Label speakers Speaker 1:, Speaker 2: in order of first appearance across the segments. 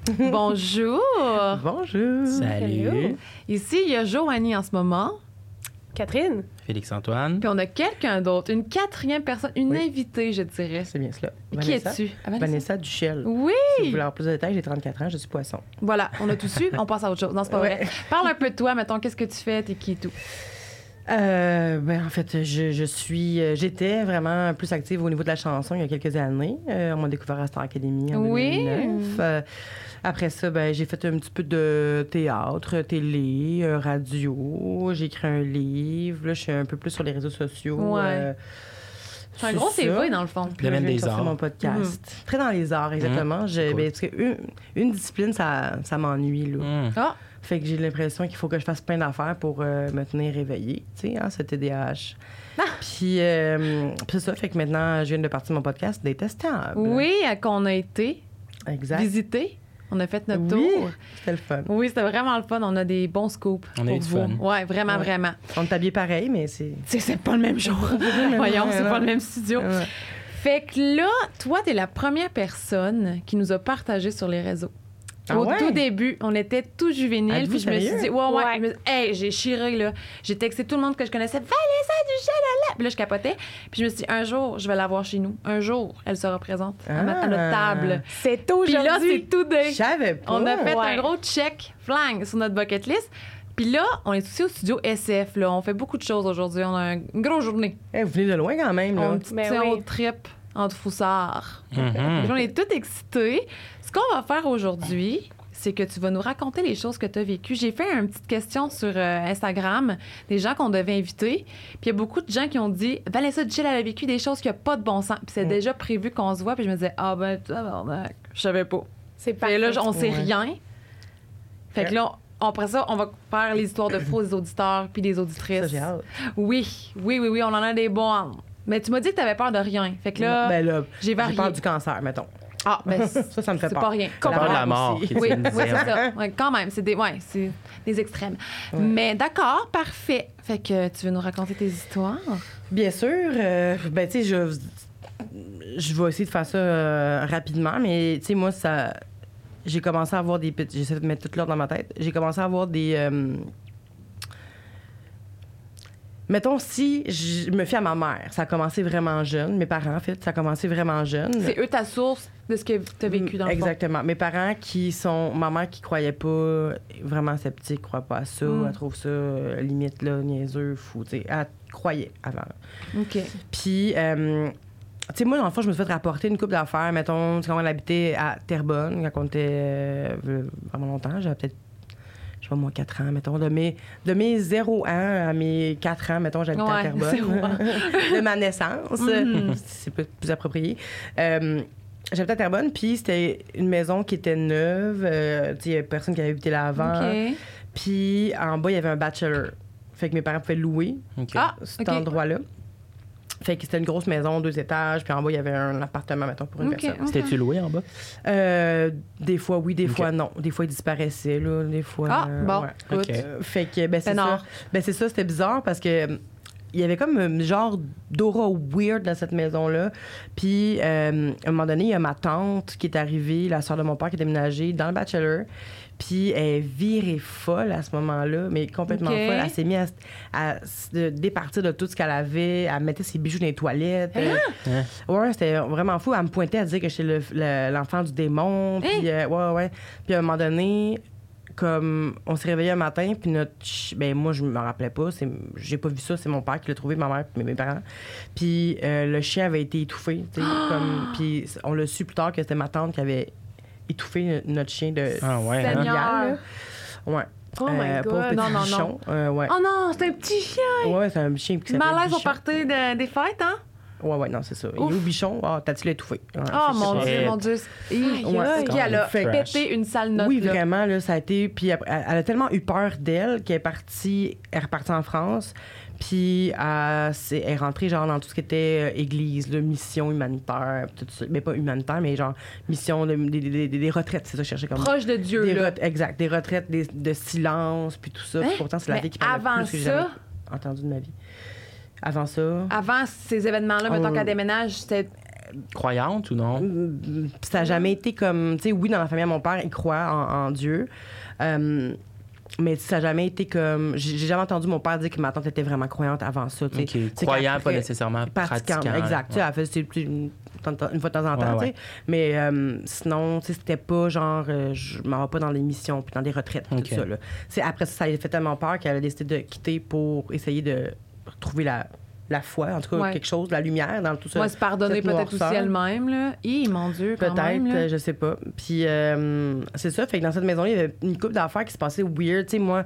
Speaker 1: Bonjour.
Speaker 2: Bonjour.
Speaker 3: Salut.
Speaker 1: Ici, il y a Joanie en ce moment.
Speaker 4: Catherine?
Speaker 3: Félix-Antoine.
Speaker 1: Puis on a quelqu'un d'autre, une quatrième personne, une
Speaker 2: Oui.
Speaker 1: invitée, je dirais.
Speaker 2: Eh, C'est bien cela.
Speaker 1: Qui
Speaker 2: Vanessa.
Speaker 1: es-tu? Ah, Vanessa?
Speaker 2: Vanessa Duchel.
Speaker 1: Oui,
Speaker 2: Si vous voulez avoir plus de détails, j'ai 34 ans, je suis poisson.
Speaker 1: voilà, on a tout su, on passe à autre chose. Non, c'est pas
Speaker 2: Ouais.
Speaker 1: vrai. Parle un peu de toi, mettons, qu'est-ce que tu fais, t'es qui et tout.
Speaker 2: Euh, ben, en fait, je, je suis, euh, j'étais vraiment plus active au niveau de la chanson il y a quelques années. Euh, on m'a découvert à Star Academy en
Speaker 1: Oui.
Speaker 2: 2009. Euh, après ça, ben, j'ai fait un petit peu de théâtre, télé, euh, radio. J'ai écrit un livre. Là, je suis un peu plus sur les réseaux sociaux.
Speaker 1: Ouais.
Speaker 2: Euh,
Speaker 1: C'est un gros
Speaker 2: ça.
Speaker 1: CV, dans le fond.
Speaker 2: Puis là,
Speaker 3: Domaine
Speaker 2: je viens de
Speaker 3: des
Speaker 2: sortir
Speaker 3: arts.
Speaker 2: mon podcast.
Speaker 1: Mhm.
Speaker 2: Très dans les arts, exactement. Je-
Speaker 3: Cool.
Speaker 2: ben, parce que une, une discipline, ça, ça m'ennuie. là.
Speaker 3: Hmm.
Speaker 1: Ah,
Speaker 2: Fait que j'ai l'impression qu'il faut que je fasse plein d'affaires pour euh, me tenir réveillée, tu sais, hein, ce TDAH.
Speaker 1: Ah!
Speaker 2: Puis, euh, puis c'est ça, fait que maintenant, je viens de partir mon podcast Détestable.
Speaker 1: oui, à qu'on a été
Speaker 2: Exact.
Speaker 1: visité. On a fait notre
Speaker 2: Oui,
Speaker 1: tour.
Speaker 2: C'était le fun.
Speaker 1: Oui, c'était vraiment le fun. On a des bons scoops.
Speaker 3: On a
Speaker 1: pour
Speaker 3: eu du
Speaker 1: vous.
Speaker 3: fun.
Speaker 1: Ouais, vraiment,
Speaker 2: Ouais.
Speaker 1: vraiment.
Speaker 2: On t'habillait pareil, mais c'est.
Speaker 1: Tu sais, c'est pas le même jour. Voyons, c'est pas le même studio.
Speaker 2: Ouais.
Speaker 1: Fait que là, toi, t'es la première personne qui nous a partagé sur les réseaux.
Speaker 2: Ah
Speaker 1: Au
Speaker 2: ouais?
Speaker 1: tout début, on était tout juvénile,
Speaker 2: Êtes-vous
Speaker 1: puis je me suis
Speaker 2: sérieux?
Speaker 1: dit, ouais, ouais,
Speaker 4: Ouais.
Speaker 1: je me- hey, j'ai chiré, là. J'ai texté tout le monde que je connaissais, Vanessa Duchel, là, là. Puis là, je capotais. Puis je me suis dit, un jour, je vais la voir chez nous. Un jour, elle sera présente à, ma- à notre
Speaker 2: Ah.
Speaker 1: table.
Speaker 4: C'est
Speaker 1: Puis
Speaker 4: aujourd'hui.
Speaker 1: là, c'est tout
Speaker 2: Je
Speaker 1: day.
Speaker 2: savais pas.
Speaker 1: On a fait
Speaker 4: Ouais.
Speaker 1: un gros check, flang, sur notre bucket list. Puis là, on est aussi au studio SF, là. On fait beaucoup de choses aujourd'hui. On a une grosse journée.
Speaker 2: Eh, vous venez de loin quand même, là.
Speaker 1: On, petit,
Speaker 4: Ben
Speaker 1: tu sais,
Speaker 4: oui.
Speaker 1: on trip entre foussards.
Speaker 3: Mhm.
Speaker 2: Mmh.
Speaker 1: Puis On est tout excités. Ce qu'on va faire aujourd'hui, c'est que tu vas nous raconter les choses que tu as vécues. J'ai fait une petite question sur euh, Instagram des gens qu'on devait inviter. Puis il y a beaucoup de gens qui ont dit Vanessa Duchel, elle a vécu des choses qui n'ont pas de bon sens. Puis c'est
Speaker 2: Mm.
Speaker 1: déjà prévu qu'on se voit. Puis je me disais Ah ben, tabarnak, je savais pas.
Speaker 4: C'est ben
Speaker 1: Puis
Speaker 4: parfait.
Speaker 1: là, on sait
Speaker 2: Ouais.
Speaker 1: rien. Fait que là, on- après ça, on va faire les histoires de faux des auditeurs puis des
Speaker 2: Ça,
Speaker 1: auditrices.
Speaker 2: j'ai hâte.
Speaker 1: oui, oui, oui, oui, on en a des bons. Mais tu m'as dit que tu avais peur de rien. Fait que là,
Speaker 2: ben là,
Speaker 1: j'ai varié.
Speaker 2: j'ai peur du cancer, mettons.
Speaker 1: Ah, ben, c'est
Speaker 2: Ça, ça me fait
Speaker 1: c'est
Speaker 2: peur.
Speaker 1: pas rien.
Speaker 3: T'as peur de la
Speaker 2: aussi.
Speaker 3: mort. qui est
Speaker 1: Oui,
Speaker 3: une
Speaker 1: oui, c'est
Speaker 3: zèbre.
Speaker 1: ça. Ouais, quand même, c'est des, ouais, c'est des extrêmes. Mais d'accord, parfait. Fait que tu veux nous raconter tes histoires?
Speaker 2: Bien sûr. euh, ben, tu sais, je, je vais essayer de faire ça euh, rapidement, mais tu sais, moi, ça. J'ai commencé à avoir des. petits- J'essaie de mettre tout l'ordre dans ma tête. J'ai commencé à avoir des. euh, Mettons, si je me fie à ma mère, ça a commencé vraiment jeune. Mes parents, en fait, ça a commencé vraiment jeune.
Speaker 1: C'est eux ta source de ce que
Speaker 2: Mm,
Speaker 1: tu as vécu dans le fond.
Speaker 2: Exactement. Mes parents qui sont. Ma mère qui croyait pas, vraiment sceptique, croit pas à ça.
Speaker 1: Mm.
Speaker 2: Elle trouve ça, euh, limite, là, niaiseux, fou. Tu sais, elle croyait avant.
Speaker 1: OK.
Speaker 2: Puis, euh, tu sais, moi, dans le fond, je me suis fait rapporter une coupe d'affaires. Mettons, tu sais, quand on habitait à Terrebonne, quand on était euh, vraiment longtemps, j'avais peut-être, je sais pas, moi, 4 ans, mettons. De mes, de mes 0 ans à mes 4 ans, mettons, j'habitais
Speaker 1: Ouais,
Speaker 2: à Terrebonne.
Speaker 1: zéro ans.
Speaker 2: de ma naissance.
Speaker 1: Mhm.
Speaker 2: C'est peut-être plus approprié. Euh, J'habitais à Terrebonne, puis c'était une maison qui était neuve. euh, tu sais, il y avait personne qui avait habité là avant.
Speaker 1: OK.
Speaker 2: Puis en bas, il y avait un bachelor. Fait que mes parents pouvaient louer
Speaker 3: Ok.
Speaker 1: Ah,
Speaker 2: cet
Speaker 1: OK.
Speaker 2: endroit-là. Fait que c'était une grosse maison, deux étages, puis en bas, il y avait un appartement, mettons, pour une
Speaker 1: OK.
Speaker 2: personne.
Speaker 3: C'était-tu loué en bas?
Speaker 2: Euh, des fois, oui, des
Speaker 3: OK.
Speaker 2: fois, non. Des fois, ils disparaissaient, là. Des fois.
Speaker 1: Ah,
Speaker 2: euh,
Speaker 1: bon.
Speaker 2: ouais.
Speaker 1: Écoute.
Speaker 3: Ok.
Speaker 2: Euh, Fait que, ben, c'est
Speaker 1: Ben
Speaker 2: ça.
Speaker 1: non.
Speaker 2: Ben, c'est ça, c'était bizarre parce que. euh, Il y avait comme un genre d'aura weird dans cette maison-là. Puis, euh, à un moment donné, il y a ma tante qui est arrivée, la soeur de mon père qui est déménagée dans le Bachelor. Puis, elle est virée folle à ce moment-là, mais complètement
Speaker 1: Ok.
Speaker 2: folle. Elle s'est mise à, s- à se départir de tout ce qu'elle avait. Elle mettait ses bijoux dans les toilettes.
Speaker 1: Hein?
Speaker 2: Euh, ouais, c'était vraiment fou. Elle me pointait à dire que j'étais le- le- l'enfant du
Speaker 1: Hein?
Speaker 2: démon. Puis, euh, ouais, ouais. Puis, à un moment donné, comme on s'est réveillé un matin puis notre ch- ben moi je me rappelais pas c'est j'ai pas vu ça c'est mon père qui l'a trouvé ma mère puis mes parents puis euh, le chien avait été étouffé tu sais, comme puis on l'a su plus tard que c'était ma tante qui avait étouffé notre chien de
Speaker 3: Ah ouais, hein?
Speaker 2: familial, là.
Speaker 1: Seigneur.
Speaker 2: ouais
Speaker 4: Oh my
Speaker 2: Euh, pauvre
Speaker 4: God.
Speaker 2: petit
Speaker 1: Non, non, non.
Speaker 2: bichon. Euh, ouais
Speaker 1: Oh non, c'est un petit chien.
Speaker 2: ouais c'est un chien qui s'appelle
Speaker 1: Malaise au
Speaker 2: bichon.
Speaker 1: party de- des fêtes, hein?
Speaker 2: ouais ouais non c'est ça il est
Speaker 1: Ouf.
Speaker 2: où bichon ah t'as-tu l'étouffé
Speaker 1: Oh
Speaker 2: Ouais, Ah, c'est
Speaker 1: mon
Speaker 2: ça.
Speaker 3: c'est-
Speaker 1: Dieu, mon Dieu. Hi.
Speaker 2: Ouais,
Speaker 1: Ouais,
Speaker 2: c'est
Speaker 1: Puis elle a
Speaker 3: quand même trash.
Speaker 1: pété une sale note.
Speaker 2: Oui,
Speaker 1: là.
Speaker 2: vraiment, là, ça a été. Puis après, elle elle a tellement eu peur d'elle qu'elle est partie, elle est repartie en France. Puis elle, s'est- elle est rentrée genre dans tout ce qui était euh, église, là, mission humanitaire, tout ça. Mais pas humanitaire, mais genre mission de- des, des- des- des retraites, c'est ça, je cherchais comme
Speaker 1: Proche de Dieu,
Speaker 2: des
Speaker 1: là.
Speaker 2: ret- Exact, des retraites des- de silence, puis tout ça.
Speaker 1: Hein?
Speaker 2: Puis pourtant, c'est la
Speaker 1: Mais
Speaker 2: vie qui parle le
Speaker 1: avant
Speaker 2: plus que j'ai
Speaker 1: ça-
Speaker 2: jamais entendue de ma vie. Avant ça.
Speaker 1: Avant ces événements-là, mettons
Speaker 2: On-
Speaker 1: qu'elle déménage, c'était
Speaker 3: Croyante ou non?
Speaker 2: Mm, ça n'a jamais été comme. Tu sais, oui, dans la famille à mon père, il croit en, en Dieu. Euh, mais ça n'a jamais été comme. J'ai j'ai jamais entendu mon père dire que ma tante était vraiment croyante avant ça. tu sais.
Speaker 3: Ok.
Speaker 2: C'est
Speaker 3: Croyant,
Speaker 2: qu'après-
Speaker 3: pas nécessairement pratiquant. hein.
Speaker 2: pratiquant. Exact. Tu sais, Elle faisait ses petits- une, une fois de temps en temps.
Speaker 3: Ouais,
Speaker 2: tu sais.
Speaker 3: ouais.
Speaker 2: Mais euh, sinon, tu sais, c'était pas genre euh, je m'en vais pas dans les missions puis dans des retraites puis
Speaker 3: Ok.
Speaker 2: tout ça. Là. C'est- Après ça, ça lui a fait tellement peur qu'elle a décidé de quitter pour essayer de retrouver la, la foi, en tout cas
Speaker 1: Ouais.
Speaker 2: quelque chose, la lumière dans tout ça.
Speaker 1: Ouais, se pardonner
Speaker 2: cette
Speaker 1: peut-être aussi
Speaker 2: noirceur.
Speaker 1: elle-même, là. Hi, mon Dieu, quand
Speaker 2: Peut-être,
Speaker 1: même, là.
Speaker 2: euh, je sais pas. Puis euh, c'est ça, fait que dans cette maison-là, il y avait une couple d'affaires qui se passaient weird. Tu sais, moi,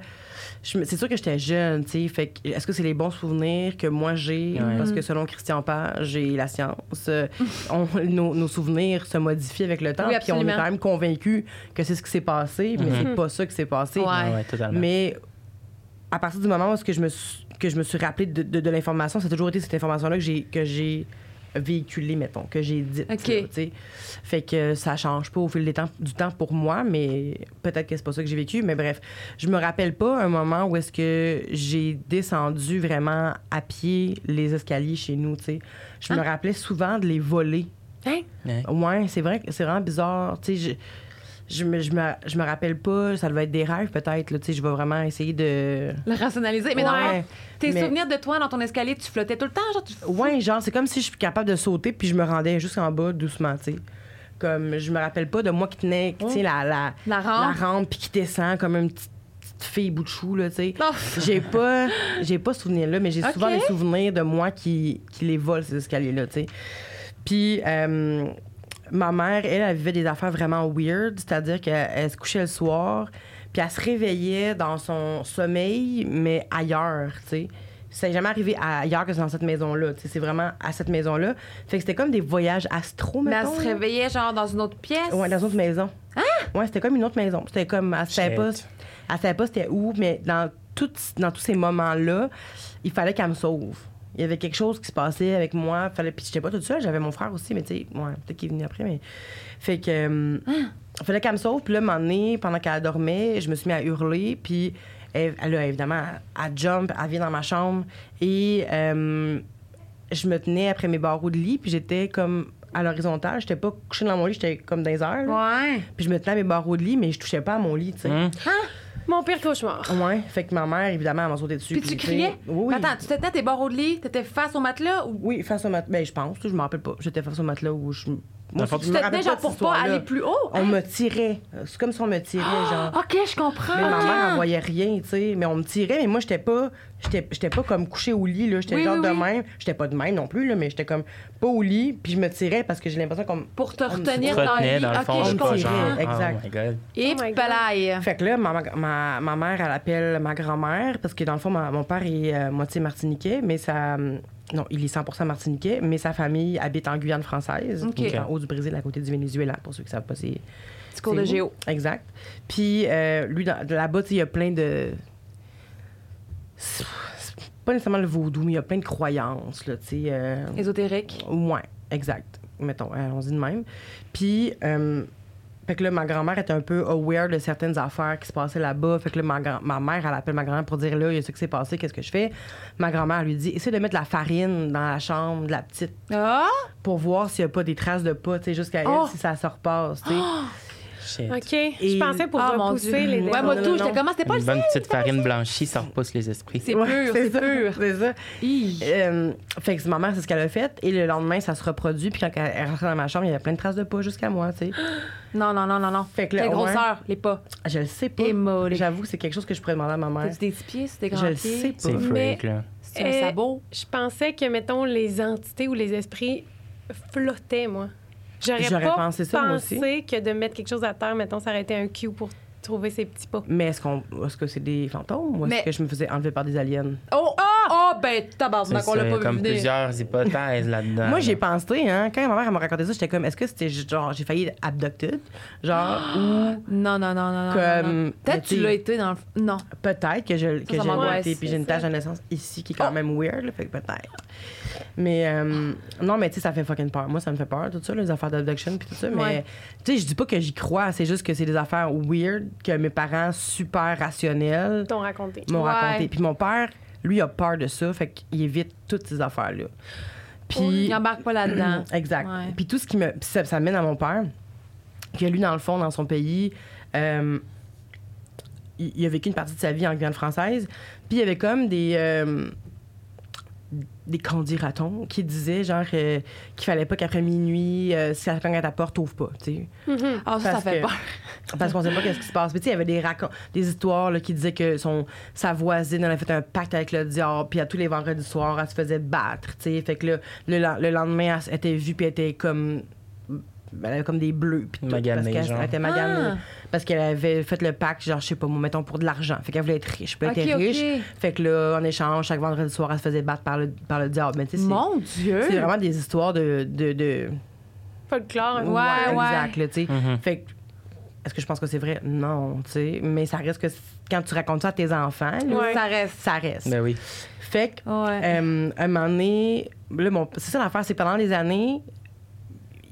Speaker 2: je me- c'est sûr que j'étais jeune, tu sais. Fait que est-ce que c'est les bons souvenirs que moi j'ai?
Speaker 3: Ouais.
Speaker 1: Mm.
Speaker 2: Parce que selon Christian Père, j'ai la science. Euh, on- nos, nos souvenirs se modifient avec le temps.
Speaker 1: Oui,
Speaker 2: puis on est
Speaker 1: absolument.
Speaker 2: quand même convaincu que c'est ce qui s'est passé, mais
Speaker 3: Mhm.
Speaker 1: Mm-hmm.
Speaker 2: c'est pas ça qui s'est passé.
Speaker 1: Ouais.
Speaker 3: Ouais, ouais, totalement.
Speaker 2: Mais à partir du moment où est-ce que je me suis, que je me suis rappelé de, de- de l'information, ça a toujours été cette information-là que j'ai que j'ai véhiculée, mettons, que j'ai dite.
Speaker 1: OK.
Speaker 2: là, tu sais. fait que ça change pas au fil des temps, du temps pour moi, mais peut-être que c'est pas ça que j'ai vécu. Mais bref, je me rappelle pas un moment où est-ce que j'ai descendu vraiment à pied les escaliers chez nous. tu sais. Je me rappelais souvent de les voler.
Speaker 1: Hein?
Speaker 3: Ouais.
Speaker 2: Ouais, c'est vrai que c'est vraiment bizarre. Tu sais, je, je, me, je, me, je me rappelle pas, ça devait être des rêves peut-être. là, Tu sais, je vais vraiment essayer de.
Speaker 1: Le rationaliser. Mais non, hein?
Speaker 2: Ouais,
Speaker 1: tes
Speaker 2: mais-
Speaker 1: souvenirs de toi dans ton escalier, tu flottais tout le temps, genre, tu...
Speaker 2: Ouais, genre, c'est comme si je suis capable de sauter puis je me rendais jusqu'en bas doucement, tu sais. Comme, je me rappelle pas de moi qui tenais, qui, tu sais, la, la,
Speaker 1: La rampe.
Speaker 2: la rampe puis qui descend comme une petite, petite fille bout de chou, là, tu sais.
Speaker 1: Non.
Speaker 2: J'ai pas, j'ai pas ce souvenir-là, mais j'ai
Speaker 1: Oh. Ok.
Speaker 2: souvent des souvenirs de moi qui, qui les vole, ces escaliers-là, tu sais. Puis, euh, ma mère, elle, elle vivait des affaires vraiment weird, c'est-à-dire qu'elle elle se couchait le soir, puis elle se réveillait dans son sommeil, mais ailleurs, tu sais. Ça n'est jamais arrivé ailleurs que dans cette maison-là. tu sais. C'est vraiment à cette maison-là. Fait que c'était comme des voyages astro,
Speaker 1: Mais elle
Speaker 2: mettons,
Speaker 1: se
Speaker 2: là.
Speaker 1: réveillait, genre, dans une autre pièce.
Speaker 2: Ouais, dans une autre maison. Ah! Ouais, c'était comme une autre maison. C'était comme, elle savait
Speaker 3: Shit.
Speaker 2: pas, elle savait pas c'était où, mais dans, tout- dans tous ces moments-là, il fallait qu'elle me sauve. Il y avait quelque chose qui se passait avec moi. Fallait, puis j'étais pas toute seule, j'avais mon frère aussi, mais tu sais, ouais, peut-être qu'il est venu après, mais. Fait que. euh, Fallait qu'elle me sauve, puis là, un moment donné, pendant qu'elle dormait, je me suis mis à hurler, puis elle, elle a évidemment, elle jump, elle vient dans ma chambre, et euh, je me tenais après mes barreaux de lit, puis j'étais comme à l'horizontale, j'étais pas couchée dans mon lit, j'étais comme dans les airs, là.
Speaker 1: Ouais.
Speaker 2: puis je me tenais à mes barreaux de lit, mais je touchais pas à mon lit, tu sais.
Speaker 3: Hum.
Speaker 4: Mon pire cauchemar.
Speaker 2: Ouais, fait que ma mère, évidemment, elle m'a sauté dessus.
Speaker 1: Puis tu
Speaker 2: sais,
Speaker 1: criais.
Speaker 2: Oui, oui.
Speaker 1: Mais Attends, tu t'étais à tes barreaux de lit, t'étais face au matelas ou...
Speaker 2: Oui, face au matelas. Ben, je pense, je me rappelle pas. J'étais face au matelas où je. Moi,
Speaker 3: fond,
Speaker 2: je
Speaker 1: Tu
Speaker 2: me
Speaker 1: te
Speaker 2: rappelle
Speaker 1: tenais,
Speaker 2: pas
Speaker 1: genre,
Speaker 2: de
Speaker 1: pour
Speaker 2: cette
Speaker 1: pas
Speaker 2: histoire-là.
Speaker 1: aller plus haut. Hein?
Speaker 2: On me tirait. C'est comme si on me tirait, genre.
Speaker 1: OK, je comprends.
Speaker 2: Mais ma mère, elle
Speaker 1: Ah.
Speaker 2: voyait rien, tu sais. Mais on me tirait, mais moi, j'étais pas, j'étais, j'étais pas comme couchée au lit, là. J'étais
Speaker 1: Oui,
Speaker 2: genre
Speaker 1: oui,
Speaker 2: de
Speaker 1: oui.
Speaker 2: même. J'étais pas de même non plus, là, mais j'étais comme pas au lit, puis je me tirais parce que j'ai l'impression qu'on. me-
Speaker 1: Pour te
Speaker 2: On me
Speaker 1: retenir dans le
Speaker 3: Retenait
Speaker 1: lit.
Speaker 3: dans le fond,
Speaker 1: OK,
Speaker 2: on
Speaker 1: je
Speaker 2: me
Speaker 3: pas
Speaker 2: tirait.
Speaker 3: genre.
Speaker 1: comprends.
Speaker 2: Exact.
Speaker 3: Oh my god.
Speaker 1: Et
Speaker 4: Oh my God.
Speaker 1: palaille.
Speaker 2: Fait que là, ma, ma, ma mère, elle appelle ma grand-mère parce que dans le fond, ma- mon père est euh, moitié martiniquais, mais ça. Non, il est 100 martiniquais, mais sa famille habite en Guyane française,
Speaker 1: Ok.
Speaker 2: qui est en haut du Brésil, à côté du Venezuela, pour ceux qui savent pas. C'est,
Speaker 1: Petit cours
Speaker 2: c'est
Speaker 1: de
Speaker 2: où.
Speaker 1: géo.
Speaker 2: Exact. Puis euh, lui, dans- là-bas, tu sais, il y a plein de. C'est pas nécessairement le vaudou, mais il y a plein de croyances, là, tu sais. euh,
Speaker 1: Ésotérique.
Speaker 2: Ouais, exact. Mettons, allons-y de même. Puis, euh, fait que là, ma grand-mère était un peu aware de certaines affaires qui se passaient là-bas. Fait que là, ma, grand- ma mère, elle appelle ma grand-mère pour dire là, il y a ce qui s'est passé, qu'est-ce que je fais. Ma grand-mère lui dit essaie de mettre de la farine dans la chambre de la petite
Speaker 1: Ah!
Speaker 2: pour voir s'il n'y a pas des traces de pas, tu sais, jusqu'à elle,
Speaker 1: Oh!
Speaker 2: si ça se repasse, tu sais.
Speaker 3: Shit.
Speaker 4: OK. Je pensais pour
Speaker 1: Ah, mon
Speaker 4: repousser
Speaker 1: Dieu.
Speaker 4: les
Speaker 1: Ouais,
Speaker 4: démons.
Speaker 1: moi,
Speaker 2: Non,
Speaker 1: tout,
Speaker 2: non,
Speaker 1: j'étais
Speaker 2: non.
Speaker 1: comment? C'était pas le
Speaker 2: Ben,
Speaker 1: seul.
Speaker 3: Une bonne petite farine blanchie, ça repousse les esprits.
Speaker 1: C'est
Speaker 2: Ouais,
Speaker 1: pur,
Speaker 2: c'est
Speaker 1: c'est
Speaker 2: ça,
Speaker 1: pur.
Speaker 2: C'est ça.
Speaker 1: Hi.
Speaker 2: Euh, fait que ma mère, c'est ce qu'elle a fait. Et le lendemain, ça se reproduit. Puis quand elle est rentrée dans ma chambre, il y avait plein de traces de pas jusqu'à moi, tu sais.
Speaker 1: Non, non, non, non, non.
Speaker 2: Fait que là,
Speaker 1: Les
Speaker 2: ouais.
Speaker 1: grosseurs, les pas.
Speaker 2: Je le sais pas.
Speaker 1: Et mollet.
Speaker 2: J'avoue, c'est quelque chose que je pourrais demander à ma mère.
Speaker 1: T'as-tu des petits pieds? C'est des grands
Speaker 2: Je le
Speaker 1: pieds?
Speaker 2: sais pas.
Speaker 3: C'est
Speaker 4: Mais-
Speaker 3: freak, là.
Speaker 1: C'est un
Speaker 4: Eh,
Speaker 1: sabot.
Speaker 4: Je pensais que, mettons, les entités ou les esprits flottaient, moi. J'aurais
Speaker 2: J'aurais
Speaker 4: pas
Speaker 2: pensé
Speaker 4: pensé,
Speaker 2: ça, moi aussi.
Speaker 4: que de mettre quelque chose à terre, mettons, ça aurait été un cue pour trouver ses petits pas.
Speaker 2: Mais est-ce qu'on est-ce que c'est des fantômes ou est-ce
Speaker 1: Mais-
Speaker 2: que je me faisais enlever par des aliens?
Speaker 1: Oh! Ah! Oh, ben, tabarnak, on
Speaker 3: C'est
Speaker 1: l'a
Speaker 3: ça,
Speaker 1: pas vu
Speaker 3: comme
Speaker 1: venir.
Speaker 3: plusieurs hypothèses là-dedans.
Speaker 2: Moi
Speaker 3: là.
Speaker 2: j'ai pensé hein, quand ma mère elle m'a raconté ça, j'étais comme est-ce que c'était genre j'ai failli être abducted? Genre
Speaker 1: Ah!
Speaker 2: ou
Speaker 1: Non, non, non, non, non.
Speaker 2: Comme-
Speaker 1: non, non.
Speaker 2: Mais
Speaker 1: Peut-être que
Speaker 2: t'es-
Speaker 1: tu l'as été dans le. Non.
Speaker 2: peut-être que je que
Speaker 1: ça Oh! m'angoisse,
Speaker 2: j'ai été puis j'ai
Speaker 1: c'est
Speaker 2: une tâche de naissance ici qui est quand même weird, là, fait que peut-être. Mais euh, non mais tu sais ça fait fucking peur. Moi ça me fait peur tout ça les affaires d'abduction puis tout ça mais
Speaker 1: Ouais.
Speaker 2: tu sais je dis pas que j'y crois, c'est juste que c'est des affaires weird que mes parents super rationnels
Speaker 4: T'ont raconté.
Speaker 2: m'ont
Speaker 1: Ouais.
Speaker 2: raconté. Puis mon père, lui, a peur de ça, fait qu'il évite toutes ces affaires-là.
Speaker 1: Puis
Speaker 2: Puis
Speaker 1: il embarque pas là-dedans.
Speaker 2: Exact.
Speaker 1: Ouais.
Speaker 2: Puis tout ce qui me. puis ça, ça mène à mon père, que lui, dans le fond, dans son pays, euh, il, il a vécu une partie de sa vie en Guyane française. Puis il y avait comme des. euh, des candidatons qui disaient, genre, euh, qu'il fallait pas qu'après minuit, euh, si ça cogne à ta porte, ouvre pas, tu sais.
Speaker 4: Mhm.
Speaker 1: Ah, ça, ça
Speaker 2: Parce
Speaker 1: fait
Speaker 2: que-
Speaker 1: peur.
Speaker 2: Parce qu'on sait pas qu'est-ce qui se passe. Puis tu sais, il y avait des racon- des histoires là, qui disaient que son, sa voisine elle a fait un pacte avec le diable, puis à tous les vendredis soirs, elle se faisait battre, tu sais. Fait que là, le, len- le lendemain, elle était vue, puis elle était comme... Elle avait comme des bleus, puis tout,
Speaker 3: Maganée,
Speaker 2: parce qu'elle
Speaker 3: genre.
Speaker 2: elle était maganée.
Speaker 1: Ah.
Speaker 2: Parce qu'elle avait fait le pacte, genre, je sais pas, moi, mettons, pour de l'argent. Fait qu'elle voulait être riche, puis elle
Speaker 1: Ok,
Speaker 2: était
Speaker 1: ok.
Speaker 2: riche. Fait que là, en échange, chaque vendredi soir, elle se faisait battre par le, par le diable. Mais tu sais, c'est-
Speaker 1: Mon Dieu!
Speaker 2: c'est vraiment des histoires de... de, de-
Speaker 4: Folklore, un
Speaker 1: Ouais, ouais.
Speaker 2: Exact, là, tu sais.
Speaker 3: Mhm.
Speaker 2: Fait que, est-ce que je pense que c'est vrai? Non, tu sais. Mais ça reste que c- quand tu racontes ça à tes enfants, là,
Speaker 4: Ouais.
Speaker 1: Ça reste.
Speaker 2: ça reste.
Speaker 3: Ben oui.
Speaker 2: Fait que,
Speaker 1: Ouais.
Speaker 2: euh, un moment donné, là, mon- c'est ça l'affaire, c'est que pendant les années,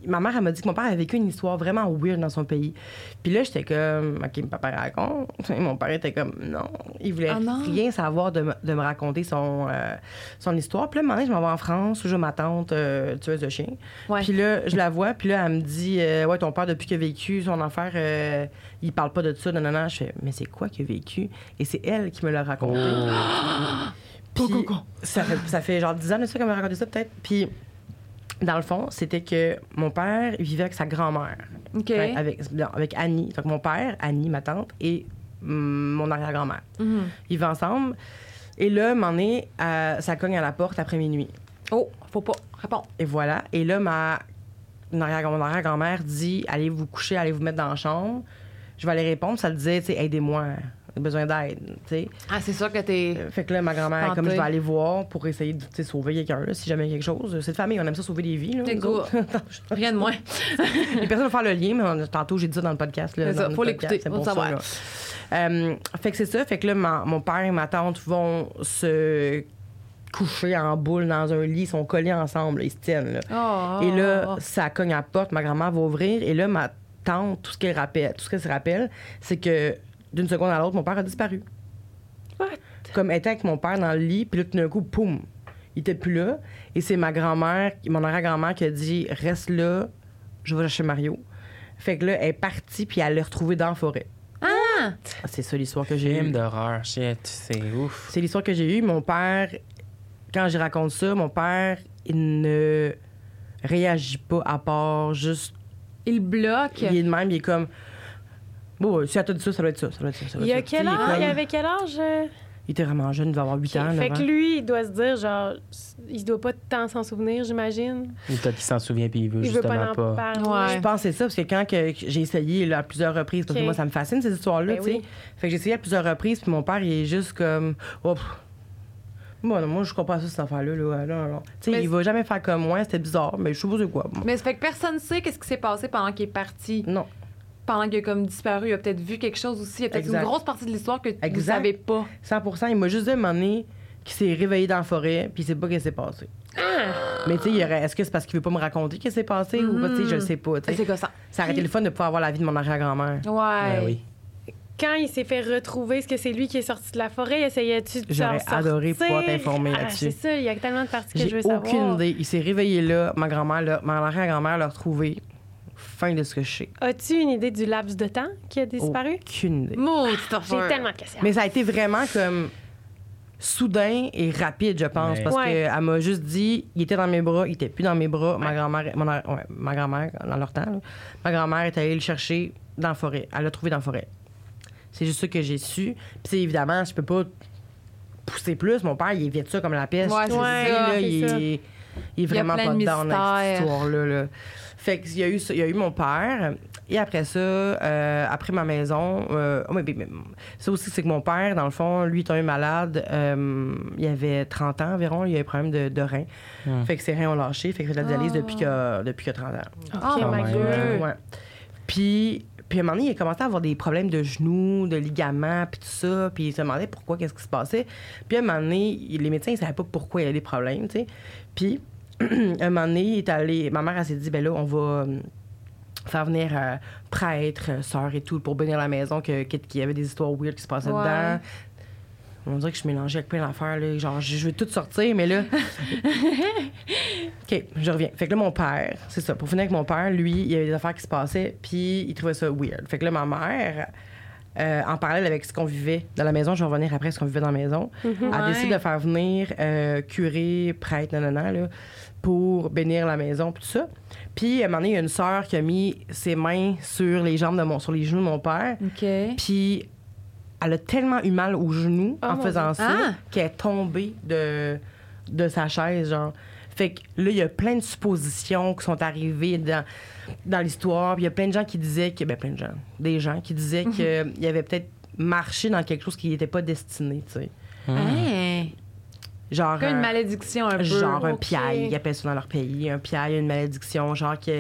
Speaker 2: ma mère, elle m'a dit que mon père a vécu une histoire vraiment weird dans son pays. Puis là, j'étais comme, OK, mon papa raconte. Et mon père était comme, non. Il voulait
Speaker 1: Ah non.
Speaker 2: rien savoir de, me- de me raconter son, euh, son histoire. Puis là, un moment donné, je m'en vais en France où je ma tante euh, tueuse de chiens.
Speaker 1: Ouais.
Speaker 2: Puis là, je la vois, puis là, elle me dit euh, Ouais, ton père, depuis qu'il a vécu son enfer, euh, il parle pas de ça, non, non, non. Je fais Mais c'est quoi qu'il a vécu Et c'est elle qui me l'a raconté.
Speaker 3: Oh.
Speaker 2: Puis ça fait, ça fait genre 10 ans de ça qu'elle m'a raconté ça, peut-être. Puis dans le fond, c'était que mon père il vivait avec sa grand-mère,
Speaker 1: OK.
Speaker 2: Fait- avec, non, avec Annie. Donc mon père, Annie, ma tante, et hum, mon arrière-grand-mère.
Speaker 1: Mhm.
Speaker 2: Ils vivent ensemble. Et là, m'en est, euh, ça cogne à la porte après minuit.
Speaker 1: Oh, faut pas répondre.
Speaker 2: Et voilà. Et là, ma mon arrière- mon arrière-grand-mère dit Allez vous coucher, allez vous mettre dans la chambre. Je vais aller répondre. Ça le disait tu sais, Aidez-moi, j'ai besoin d'aide. tu sais.
Speaker 1: Ah, c'est sûr que t'es.
Speaker 2: Euh, Fait que là, ma grand-mère,
Speaker 1: Tentée.
Speaker 2: comme je vais aller voir pour essayer de tu sais, sauver quelqu'un, là, si jamais il y a quelque chose. C'est de famille, on aime ça sauver des vies. Là,
Speaker 1: T'es
Speaker 2: nous
Speaker 1: cool.
Speaker 2: autres.
Speaker 1: Rien de moins.
Speaker 2: Les personnes vont faire le lien, mais on- tantôt, j'ai dit ça dans le podcast. Là,
Speaker 1: C'est
Speaker 2: dans
Speaker 1: ça,
Speaker 2: notre
Speaker 1: faut
Speaker 2: podcast,
Speaker 1: l'écouter,
Speaker 2: c'est
Speaker 1: faut le
Speaker 2: ça,
Speaker 1: savoir.
Speaker 2: là. Euh, fait que c'est ça. Fait que là, ma- mon père et ma tante vont se coucher en boule dans un lit. Ils sont collés ensemble. là, ils se tiennent. Là.
Speaker 1: Oh,
Speaker 2: Et là,
Speaker 1: oh, oh.
Speaker 2: ça cogne à la porte, ma grand-mère va ouvrir, et là, ma tante, tout ce qu'elle rappelle, tout ce qu'elle se rappelle, c'est que d'une seconde à l'autre, mon père a disparu.
Speaker 4: What?
Speaker 2: Comme elle était avec mon père dans le lit, puis là, tout d'un coup, poum, il était plus là. Et c'est ma grand-mère, mon arrière-grand-mère qui a dit Reste là, je vais chez Mario. Fait que là, elle est partie, puis elle l'a retrouvé dans la forêt.
Speaker 1: Ah!
Speaker 2: C'est ça l'histoire que j'ai
Speaker 3: Film
Speaker 2: eue.
Speaker 3: d'horreur, shit, c'est ouf.
Speaker 2: C'est l'histoire que j'ai eue. Mon père, quand je raconte ça, mon père, il ne réagit pas à part juste
Speaker 1: Il bloque.
Speaker 2: il est de même, il est comme. Bon, euh, si elle t'a dit ça, ça doit être ça. ça, doit être ça, ça doit
Speaker 4: hein. Il y a
Speaker 2: être ça. Tu
Speaker 4: quel
Speaker 2: sais, il est
Speaker 4: âge?
Speaker 2: comme-
Speaker 4: Il avait quel âge? euh?
Speaker 2: Il était vraiment jeune, il devait avoir 8 ans.
Speaker 4: fait
Speaker 2: 9
Speaker 4: que
Speaker 2: ans.
Speaker 4: lui, il doit se dire, genre, s- il doit pas tant s'en souvenir, j'imagine.
Speaker 3: Ou peut-être qu'il s'en souvient puis il veut
Speaker 4: Il veut pas
Speaker 3: justement
Speaker 4: en
Speaker 3: pas.
Speaker 4: parler.
Speaker 1: Ouais.
Speaker 2: Je pense que c'est ça, parce que quand que que j'ai essayé là, à plusieurs reprises, parce que
Speaker 4: Ok.
Speaker 2: moi, ça me fascine, ces histoires-là,
Speaker 4: Ben
Speaker 2: tu sais.
Speaker 4: oui.
Speaker 2: Fait que j'ai essayé à plusieurs reprises, puis mon père, il est juste comme. Oh, pff. Bon, non, moi, je comprends pas ça, cette affaire-là. Là, là, là. Tu sais,
Speaker 1: Mais
Speaker 2: il va jamais faire comme moi, c'était bizarre, mais je sais pas c'est quoi. moi.
Speaker 1: Mais ça fait que personne ne sait qu'est-ce qui s'est passé pendant qu'il est parti.
Speaker 2: Non,
Speaker 1: Pendant qu'il a comme disparu, il a peut-être vu quelque chose aussi. Il y a peut-être une
Speaker 2: Exact.
Speaker 1: grosse partie de l'histoire que vous ne
Speaker 2: Exact.
Speaker 1: savez pas.
Speaker 2: 100 il m'a juste demandé qu'il s'est réveillé dans la forêt, puis il sait pas ce qui s'est passé.
Speaker 4: Ah!
Speaker 2: Mais tu sais, il y aurait- est-ce que c'est parce qu'il veut pas me raconter ce qui s'est passé ou pas? Tu sais, je le sais pas. tu sais.
Speaker 1: C'est gossant.
Speaker 2: Ça a arrêté le fun de pouvoir avoir la vie de mon arrière-grand-mère.
Speaker 1: Ouais.
Speaker 3: Ben oui.
Speaker 4: Quand il s'est fait retrouver, est-ce que c'est lui qui est sorti de la forêt? Essayais-tu de
Speaker 2: J'aurais
Speaker 4: t'en
Speaker 2: adoré
Speaker 4: sortir?
Speaker 2: pouvoir t'informer
Speaker 4: Ah,
Speaker 2: là-dessus.
Speaker 4: C'est ça, il y a tellement de parties que je
Speaker 2: J'ai
Speaker 4: veux
Speaker 2: aucune
Speaker 4: savoir.
Speaker 2: idée. Il s'est réveillé là, ma grand-mère, l'a- mon arrière-grand-mère l'a retrouvé. Fin de ce que je sais.
Speaker 4: As-tu une idée du laps de temps qui a disparu?
Speaker 1: Oh.
Speaker 2: Aucune idée.
Speaker 1: Maudite
Speaker 4: J'ai
Speaker 1: affaire.
Speaker 4: tellement de questions.
Speaker 2: Mais ça a été vraiment comme soudain et rapide, je pense,
Speaker 3: Ouais.
Speaker 2: parce
Speaker 4: Ouais.
Speaker 2: qu'elle m'a juste dit, il était dans mes bras, il était plus dans mes bras. Ma grand-mère, mon ar- ouais, ma grand-mère, dans leur temps, là, ma grand-mère est allée le chercher dans la forêt. Elle l'a trouvé dans la forêt. C'est juste ça que j'ai su. Puis c'est évidemment, je peux pas pousser plus. Mon père, il évite ça comme la peste.
Speaker 1: Ouais, c'est
Speaker 4: Ouais,
Speaker 1: ça.
Speaker 2: là,
Speaker 4: c'est
Speaker 2: il,
Speaker 4: ça.
Speaker 2: est, il est vraiment
Speaker 1: plein
Speaker 2: pas
Speaker 1: de
Speaker 2: dedans dans cette
Speaker 1: mystères.
Speaker 2: histoire-là. là. Fait qu'il y a eu ça- il y a eu mon père. Et après ça, euh, après ma maison, euh, oh, mais- mais- mais- ça aussi, c'est que mon père, dans le fond, lui, est tombé malade. euh, il avait 30 ans environ. Il avait un problème de, de rein.
Speaker 3: Hmm.
Speaker 2: Fait que ses reins ont lâché. Fait qu'il fait de la dialyse
Speaker 1: Ah.
Speaker 2: depuis qu'il a, depuis qu'il a 30 ans.
Speaker 4: Oh,
Speaker 1: Oh
Speaker 4: my
Speaker 3: my
Speaker 4: God.
Speaker 3: God.
Speaker 2: Ouais. Puis, puis à un moment donné, il a commencé à avoir des problèmes de genoux, de ligaments, puis tout ça. Puis il se demandait pourquoi, qu'est-ce qui se passait. Puis à un moment donné, il- les médecins, ils savaient pas pourquoi il y avait des problèmes, tu sais. Puis à un moment donné, il est allé... Ma mère, elle s'est dit, ben là, on va euh, faire venir euh, prêtre, euh, sœur et tout pour bénir la maison, que- que- qu'il y avait des histoires weird qui se passaient
Speaker 1: Ouais.
Speaker 2: dedans. On dirait que je suis mélangée avec plein d'affaires, là. Genre, je, je veux tout sortir, mais là. OK, je reviens. Fait que là, mon père, c'est ça. Pour finir avec mon père, lui, il y avait des affaires qui se passaient, puis il trouvait ça weird. Fait que là, ma mère, euh, en parallèle avec ce qu'on vivait dans la maison, je vais revenir après ce qu'on vivait dans la maison, a
Speaker 1: Ouais.
Speaker 2: décidé de faire venir euh, curé, prêtre, nanana, là, pour bénir la maison, puis tout ça. Puis, à un moment donné, il y a une sœur qui a mis ses mains sur les jambes de mon, sur les genoux de mon père.
Speaker 1: OK.
Speaker 2: Puis elle a tellement eu mal au genou
Speaker 4: Oh
Speaker 2: en
Speaker 4: mon
Speaker 2: faisant
Speaker 1: Dieu.
Speaker 2: ça
Speaker 1: Ah!
Speaker 2: qu'elle est tombée de, de sa chaise, genre. Fait que là, il y a plein de suppositions qui sont arrivées dans, dans l'histoire. Puis il y a plein de gens qui disaient que. Ben, plein de gens. Des gens qui disaient qu'il y avait peut-être marché dans quelque chose qui n'était pas destiné, tu sais.
Speaker 1: Hein?
Speaker 2: Genre.
Speaker 1: Comme une
Speaker 2: euh,
Speaker 1: malédiction un peu.
Speaker 2: Genre un
Speaker 4: ok.
Speaker 2: piaille, ils appellent ça dans leur pays, un piaille, une malédiction, genre qu'il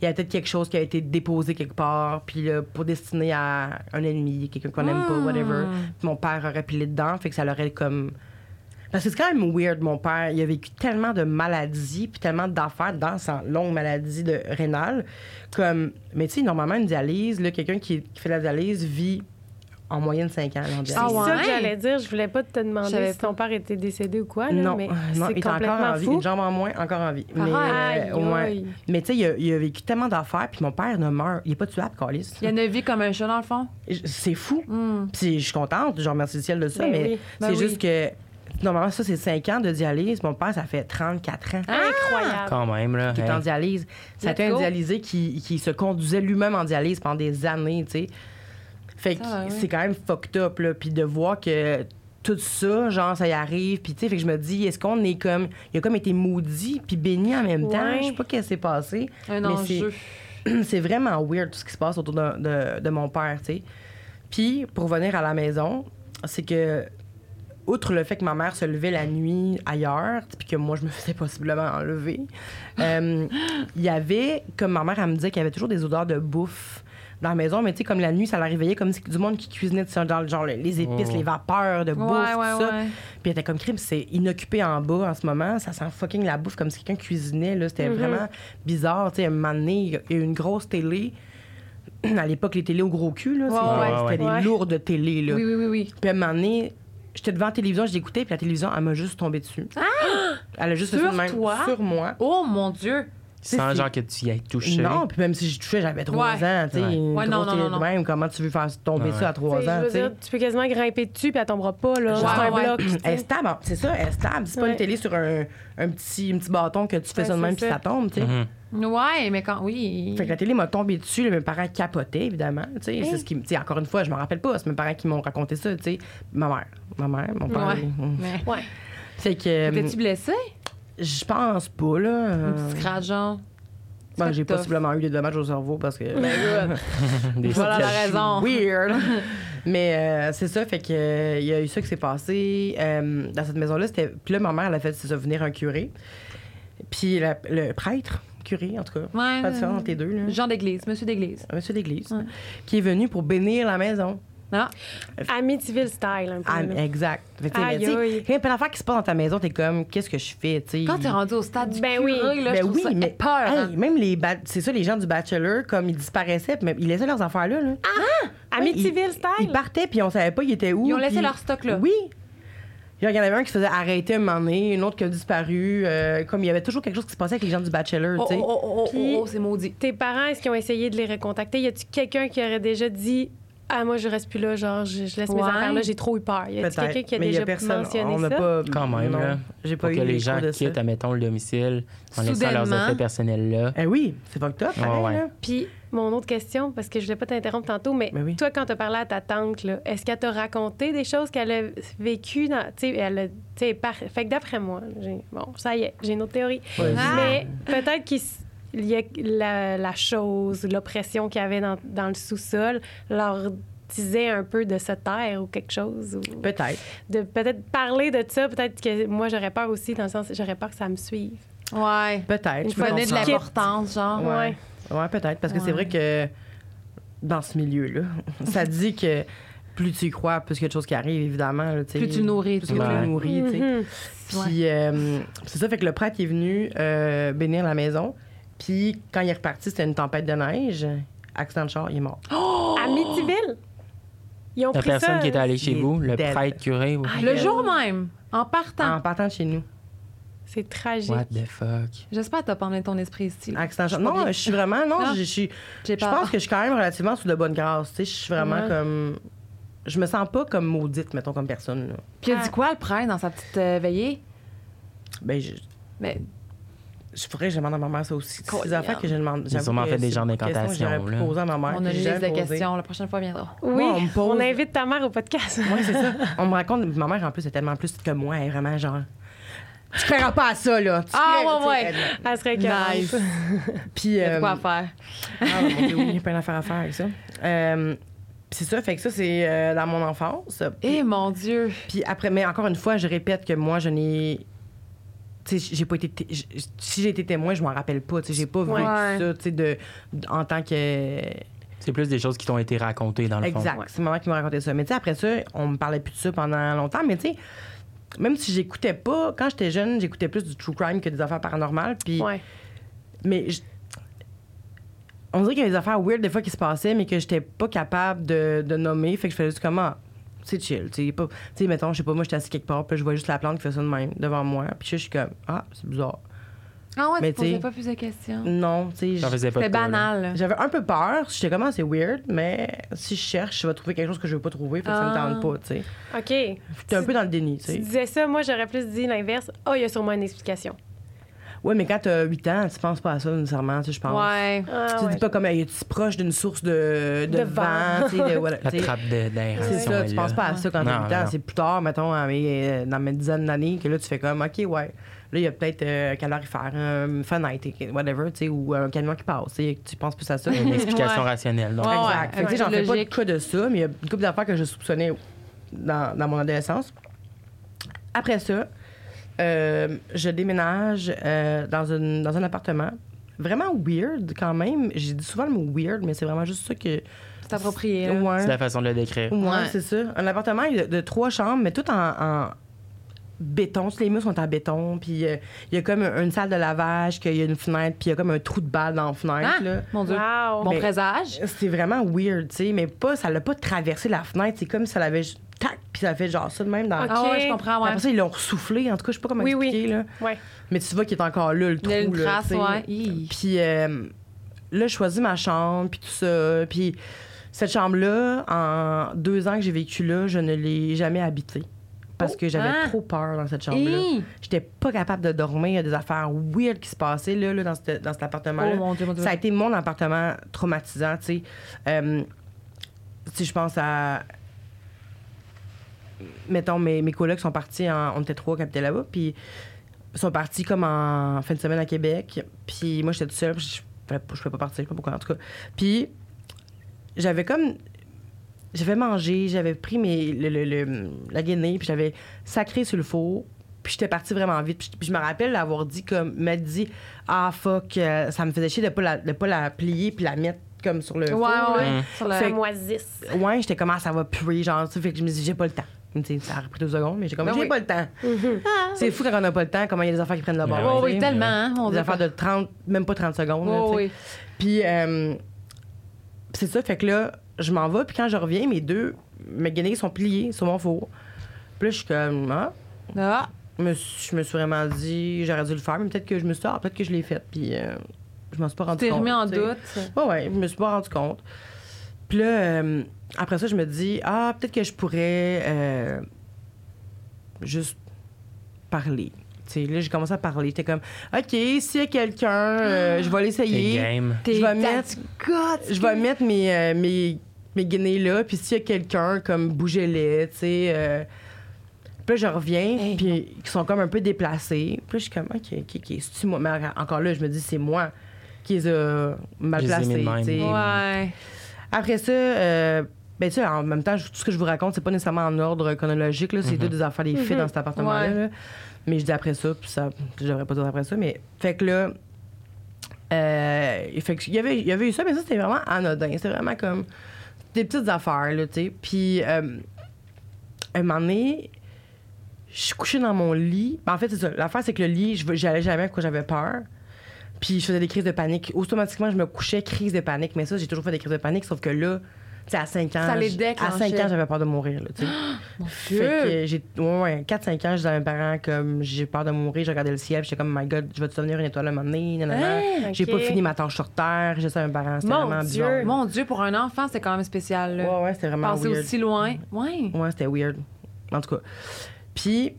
Speaker 2: y a peut-être quelque chose qui a été déposé quelque part, puis là, pour destiner à un ennemi, quelqu'un qu'on n'aime pas,
Speaker 1: Hmm.
Speaker 2: whatever. Puis mon père aurait pilé dedans, fait que ça l'aurait comme. Parce que c'est quand même weird, mon père. Il a vécu tellement de maladies, puis tellement d'affaires dans sa longue maladie de rénale. Comme, mais tu sais, normalement, une dialyse, là, quelqu'un qui, qui fait de la dialyse vit en moyenne 5 ans. là, en
Speaker 4: C'est
Speaker 2: dialyse.
Speaker 1: ouais?
Speaker 4: ça que j'allais dire. Je voulais pas te
Speaker 1: Je
Speaker 4: demander
Speaker 1: savais
Speaker 4: si ton père était décédé ou quoi, là,
Speaker 2: non,
Speaker 4: mais
Speaker 2: non,
Speaker 4: c'est
Speaker 2: il est encore
Speaker 4: complètement
Speaker 2: en vie.
Speaker 4: fou. Ah,
Speaker 2: Une jambe en moins, encore en vie. Mais,
Speaker 4: Aïe,
Speaker 2: euh, au moins-
Speaker 4: aïe.
Speaker 2: Mais tu sais, il a, il a vécu tellement d'affaires, puis mon père ne meurt. Il est pas tuable, Calis.
Speaker 1: Il y en a vie comme un chat dans le fond.
Speaker 2: C'est fou.
Speaker 1: Hmm.
Speaker 2: Puis je suis contente, je remercie le ciel de ça,
Speaker 4: Ben
Speaker 2: mais
Speaker 4: oui,
Speaker 1: ben
Speaker 2: c'est
Speaker 1: oui.
Speaker 2: juste que. Normalement, ça, c'est 5 ans de dialyse. Mon père, ça fait 34 ans ah,
Speaker 4: Incroyable.
Speaker 3: Quand même, là.
Speaker 2: qu'il est
Speaker 3: hein.
Speaker 2: en dialyse. Ça a
Speaker 1: Let's
Speaker 2: été un
Speaker 1: go.
Speaker 2: dialysé qui, qui se conduisait lui-même en dialyse pendant des années, tu sais. Fait que
Speaker 1: Ah, ouais.
Speaker 2: c'est quand même fucked up, là. Puis de voir que tout ça, genre, ça y arrive. Puis, tu sais, fait que je me dis, est-ce qu'on est comme. Il a comme été maudit, puis béni en même temps.
Speaker 4: Ouais.
Speaker 2: Je sais pas ce qui s'est passé.
Speaker 1: Un
Speaker 2: mais c'est-
Speaker 1: enjeu.
Speaker 2: c'est vraiment weird tout ce qui se passe autour de, de- de mon père, tu sais. Puis, pour revenir à la maison, c'est que, outre le fait que ma mère se levait la nuit ailleurs, puis que moi, je me faisais possiblement enlever, euh, il y avait, comme ma mère, elle me disait qu'il y avait toujours des odeurs de bouffe dans la maison, mais tu sais, comme la nuit, ça la réveillait comme si du monde qui cuisinait, tu sais, dans le genre les- les épices,
Speaker 3: Oh.
Speaker 2: les vapeurs de bouffe,
Speaker 1: Ouais,
Speaker 2: tout
Speaker 1: ouais,
Speaker 2: ça.
Speaker 1: ouais.
Speaker 2: Puis elle était comme crime, c'est inoccupé en bas en ce moment. Ça sent fucking la bouffe comme si quelqu'un cuisinait. Là.
Speaker 1: Mm-hmm.
Speaker 2: C'était
Speaker 4: Mhm.
Speaker 2: vraiment bizarre. Tu sais, à un moment donné, il y a eu une grosse télé. à l'époque, les télés au gros cul, là,
Speaker 1: Ouais,
Speaker 2: c'était,
Speaker 3: ouais,
Speaker 2: c'était
Speaker 4: ouais.
Speaker 2: des lourdes télés. Là.
Speaker 1: Oui, oui, oui, oui.
Speaker 2: Puis à un moment donné, j'étais devant la télévision, je l'écoutais, puis la télévision, elle m'a juste tombé dessus. Elle a juste fait
Speaker 1: Ah! Sur
Speaker 2: ça de même
Speaker 1: toi?
Speaker 2: sur moi.
Speaker 1: Oh mon Dieu!
Speaker 2: c'est-
Speaker 3: Sans genre que tu y aies touché.
Speaker 2: Non, puis même si j'y touchais, j'avais 3
Speaker 1: Ouais.
Speaker 2: ans. tu sais,
Speaker 3: Ouais.
Speaker 2: une
Speaker 1: Ouais, non, non,
Speaker 2: grosse télé
Speaker 1: non,
Speaker 2: de
Speaker 1: non.
Speaker 2: même, comment tu veux faire tomber
Speaker 3: Ouais.
Speaker 2: ça à
Speaker 4: Tu
Speaker 2: 3
Speaker 4: sais,
Speaker 2: ans?
Speaker 4: je veux
Speaker 2: tu sais?
Speaker 4: dire, tu peux quasiment grimper dessus puis elle tombera pas là.
Speaker 1: Ouais,
Speaker 4: c'est un
Speaker 1: ouais.
Speaker 4: bloc. tu sais.
Speaker 2: Elle est stable, hein. c'est ça, elle est stable. C'est pas
Speaker 4: Ouais.
Speaker 2: une télé sur un, un petit, un petit bâton que tu fais
Speaker 4: Ouais,
Speaker 2: ça de même
Speaker 4: c'est
Speaker 2: puis ça
Speaker 4: ça.
Speaker 2: tombe, tu sais.
Speaker 3: Mhm.
Speaker 1: Ouais, mais quand. Oui.
Speaker 2: Fait que la télé m'a tombé dessus, là, mes parents capotaient, évidemment. tu sais.
Speaker 4: Hein?
Speaker 2: C'est ce qui, me- tu sais, encore une fois, je m'en rappelle pas, c'est mes parents qui m'ont raconté ça, tu sais. Ma mère, ma mère, mon père.
Speaker 1: Ouais.
Speaker 2: hum.
Speaker 1: Mais...
Speaker 4: Ouais.
Speaker 2: Fait que hum,
Speaker 1: T'es-tu blessé?
Speaker 2: je pense pas, là.
Speaker 1: Un
Speaker 2: euh,
Speaker 1: petit scratch, genre.
Speaker 2: bon, j'ai
Speaker 1: tough. Ben,
Speaker 2: possiblement eu des dommages au cerveau parce que.
Speaker 3: Des
Speaker 1: Voilà la
Speaker 3: sketchs.
Speaker 1: raison.
Speaker 2: Weird. Mais euh, c'est ça, fait que euh, il y a eu ça qui s'est passé euh, dans cette maison-là. C'était... Puis là, ma mère, elle a fait c'est ça, venir un curé. Puis la- le prêtre, curé en tout cas,
Speaker 1: Ouais.
Speaker 2: pas de différence entre les deux, là.
Speaker 1: Jean d'église, monsieur d'église.
Speaker 2: Un monsieur d'église,
Speaker 1: Ouais.
Speaker 2: qui est venu pour bénir la maison.
Speaker 1: Ah,
Speaker 4: Amityville style, un peu.
Speaker 2: Ah,
Speaker 4: là.
Speaker 2: exact. Fait que, tu sais,
Speaker 4: Aïe,
Speaker 2: mais, tu sais,
Speaker 4: aïe.
Speaker 2: il y a plein d'affaires qui se passent dans ta maison, t'es comme, qu'est-ce que je fais, tu sais.
Speaker 1: quand t'es rendu au stade du
Speaker 4: Ben
Speaker 1: curé,
Speaker 4: oui.
Speaker 1: là,
Speaker 2: Ben
Speaker 1: je trouve
Speaker 2: oui,
Speaker 1: ça
Speaker 2: mais
Speaker 1: peur.
Speaker 2: Hey, même les ba- c'est ça les gens du bachelor comme ils disparaissaient puis même- ils laissaient leurs affaires là, là.
Speaker 4: Amityville
Speaker 2: ils, ils
Speaker 4: style.
Speaker 2: partaient puis on savait pas ils étaient où.
Speaker 1: Ils ont laissé
Speaker 2: puis-
Speaker 1: leur stock, là.
Speaker 2: Oui. Il y en avait un qui se faisait arrêter un moment donné, une autre qui a disparu. euh, comme il y avait toujours quelque chose qui se passait avec les gens du bachelor,
Speaker 1: Oh,
Speaker 2: tu sais.
Speaker 1: oh, oh, oh,
Speaker 4: Puis-
Speaker 1: oh, oh, c'est maudit.
Speaker 4: Tes parents, est-ce qu'ils ont essayé de les recontacter? Y a-tu quelqu'un qui aurait déjà dit Ah, moi, je reste plus là, genre, je, je laisse mes
Speaker 1: Ouais.
Speaker 4: affaires là, j'ai trop eu peur. Y a-tu
Speaker 2: Peut-être,
Speaker 4: quelqu'un qui a
Speaker 2: mais il y
Speaker 4: déjà
Speaker 2: personne.
Speaker 4: mentionné
Speaker 2: on n'a
Speaker 4: ça?
Speaker 2: Pas,
Speaker 3: Quand même,
Speaker 2: non,
Speaker 3: là.
Speaker 2: J'ai pas
Speaker 3: Pour
Speaker 2: eu
Speaker 3: que les
Speaker 2: les
Speaker 3: gens
Speaker 2: cours de ça.
Speaker 3: quittent, admettons, le domicile en laissant
Speaker 1: Soudainement.
Speaker 3: leurs effets personnels là.
Speaker 2: Eh oui, c'est fucked up,
Speaker 3: Ouais,
Speaker 2: pareil,
Speaker 3: ouais.
Speaker 2: là.
Speaker 4: Puis, mon autre question, parce que je voulais pas t'interrompre tantôt, mais
Speaker 2: Ben oui.
Speaker 4: toi, quand t'as parlé à ta tante, là, est-ce qu'elle t'a raconté des choses qu'elle a vécues dans. Tu sais, elle a. Tu sais, par- Fait que d'après moi, j'ai- bon, ça y est, j'ai une autre théorie.
Speaker 2: Ouais,
Speaker 1: Ah!
Speaker 4: Mais peut-être qu'il s- il y a la, la chose, l'oppression qu'il y avait dans, dans le sous-sol, leur disait un peu de se taire ou quelque chose. ou
Speaker 2: Peut-être.
Speaker 4: de peut-être parler de ça, peut-être que moi j'aurais peur aussi, dans le sens j'aurais peur que ça me suive.
Speaker 1: Ouais.
Speaker 2: Peut-être.
Speaker 4: Une
Speaker 2: je peux
Speaker 1: Prenez de
Speaker 2: comprendre.
Speaker 1: l'importance, genre.
Speaker 2: Ouais. Ouais, peut-être. Parce que
Speaker 1: Ouais.
Speaker 2: c'est vrai que dans ce milieu-là, ça dit que plus tu y crois, plus quelque chose qui arrive, évidemment. là, tu sais.
Speaker 1: Plus tu le nourris, Mm-hmm.
Speaker 2: Plus que tu
Speaker 1: tout,
Speaker 2: le
Speaker 3: là.
Speaker 2: nourris, tu sais.
Speaker 4: Mhm.
Speaker 1: Ouais.
Speaker 2: Puis euh, c'est ça, fait que le prêtre il est venu euh, bénir la maison. Puis quand il est reparti, c'était une tempête de neige. Accident de char, il est mort.
Speaker 4: Amityville? Ils ont
Speaker 3: La
Speaker 4: pris
Speaker 3: personne
Speaker 4: ça,
Speaker 3: qui est allée chez
Speaker 2: il est
Speaker 3: vous, le
Speaker 2: dead.
Speaker 3: prêtre curé. ou-
Speaker 4: Ah,
Speaker 1: Le
Speaker 4: Aïe.
Speaker 1: jour même, en partant.
Speaker 2: euh, En partant de chez nous.
Speaker 4: C'est tragique.
Speaker 3: What the fuck?
Speaker 1: J'espère que t'as pas emmené ton esprit ici.
Speaker 2: Accident.
Speaker 1: Je suis pas
Speaker 2: Non,
Speaker 1: bien.
Speaker 2: je suis vraiment. Non,
Speaker 1: Non.
Speaker 2: je suis.
Speaker 1: J'ai
Speaker 2: Ah, Je
Speaker 1: peur.
Speaker 2: pense que je suis quand même relativement sous de bonnes grâces. Tu sais, je suis vraiment
Speaker 4: Ouais.
Speaker 2: comme. Je me sens pas comme maudite, mettons, comme personne. là.
Speaker 1: Puis il a dit quoi, le prêtre, dans sa petite euh, veillée?
Speaker 2: Ben, je.
Speaker 1: Mais
Speaker 2: Je pourrais que je demande à ma mère ça aussi. C'est des
Speaker 1: Colin.
Speaker 2: affaires que je demande.
Speaker 3: Ils ont sûrement fait des genres d'incantations,
Speaker 2: J'aurais
Speaker 3: là.
Speaker 2: pu poser à ma mère.
Speaker 1: on a
Speaker 2: que
Speaker 1: une
Speaker 2: j'ai
Speaker 1: liste de
Speaker 2: posée.
Speaker 1: questions. La prochaine fois, viendra.
Speaker 4: Oui,
Speaker 2: on me
Speaker 4: on,
Speaker 2: pose-
Speaker 4: invite ta mère au podcast.
Speaker 2: Ouais, c'est ça. On me raconte, ma mère en plus est tellement plus que moi, elle est vraiment genre. Tu feras pas à ça, là. Tu
Speaker 1: Ah,
Speaker 2: ferais- tu
Speaker 1: ouais,
Speaker 2: sais, elle-
Speaker 4: Elle serait écœurante.
Speaker 1: Nice.
Speaker 2: Puis.
Speaker 1: Il y a de quoi
Speaker 2: euh,
Speaker 1: à faire.
Speaker 2: Ah, mon Dieu, oui, il y a plein d'affaires à faire avec ça. Euh, Puis c'est ça, fait que ça, c'est euh, dans mon enfance.
Speaker 1: Eh mon Dieu!
Speaker 2: Puis après, mais encore une fois, je répète que moi, je n'ai. Tu sais, j'ai pas été. té- j- Si j'ai été témoin, je m'en rappelle pas. Tu sais, j'ai pas
Speaker 4: Ouais.
Speaker 2: vécu ça, tu sais, de- d- en tant que.
Speaker 3: C'est plus des choses qui t'ont été racontées, dans le fond.
Speaker 2: Exact. C'est maman qui m'a raconté ça. Mais tu sais, après ça, on me parlait plus de ça pendant longtemps. Mais tu sais, même si j'écoutais pas, quand j'étais jeune, j'écoutais plus du true crime que des affaires paranormales. Puis,
Speaker 4: Ouais.
Speaker 2: mais je- on dirait qu'il y avait des affaires weird des fois qui se passaient, mais que j'étais pas capable de, de nommer. Fait que je faisais juste comme ah, c'est chill. Tu sais, pas- tu sais, mettons, je sais pas, moi, j'étais assis quelque part, puis là, je vois juste la plante qui fait ça de même devant moi. Puis je suis comme ah, c'est bizarre.
Speaker 1: Ah ouais,
Speaker 2: Mais
Speaker 1: tu posais
Speaker 2: t'sais-
Speaker 1: pas plus de questions.
Speaker 2: Non, tu sais.
Speaker 3: J'en
Speaker 2: j-
Speaker 3: faisais pas
Speaker 1: C'était
Speaker 3: de toi, là.
Speaker 1: banal.
Speaker 2: J'avais un peu peur. J'étais comme ah, c'est weird, mais si je cherche, je vais trouver quelque chose que je veux pas trouver, fait que ça
Speaker 1: Ah.
Speaker 2: me tente pas, tu sais.
Speaker 4: OK.
Speaker 2: J'étais un peu dans le déni, tu
Speaker 4: Tu
Speaker 2: sais.
Speaker 4: disais ça, moi, j'aurais plus dit l'inverse. Ah, il y a sûrement une explication.
Speaker 2: Ouais, mais quand t'as 8 ans, tu penses pas à ça nécessairement, tu sais, je pense.
Speaker 1: Ouais.
Speaker 4: Ah,
Speaker 2: Tu
Speaker 4: ouais.
Speaker 2: dis pas comme, hey, tu proche d'une source de, de,
Speaker 4: De vent.
Speaker 2: vent, tu sais, de voilà,
Speaker 3: La
Speaker 2: tu sais.
Speaker 3: trappe de- d'aération.
Speaker 2: C'est ça,
Speaker 3: elle
Speaker 2: tu
Speaker 3: l'a.
Speaker 2: penses pas à ça quand t'as
Speaker 3: Non,
Speaker 2: 8 ans.
Speaker 3: non.
Speaker 2: C'est plus tard, mettons, à mes- dans mes dizaines d'années, que là, tu fais comme, OK, ouais. Là, il y a peut-être euh, un calorifère, une fenêtre, whatever, tu sais, ou un camion qui passe. tu sais, Tu penses plus à ça.
Speaker 3: Une explication rationnelle. Donc,
Speaker 1: Ouais, ouais.
Speaker 2: Exact. Fait que, tu sais, j'en fais pas de
Speaker 1: logique.
Speaker 2: cas de ça, mais il y a une couple d'affaires que je soupçonnais dans, dans mon adolescence. Après ça, euh, je déménage euh, dans, une- dans un appartement. Vraiment weird quand même. J'ai dit souvent le mot weird, mais c'est vraiment juste ça que.
Speaker 1: C'est approprié. là.
Speaker 2: Ouais.
Speaker 3: C'est la façon de le décrire.
Speaker 2: Ouais,
Speaker 1: Ouais.
Speaker 2: c'est ça. Un appartement de, de trois chambres, mais tout en, en béton. Tous les murs sont en béton. Puis euh, il y a comme une salle de lavage, qu'il y a une fenêtre, puis il y a comme un trou de balle dans la fenêtre.
Speaker 1: Ah,
Speaker 2: là.
Speaker 1: mon Dieu.
Speaker 4: Wow.
Speaker 1: Bon
Speaker 2: Mais-
Speaker 1: présage.
Speaker 2: C'est vraiment weird, tu sais, mais pas, ça l'a pas traversé la fenêtre. C'est comme si ça l'avait ju- tac, puis ça fait genre ça de même dans.
Speaker 4: Ok.
Speaker 1: Ah ouais, je comprends, ouais.
Speaker 2: Après ça, ils l'ont ressoufflé. En tout cas, je sais pas comment
Speaker 4: Oui, oui.
Speaker 2: expliquer là.
Speaker 4: Ouais.
Speaker 2: Mais tu vois qu'il est encore là le
Speaker 1: Il
Speaker 2: trou
Speaker 1: y a une
Speaker 2: là,
Speaker 1: trace,
Speaker 2: tu sais.
Speaker 1: ouais. Hi.
Speaker 2: Puis euh, là, je choisis ma chambre, puis tout ça, puis cette chambre là, en deux ans que j'ai vécu là, je ne l'ai jamais habitée parce que j'avais
Speaker 1: Ah.
Speaker 2: trop peur dans cette chambre là.
Speaker 1: Hi.
Speaker 2: J'étais pas capable de dormir. Il y a des affaires weird qui se passaient là, là, dans, cette- dans cet appartement là.
Speaker 1: Oh mon Dieu, mon Dieu.
Speaker 2: Ça a été mon appartement traumatisant, tu sais. Euh, si je pense à. Mettons, mes, mes colocs sont partis en. On était trois qui habitaient là-bas, puis ils sont partis comme en fin de semaine à Québec. Puis moi, j'étais toute seule, puis je pouvais pas- je pouvais pas partir, je sais pas pourquoi, en tout cas. Puis j'avais comme. J'avais mangé, j'avais pris mes, le- le- le- la guenée, puis j'avais sacré sur le four. Puis j'étais partie vraiment vite. Puis je- Puis je me rappelle l'avoir dit comme. m'a dit Ah fuck, euh, ça me faisait chier de pas la, de pas la plier puis la mettre comme sur le
Speaker 1: Ouais,
Speaker 2: four. là.
Speaker 1: ouais.
Speaker 3: Mm.
Speaker 1: Sur le-
Speaker 4: Ça moisisse.
Speaker 2: Ouais, j'étais comme, ah, ça va puer, genre, tu sais, fait que je me dis, j'ai pas le temps. Tu sais, ça a repris deux secondes, mais j'ai comme,
Speaker 1: Ben
Speaker 2: j'ai
Speaker 1: oui. Mhm.
Speaker 2: pas le temps. C'est fou quand on n'a pas le temps, comment il y a des affaires qui prennent le bord.
Speaker 1: Oh
Speaker 3: Ouais,
Speaker 1: oui,
Speaker 2: tu sais.
Speaker 1: tellement, hein, mon
Speaker 2: Des
Speaker 1: Dieu.
Speaker 2: affaires de 30, même pas 30 secondes. là,
Speaker 1: Oh
Speaker 2: tu sais.
Speaker 1: oui.
Speaker 2: Puis, euh, c'est ça, fait que là, je m'en vais, puis quand je reviens, mes deux, mes guenilles sont pliées sur mon four. Puis là, je suis comme, ah,
Speaker 1: Ah,
Speaker 2: je me suis je me suis vraiment dit, j'aurais dû le faire, mais peut-être que je me suis dit, ah, peut-être que je l'ai fait, puis euh, je m'en suis pas rendu
Speaker 1: t'es
Speaker 2: compte.
Speaker 1: remis en
Speaker 2: tu sais.
Speaker 1: doute.
Speaker 2: Ouais, ouais, je me suis pas rendu compte. Puis là, euh, après ça, je me dis, ah, peut-être que je pourrais euh, juste parler. Tu sais, là, j'ai commencé à parler. J'étais comme, OK, s'il y a quelqu'un,
Speaker 1: Ah.
Speaker 2: euh, je vais
Speaker 3: T'es
Speaker 2: l'essayer.
Speaker 3: game.
Speaker 2: Je vais mettre,
Speaker 1: mettre.
Speaker 2: je vais mettre mes, euh, mes, mes guinées là. Puis s'il y a quelqu'un, comme, bougez-les, tu sais. euh. Puis là, je reviens,
Speaker 1: Hey.
Speaker 2: puis ils sont comme un peu déplacés. Puis là, je suis comme, OK, OK, OK, c'est-tu moi? Mais encore là, je me dis, c'est moi qui les a mal
Speaker 3: Je les ai mis de
Speaker 2: placés,
Speaker 3: même.
Speaker 2: tu sais.
Speaker 1: Ouais.
Speaker 2: Après ça, euh, ben, tu sais, en même temps, je- tout ce que je vous raconte, c'est pas nécessairement en ordre chronologique. là. C'est
Speaker 3: Mhm.
Speaker 2: deux des affaires des faits dans cet appartement-là.
Speaker 1: Ouais.
Speaker 2: là. Mais je dis après ça, puis ça, je devrais pas dire après ça. Mais fait que là, euh, fait que il y avait, il y avait eu ça, mais ça, c'était vraiment anodin. C'était vraiment comme des petites affaires, là, tu sais. Puis, euh, un moment donné, je suis couchée dans mon lit. Ben, en fait, c'est ça. L'affaire, c'est que le lit, je veux- j'y allais jamais quand j'avais peur. Puis, je faisais des crises de panique. Automatiquement, je me couchais, crise de panique. Mais ça, j'ai toujours fait des crises de panique, sauf que là, tu sais, à 5 ans.
Speaker 1: Ça les
Speaker 2: j- À
Speaker 1: déclenchait. Oh,
Speaker 2: 5 ans, j'avais peur de mourir, là, tu sais.
Speaker 1: Mon
Speaker 2: Fait
Speaker 1: Dieu!
Speaker 2: que j'ai, ouais, 4-5 ans, je disais à mes parents, comme, j'ai peur de mourir, je regardais le ciel, puis j'étais comme, my god, je vais devenir une étoile un moment donné, nanana.
Speaker 1: Hein?
Speaker 2: J'ai
Speaker 4: Ok.
Speaker 2: pas fini ma tâche sur terre, j'ai ça à mes parents, c'était
Speaker 4: Mon
Speaker 2: vraiment
Speaker 4: Dieu!
Speaker 2: bizarre.
Speaker 1: Mon Dieu, pour un enfant, c'est quand même spécial. Là.
Speaker 2: Ouais, ouais, c'était vraiment
Speaker 1: Passer
Speaker 2: weird.
Speaker 1: aussi loin. Ouais.
Speaker 2: Ouais, c'était weird. En tout cas. Puis,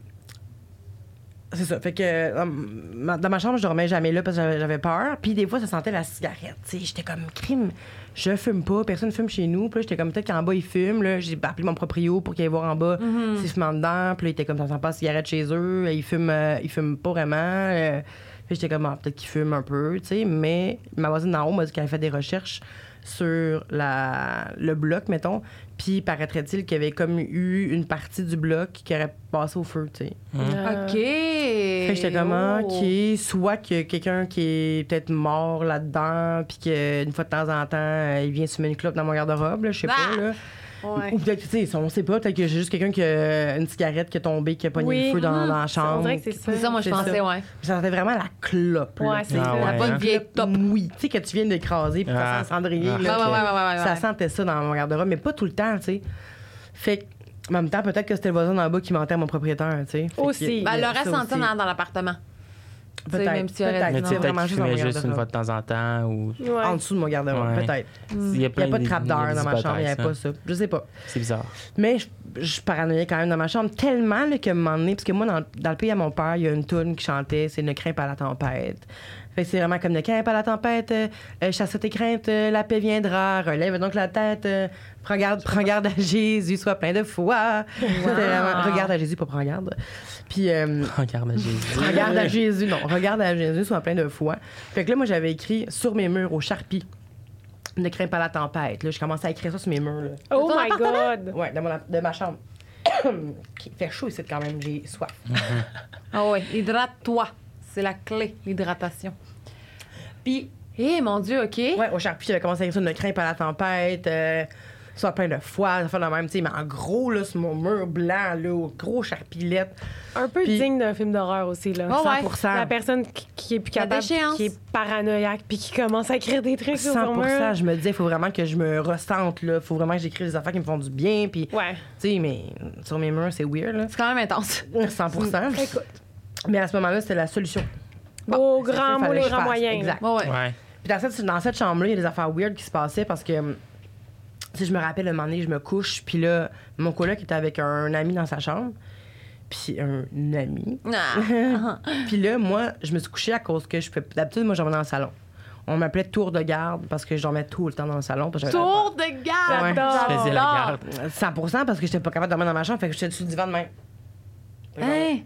Speaker 2: c'est ça. Fait que euh, ma- dans ma chambre, je dormais jamais là parce que j'avais- j'avais peur. Puis des fois, ça sentait la cigarette. Tu sais, j'étais comme crime. Je fume pas, personne fume chez nous. Puis là, j'étais comme peut-être qu'en bas, ils fument. Là, j'ai appelé mon proprio pour qu'il aille voir en bas s'ils fument dedans. Puis là, il était comme ça sent pas la cigarette chez eux. Ils fument, euh, ils fument pas vraiment. Euh, puis j'étais comme Ah, peut-être qu'ils fument un peu, tu sais. Mais ma voisine d'en haut m'a dit qu'elle avait fait des recherches sur la, le bloc, mettons. Puis paraîtrait-il qu'il y avait comme eu une partie du bloc qui aurait passé au feu, tu sais.
Speaker 4: Euh,
Speaker 1: OK.
Speaker 2: Fait que j'étais
Speaker 4: Eh
Speaker 2: comme, ah,
Speaker 1: Oh.
Speaker 2: OK, soit qu'il y a quelqu'un qui est peut-être mort là-dedans, puis qu'une fois de temps en temps, euh, il vient semer une clope dans mon garde-robe, là, je sais
Speaker 1: Ah!
Speaker 2: pas, là.
Speaker 4: Bah! ouais.
Speaker 2: Ou peut-être, tu sais, on sait pas, peut-être que j'ai juste quelqu'un qui a une cigarette qui est tombée, qui a pogné
Speaker 4: Oui.
Speaker 2: le feu dans,
Speaker 1: Mhm.
Speaker 2: dans la
Speaker 4: On
Speaker 2: chambre.
Speaker 4: dirait que c'est ça.
Speaker 1: C'est ça, moi, je
Speaker 2: C'est ça.
Speaker 1: pensais, ouais.
Speaker 2: Ça sentait vraiment la clope, là.
Speaker 4: Ouais, c'est
Speaker 3: Ah
Speaker 4: ça.
Speaker 3: ouais.
Speaker 1: La bonne
Speaker 3: hein?
Speaker 1: vieille top.
Speaker 2: Oui, tu sais, que tu viens d'écraser, puis
Speaker 3: Ah.
Speaker 2: ça sent le cendrier,
Speaker 3: Ah.
Speaker 1: Ouais,
Speaker 2: là,
Speaker 1: ouais,
Speaker 2: que-
Speaker 1: ouais, ouais, ouais,
Speaker 2: ça
Speaker 1: ouais.
Speaker 2: sentait ça dans mon garde-robe, mais pas tout le temps, tu sais. Fait que, en même temps, peut-être que c'était le voisin d'en bas qui mentait à mon propriétaire, tu sais. Fait que-
Speaker 4: Aussi.
Speaker 1: Ben, elle
Speaker 2: Ça
Speaker 1: l'aurait senti
Speaker 2: aussi.
Speaker 1: dans, dans l'appartement. Tu sais,
Speaker 2: Peut-être,
Speaker 1: même si elle aurait
Speaker 2: peut-être.
Speaker 1: dit
Speaker 3: Mais
Speaker 1: non.
Speaker 3: tu sais, peut-être
Speaker 2: Vraiment
Speaker 3: qu'il
Speaker 2: juste dans
Speaker 3: fumait
Speaker 2: mon
Speaker 3: juste une
Speaker 2: garde-robe.
Speaker 3: fois de temps en temps. Ou...
Speaker 4: Ouais.
Speaker 2: En dessous de mon garde-robe,
Speaker 3: Ouais.
Speaker 2: peut-être.
Speaker 3: Il n'y a,
Speaker 2: Hmm. Il n'y
Speaker 3: plein
Speaker 2: a pas de trappe d'air
Speaker 3: d'idées
Speaker 2: dans ma chambre, il n'y avait pas
Speaker 3: hypothèses,
Speaker 2: ça. Je sais pas.
Speaker 3: hein. C'est bizarre.
Speaker 2: Mais je, je paranoïais quand même dans ma chambre tellement là, que un moment donné, parce que moi, dans, dans le pays à mon père, il y a une toune qui chantait c'est Ne crains pas la tempête. Fait que c'est vraiment comme Ne crains pas la tempête, euh, euh, chasse tes craintes, euh, la paix viendra, relève donc la tête, euh, prends, garde, prends garde à Jésus, sois plein de foi. C'était vraiment, regarde à Jésus, pas prends garde. Puis. euh,
Speaker 3: Regarde, Jésus.
Speaker 2: Regarde à Jésus, non. Regarde à Jésus, soit plein de foi. Fait que là, moi, j'avais écrit sur mes murs, au charpie, ne crains pas la tempête. Là, je commençais à écrire ça sur mes murs. Là.
Speaker 4: Oh
Speaker 1: Dans ton
Speaker 4: my God!
Speaker 2: Ouais, de, mon- de ma chambre. Il fait chaud ici quand même, j'ai soif.
Speaker 1: Ah ouais, hydrate-toi. C'est la clé, l'hydratation.
Speaker 2: Puis,
Speaker 1: Eh, mon Dieu, OK.
Speaker 2: ouais, au charpie, j'avais commencé à écrire ça, ne crains pas la tempête, euh, sois plein de foi, ça fait le même, tu sais, mais en gros, là, sur mon mur blanc, là, au gros charpillette.
Speaker 4: Un peu
Speaker 2: Puis-
Speaker 4: digne d'un film d'horreur aussi, là.
Speaker 1: Ah ouais.
Speaker 2: 100%.
Speaker 4: La personne qui, qui est plus
Speaker 1: La
Speaker 4: capable,
Speaker 1: déchéance.
Speaker 4: qui est paranoïaque, puis qui commence à écrire des trucs sur son
Speaker 2: 100
Speaker 4: mur.
Speaker 2: je me disais, il faut vraiment que je me ressente, là. faut vraiment que j'écrive des affaires qui me font du bien. Puis,
Speaker 4: Ouais.
Speaker 2: tu sais, mais sur mes murs, c'est weird, là.
Speaker 1: C'est quand même intense.
Speaker 2: 100
Speaker 4: Écoute.
Speaker 2: Mais à ce moment-là, c'était la solution.
Speaker 4: Au
Speaker 2: C'est ça,
Speaker 4: grand mot,
Speaker 2: fallait que
Speaker 4: les
Speaker 2: je
Speaker 4: grands
Speaker 2: fasse.
Speaker 4: moyens.
Speaker 2: Exact.
Speaker 1: Ouais, ouais.
Speaker 3: Ouais.
Speaker 2: Puis dans cette, dans cette chambre-là, il y a des affaires weird qui se passaient parce que, hum, tu sais, je me rappelle, un moment donné, je me couche, puis là, mon coloc était avec un ami dans sa chambre. Puis un ami.
Speaker 1: Ah, ah.
Speaker 2: Puis là, moi, je me suis couchée à cause que je peux. D'habitude, moi, je dormais dans le salon. On m'appelait tour de garde parce que je dormais tout le temps dans le salon. parce que j'avais
Speaker 1: Tour de garde!
Speaker 2: Ouais.
Speaker 4: J'adore.
Speaker 3: Faisais
Speaker 2: Oh,
Speaker 3: la
Speaker 1: J'adore.
Speaker 3: garde.
Speaker 2: 100 parce que j'étais pas capable de dormir dans ma chambre, fait que j'étais sur le divan de même.
Speaker 1: Hein,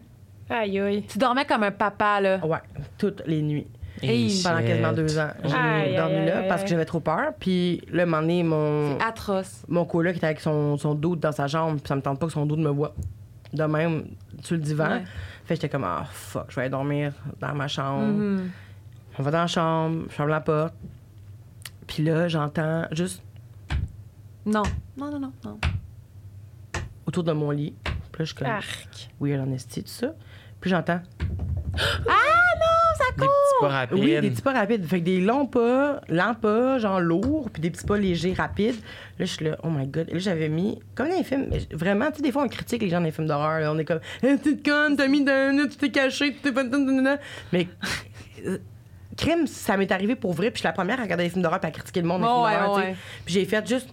Speaker 4: Aïe, aïe.
Speaker 1: tu dormais comme un papa, là.
Speaker 4: Ah.
Speaker 2: Ouais, toutes les nuits.
Speaker 1: Hey,
Speaker 2: pendant quasiment deux ans. Ah, J'ai
Speaker 4: Aïe,
Speaker 2: dormi
Speaker 4: aïe,
Speaker 2: là
Speaker 4: aïe,
Speaker 2: parce que
Speaker 4: aïe.
Speaker 2: j'avais trop peur. Puis le moment donné, mon,
Speaker 1: Atroce.
Speaker 2: mon coloc était avec son, son doute dans sa chambre, puis ça me tente pas que son doute me voit de même sur le divan.
Speaker 1: Ouais.
Speaker 2: Fait que j'étais comme, ah fuck, je vais aller dormir dans ma chambre.
Speaker 1: Mhm.
Speaker 2: On va dans la chambre, je ferme la porte. Puis là, j'entends juste
Speaker 1: Non. Non, non, non, non.
Speaker 2: autour de mon lit. Puis là, je suis
Speaker 1: Ah.
Speaker 2: comme,
Speaker 4: Arc.
Speaker 2: weird honesty, tout ça. Puis j'entends,
Speaker 3: Des petits pas rapides.
Speaker 2: oui, des petits pas rapides. Fait que des longs pas, lents pas, genre lourds, puis des petits pas légers, rapides. Là, je suis là, oh my god. Et là, j'avais mis, comme dans les films, mais vraiment, tu sais, des fois, on critique les gens dans les films d'horreur. là. On est comme, eh, petite conne, t'as mis d'un, tu t'es caché, tu t'es pas. Mais. euh, Crime, ça m'est arrivé pour vrai, puis je suis la première à regarder les films d'horreur puis à critiquer le monde. dans les
Speaker 1: Ouais,
Speaker 2: films d'horreur,
Speaker 1: ouais.
Speaker 2: tu sais. Puis j'ai fait juste.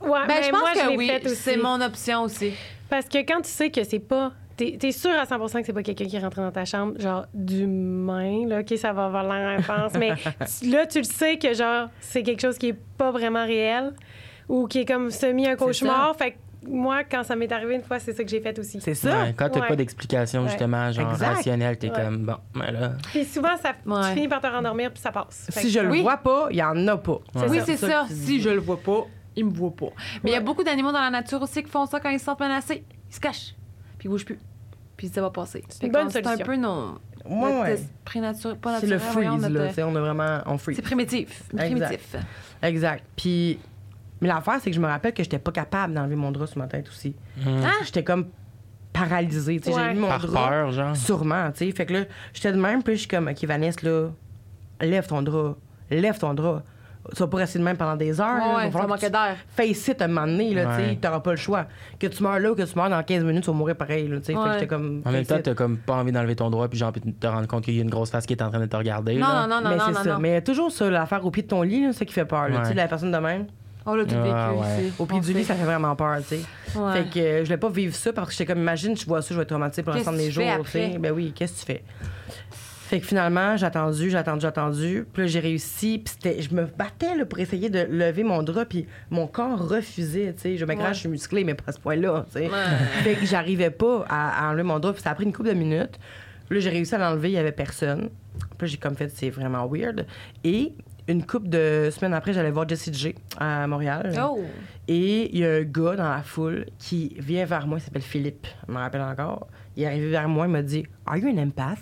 Speaker 4: Ouais,
Speaker 1: Ben,
Speaker 4: mais
Speaker 1: je pense
Speaker 4: moi,
Speaker 1: que
Speaker 4: l'ai
Speaker 1: oui.
Speaker 4: faite aussi.
Speaker 1: C'est mon option aussi.
Speaker 4: Parce que quand tu sais que c'est pas. T'es es sûr à 100 que c'est pas quelqu'un qui est rentré dans ta chambre, genre d'humain, là, OK, ça va avoir l'air intense, mais tu- là, tu le sais que, genre, c'est quelque chose qui est pas vraiment réel ou qui est comme semi un cauchemar. Fait que moi, quand ça m'est arrivé une fois, c'est ça que j'ai fait aussi.
Speaker 2: C'est ça.
Speaker 3: Ouais, quand t'as
Speaker 4: Ouais.
Speaker 3: pas d'explication,
Speaker 4: Ouais.
Speaker 3: justement, genre
Speaker 2: Exact.
Speaker 3: rationnelle, t'es
Speaker 4: Ouais.
Speaker 3: comme, bon, mais là,
Speaker 4: Puis souvent, ça,
Speaker 1: Ouais.
Speaker 4: tu finis par te rendormir puis ça passe. Fait que-
Speaker 2: Si je le
Speaker 1: Oui.
Speaker 2: vois pas, il y en a pas.
Speaker 3: Ouais.
Speaker 1: Oui,
Speaker 4: ça.
Speaker 1: c'est ça. Si je le vois pas, il me voit pas. Mais il y a
Speaker 4: Ouais.
Speaker 1: beaucoup d'animaux dans la nature aussi qui font ça quand ils se sentent menacés. Ils se cachent, puis ils bougent plus. Puis ça va passer.
Speaker 4: C'est une
Speaker 1: Fait que
Speaker 4: bonne
Speaker 1: C'est un
Speaker 4: solution.
Speaker 1: peu non.
Speaker 2: Ouais, ouais.
Speaker 1: pas
Speaker 2: C'est le
Speaker 1: naturel, voyons,
Speaker 2: freeze, là.
Speaker 1: notre- euh,
Speaker 2: tu sais, On a vraiment. On freeze.
Speaker 1: C'est primitif.
Speaker 2: Exact.
Speaker 1: Primitif.
Speaker 2: Exact. Puis, mais l'affaire, c'est que je me rappelle que j'étais pas capable d'enlever mon drap sur ma tête aussi.
Speaker 1: Ah!
Speaker 2: J'étais comme paralysée. tu sais,
Speaker 4: Ouais.
Speaker 2: J'ai mis mon
Speaker 3: Mmh. par
Speaker 2: drap.
Speaker 3: peur, hein. genre.
Speaker 2: Sûrement, tu sais. Fait que là, j'étais de même, puis je suis comme, OK, Vanessa, là, lève ton drap. Lève ton drap. tu vas pas rester de même pendant des heures. là. Il va
Speaker 1: Ouais, ça
Speaker 2: falloir que
Speaker 1: manquait
Speaker 2: tu
Speaker 1: d'air.
Speaker 2: face it à un moment donné, là, tu
Speaker 3: Ouais.
Speaker 2: sais, t'auras pas le choix. Que tu meurs là ou que tu meurs dans 15 minutes, tu vas mourir pareil, là, tu sais. Fait que
Speaker 1: Ouais.
Speaker 2: j'étais comme.
Speaker 3: En même
Speaker 2: face
Speaker 3: temps,
Speaker 2: it.
Speaker 3: t'as comme pas envie d'enlever ton doigt, puis genre, puis de te rendre compte qu'il y a une grosse face qui est en train de te regarder.
Speaker 1: Non,
Speaker 3: là.
Speaker 1: non, non, non,
Speaker 2: mais
Speaker 1: non,
Speaker 2: c'est
Speaker 1: non,
Speaker 2: ça.
Speaker 1: non.
Speaker 2: Mais toujours ça, l'affaire au pied de ton lit, là, c'est ça qui fait peur. là.
Speaker 3: Ouais.
Speaker 2: Tu sais, la personne de même,
Speaker 1: On l'a tout vécu
Speaker 3: Ah, ouais.
Speaker 1: ici.
Speaker 2: au pied
Speaker 1: On
Speaker 2: du lit,
Speaker 1: sait.
Speaker 2: ça fait vraiment peur, tu sais.
Speaker 1: Ouais.
Speaker 2: Fait que euh, je voulais pas vivre ça parce que j'étais comme, imagine, je vois ça, je vais être traumatisée pour
Speaker 1: Qu'est-ce
Speaker 2: l'ensemble des
Speaker 1: que tu
Speaker 2: jours,
Speaker 1: fais
Speaker 2: tu sais.
Speaker 1: après?
Speaker 2: Ben oui, qu'est-ce que tu fais? Fait que finalement, j'ai attendu, j'ai attendu, j'ai attendu. Puis là, j'ai réussi. Puis c'était, je me battais là, pour essayer de lever mon drap. Puis mon corps refusait, tu sais. Je m'agrage,
Speaker 1: Ouais.
Speaker 2: je suis musclée, mais pas à ce point-là, tu sais.
Speaker 1: Ouais.
Speaker 2: Fait que j'arrivais pas à, à enlever mon drap. Puis ça a pris une couple de minutes. Là, j'ai réussi à l'enlever, il y avait personne. Puis là, j'ai comme fait, c'est vraiment weird. Et une couple de semaines après, j'allais voir Jessie J à Montréal.
Speaker 1: Oh!
Speaker 2: Et il y a un gars dans la foule qui vient vers moi, il s'appelle Philippe, je me rappelle encore. Il est arrivé vers moi, il m'a dit Are you an empath?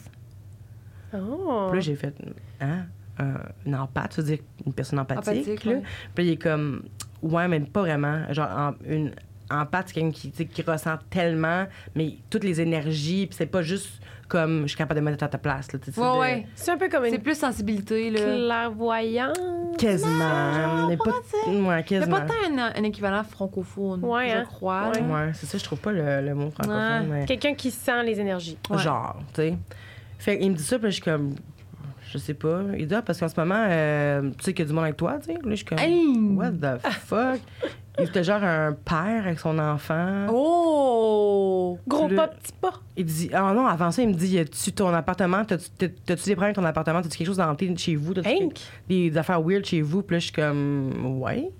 Speaker 4: Oh.
Speaker 2: Puis là, j'ai fait Hein? Un, un empathe, ça veut dire une personne empathique.
Speaker 1: Empathique,
Speaker 2: là.
Speaker 1: ouais.
Speaker 2: Puis il est comme Ouais, mais pas vraiment. Genre, en- une empathe, c'est quelqu'un qui, tu sais, qui ressent tellement, mais toutes les énergies, puis c'est pas juste comme je suis capable de me mettre à ta place. Là, tu sais,
Speaker 1: Ouais,
Speaker 2: de-
Speaker 1: ouais.
Speaker 4: C'est un peu comme
Speaker 1: C'est
Speaker 4: une
Speaker 1: plus sensibilité, là.
Speaker 4: clairvoyance.
Speaker 2: Quasiment.
Speaker 1: Non,
Speaker 2: mais pas,
Speaker 1: pas tant.
Speaker 2: ouais,
Speaker 1: Il n'y a
Speaker 2: quasiment.
Speaker 1: pas tant un, un équivalent francophone,
Speaker 4: Ouais,
Speaker 1: je
Speaker 4: hein.
Speaker 1: crois.
Speaker 4: Ouais.
Speaker 1: là.
Speaker 2: Ouais, c'est ça, je trouve pas le, le mot francophone. mais-
Speaker 4: Quelqu'un qui sent les énergies.
Speaker 1: Ouais.
Speaker 2: Genre, tu sais. Fait qu'il me dit ça, puis là, je suis comme, je sais pas. Il dit, ah, parce qu'en ce moment, euh, tu sais qu'il y a du monde avec toi, tu sais. Là, je suis comme,
Speaker 1: Hey!
Speaker 2: what the fuck? Il était genre un père avec son enfant.
Speaker 1: Oh!
Speaker 4: Gros
Speaker 2: Le-
Speaker 4: pas, petit pas.
Speaker 2: Il dit, ah non, avant ça, il me dit, tu ton appartement, t'as-tu t'as- t'as-tu des problèmes avec ton appartement, t'as-tu quelque chose d'hanté chez vous? T'as-tu
Speaker 4: Hein?
Speaker 2: des, des affaires weird chez vous? Puis là, je suis comme, ouais.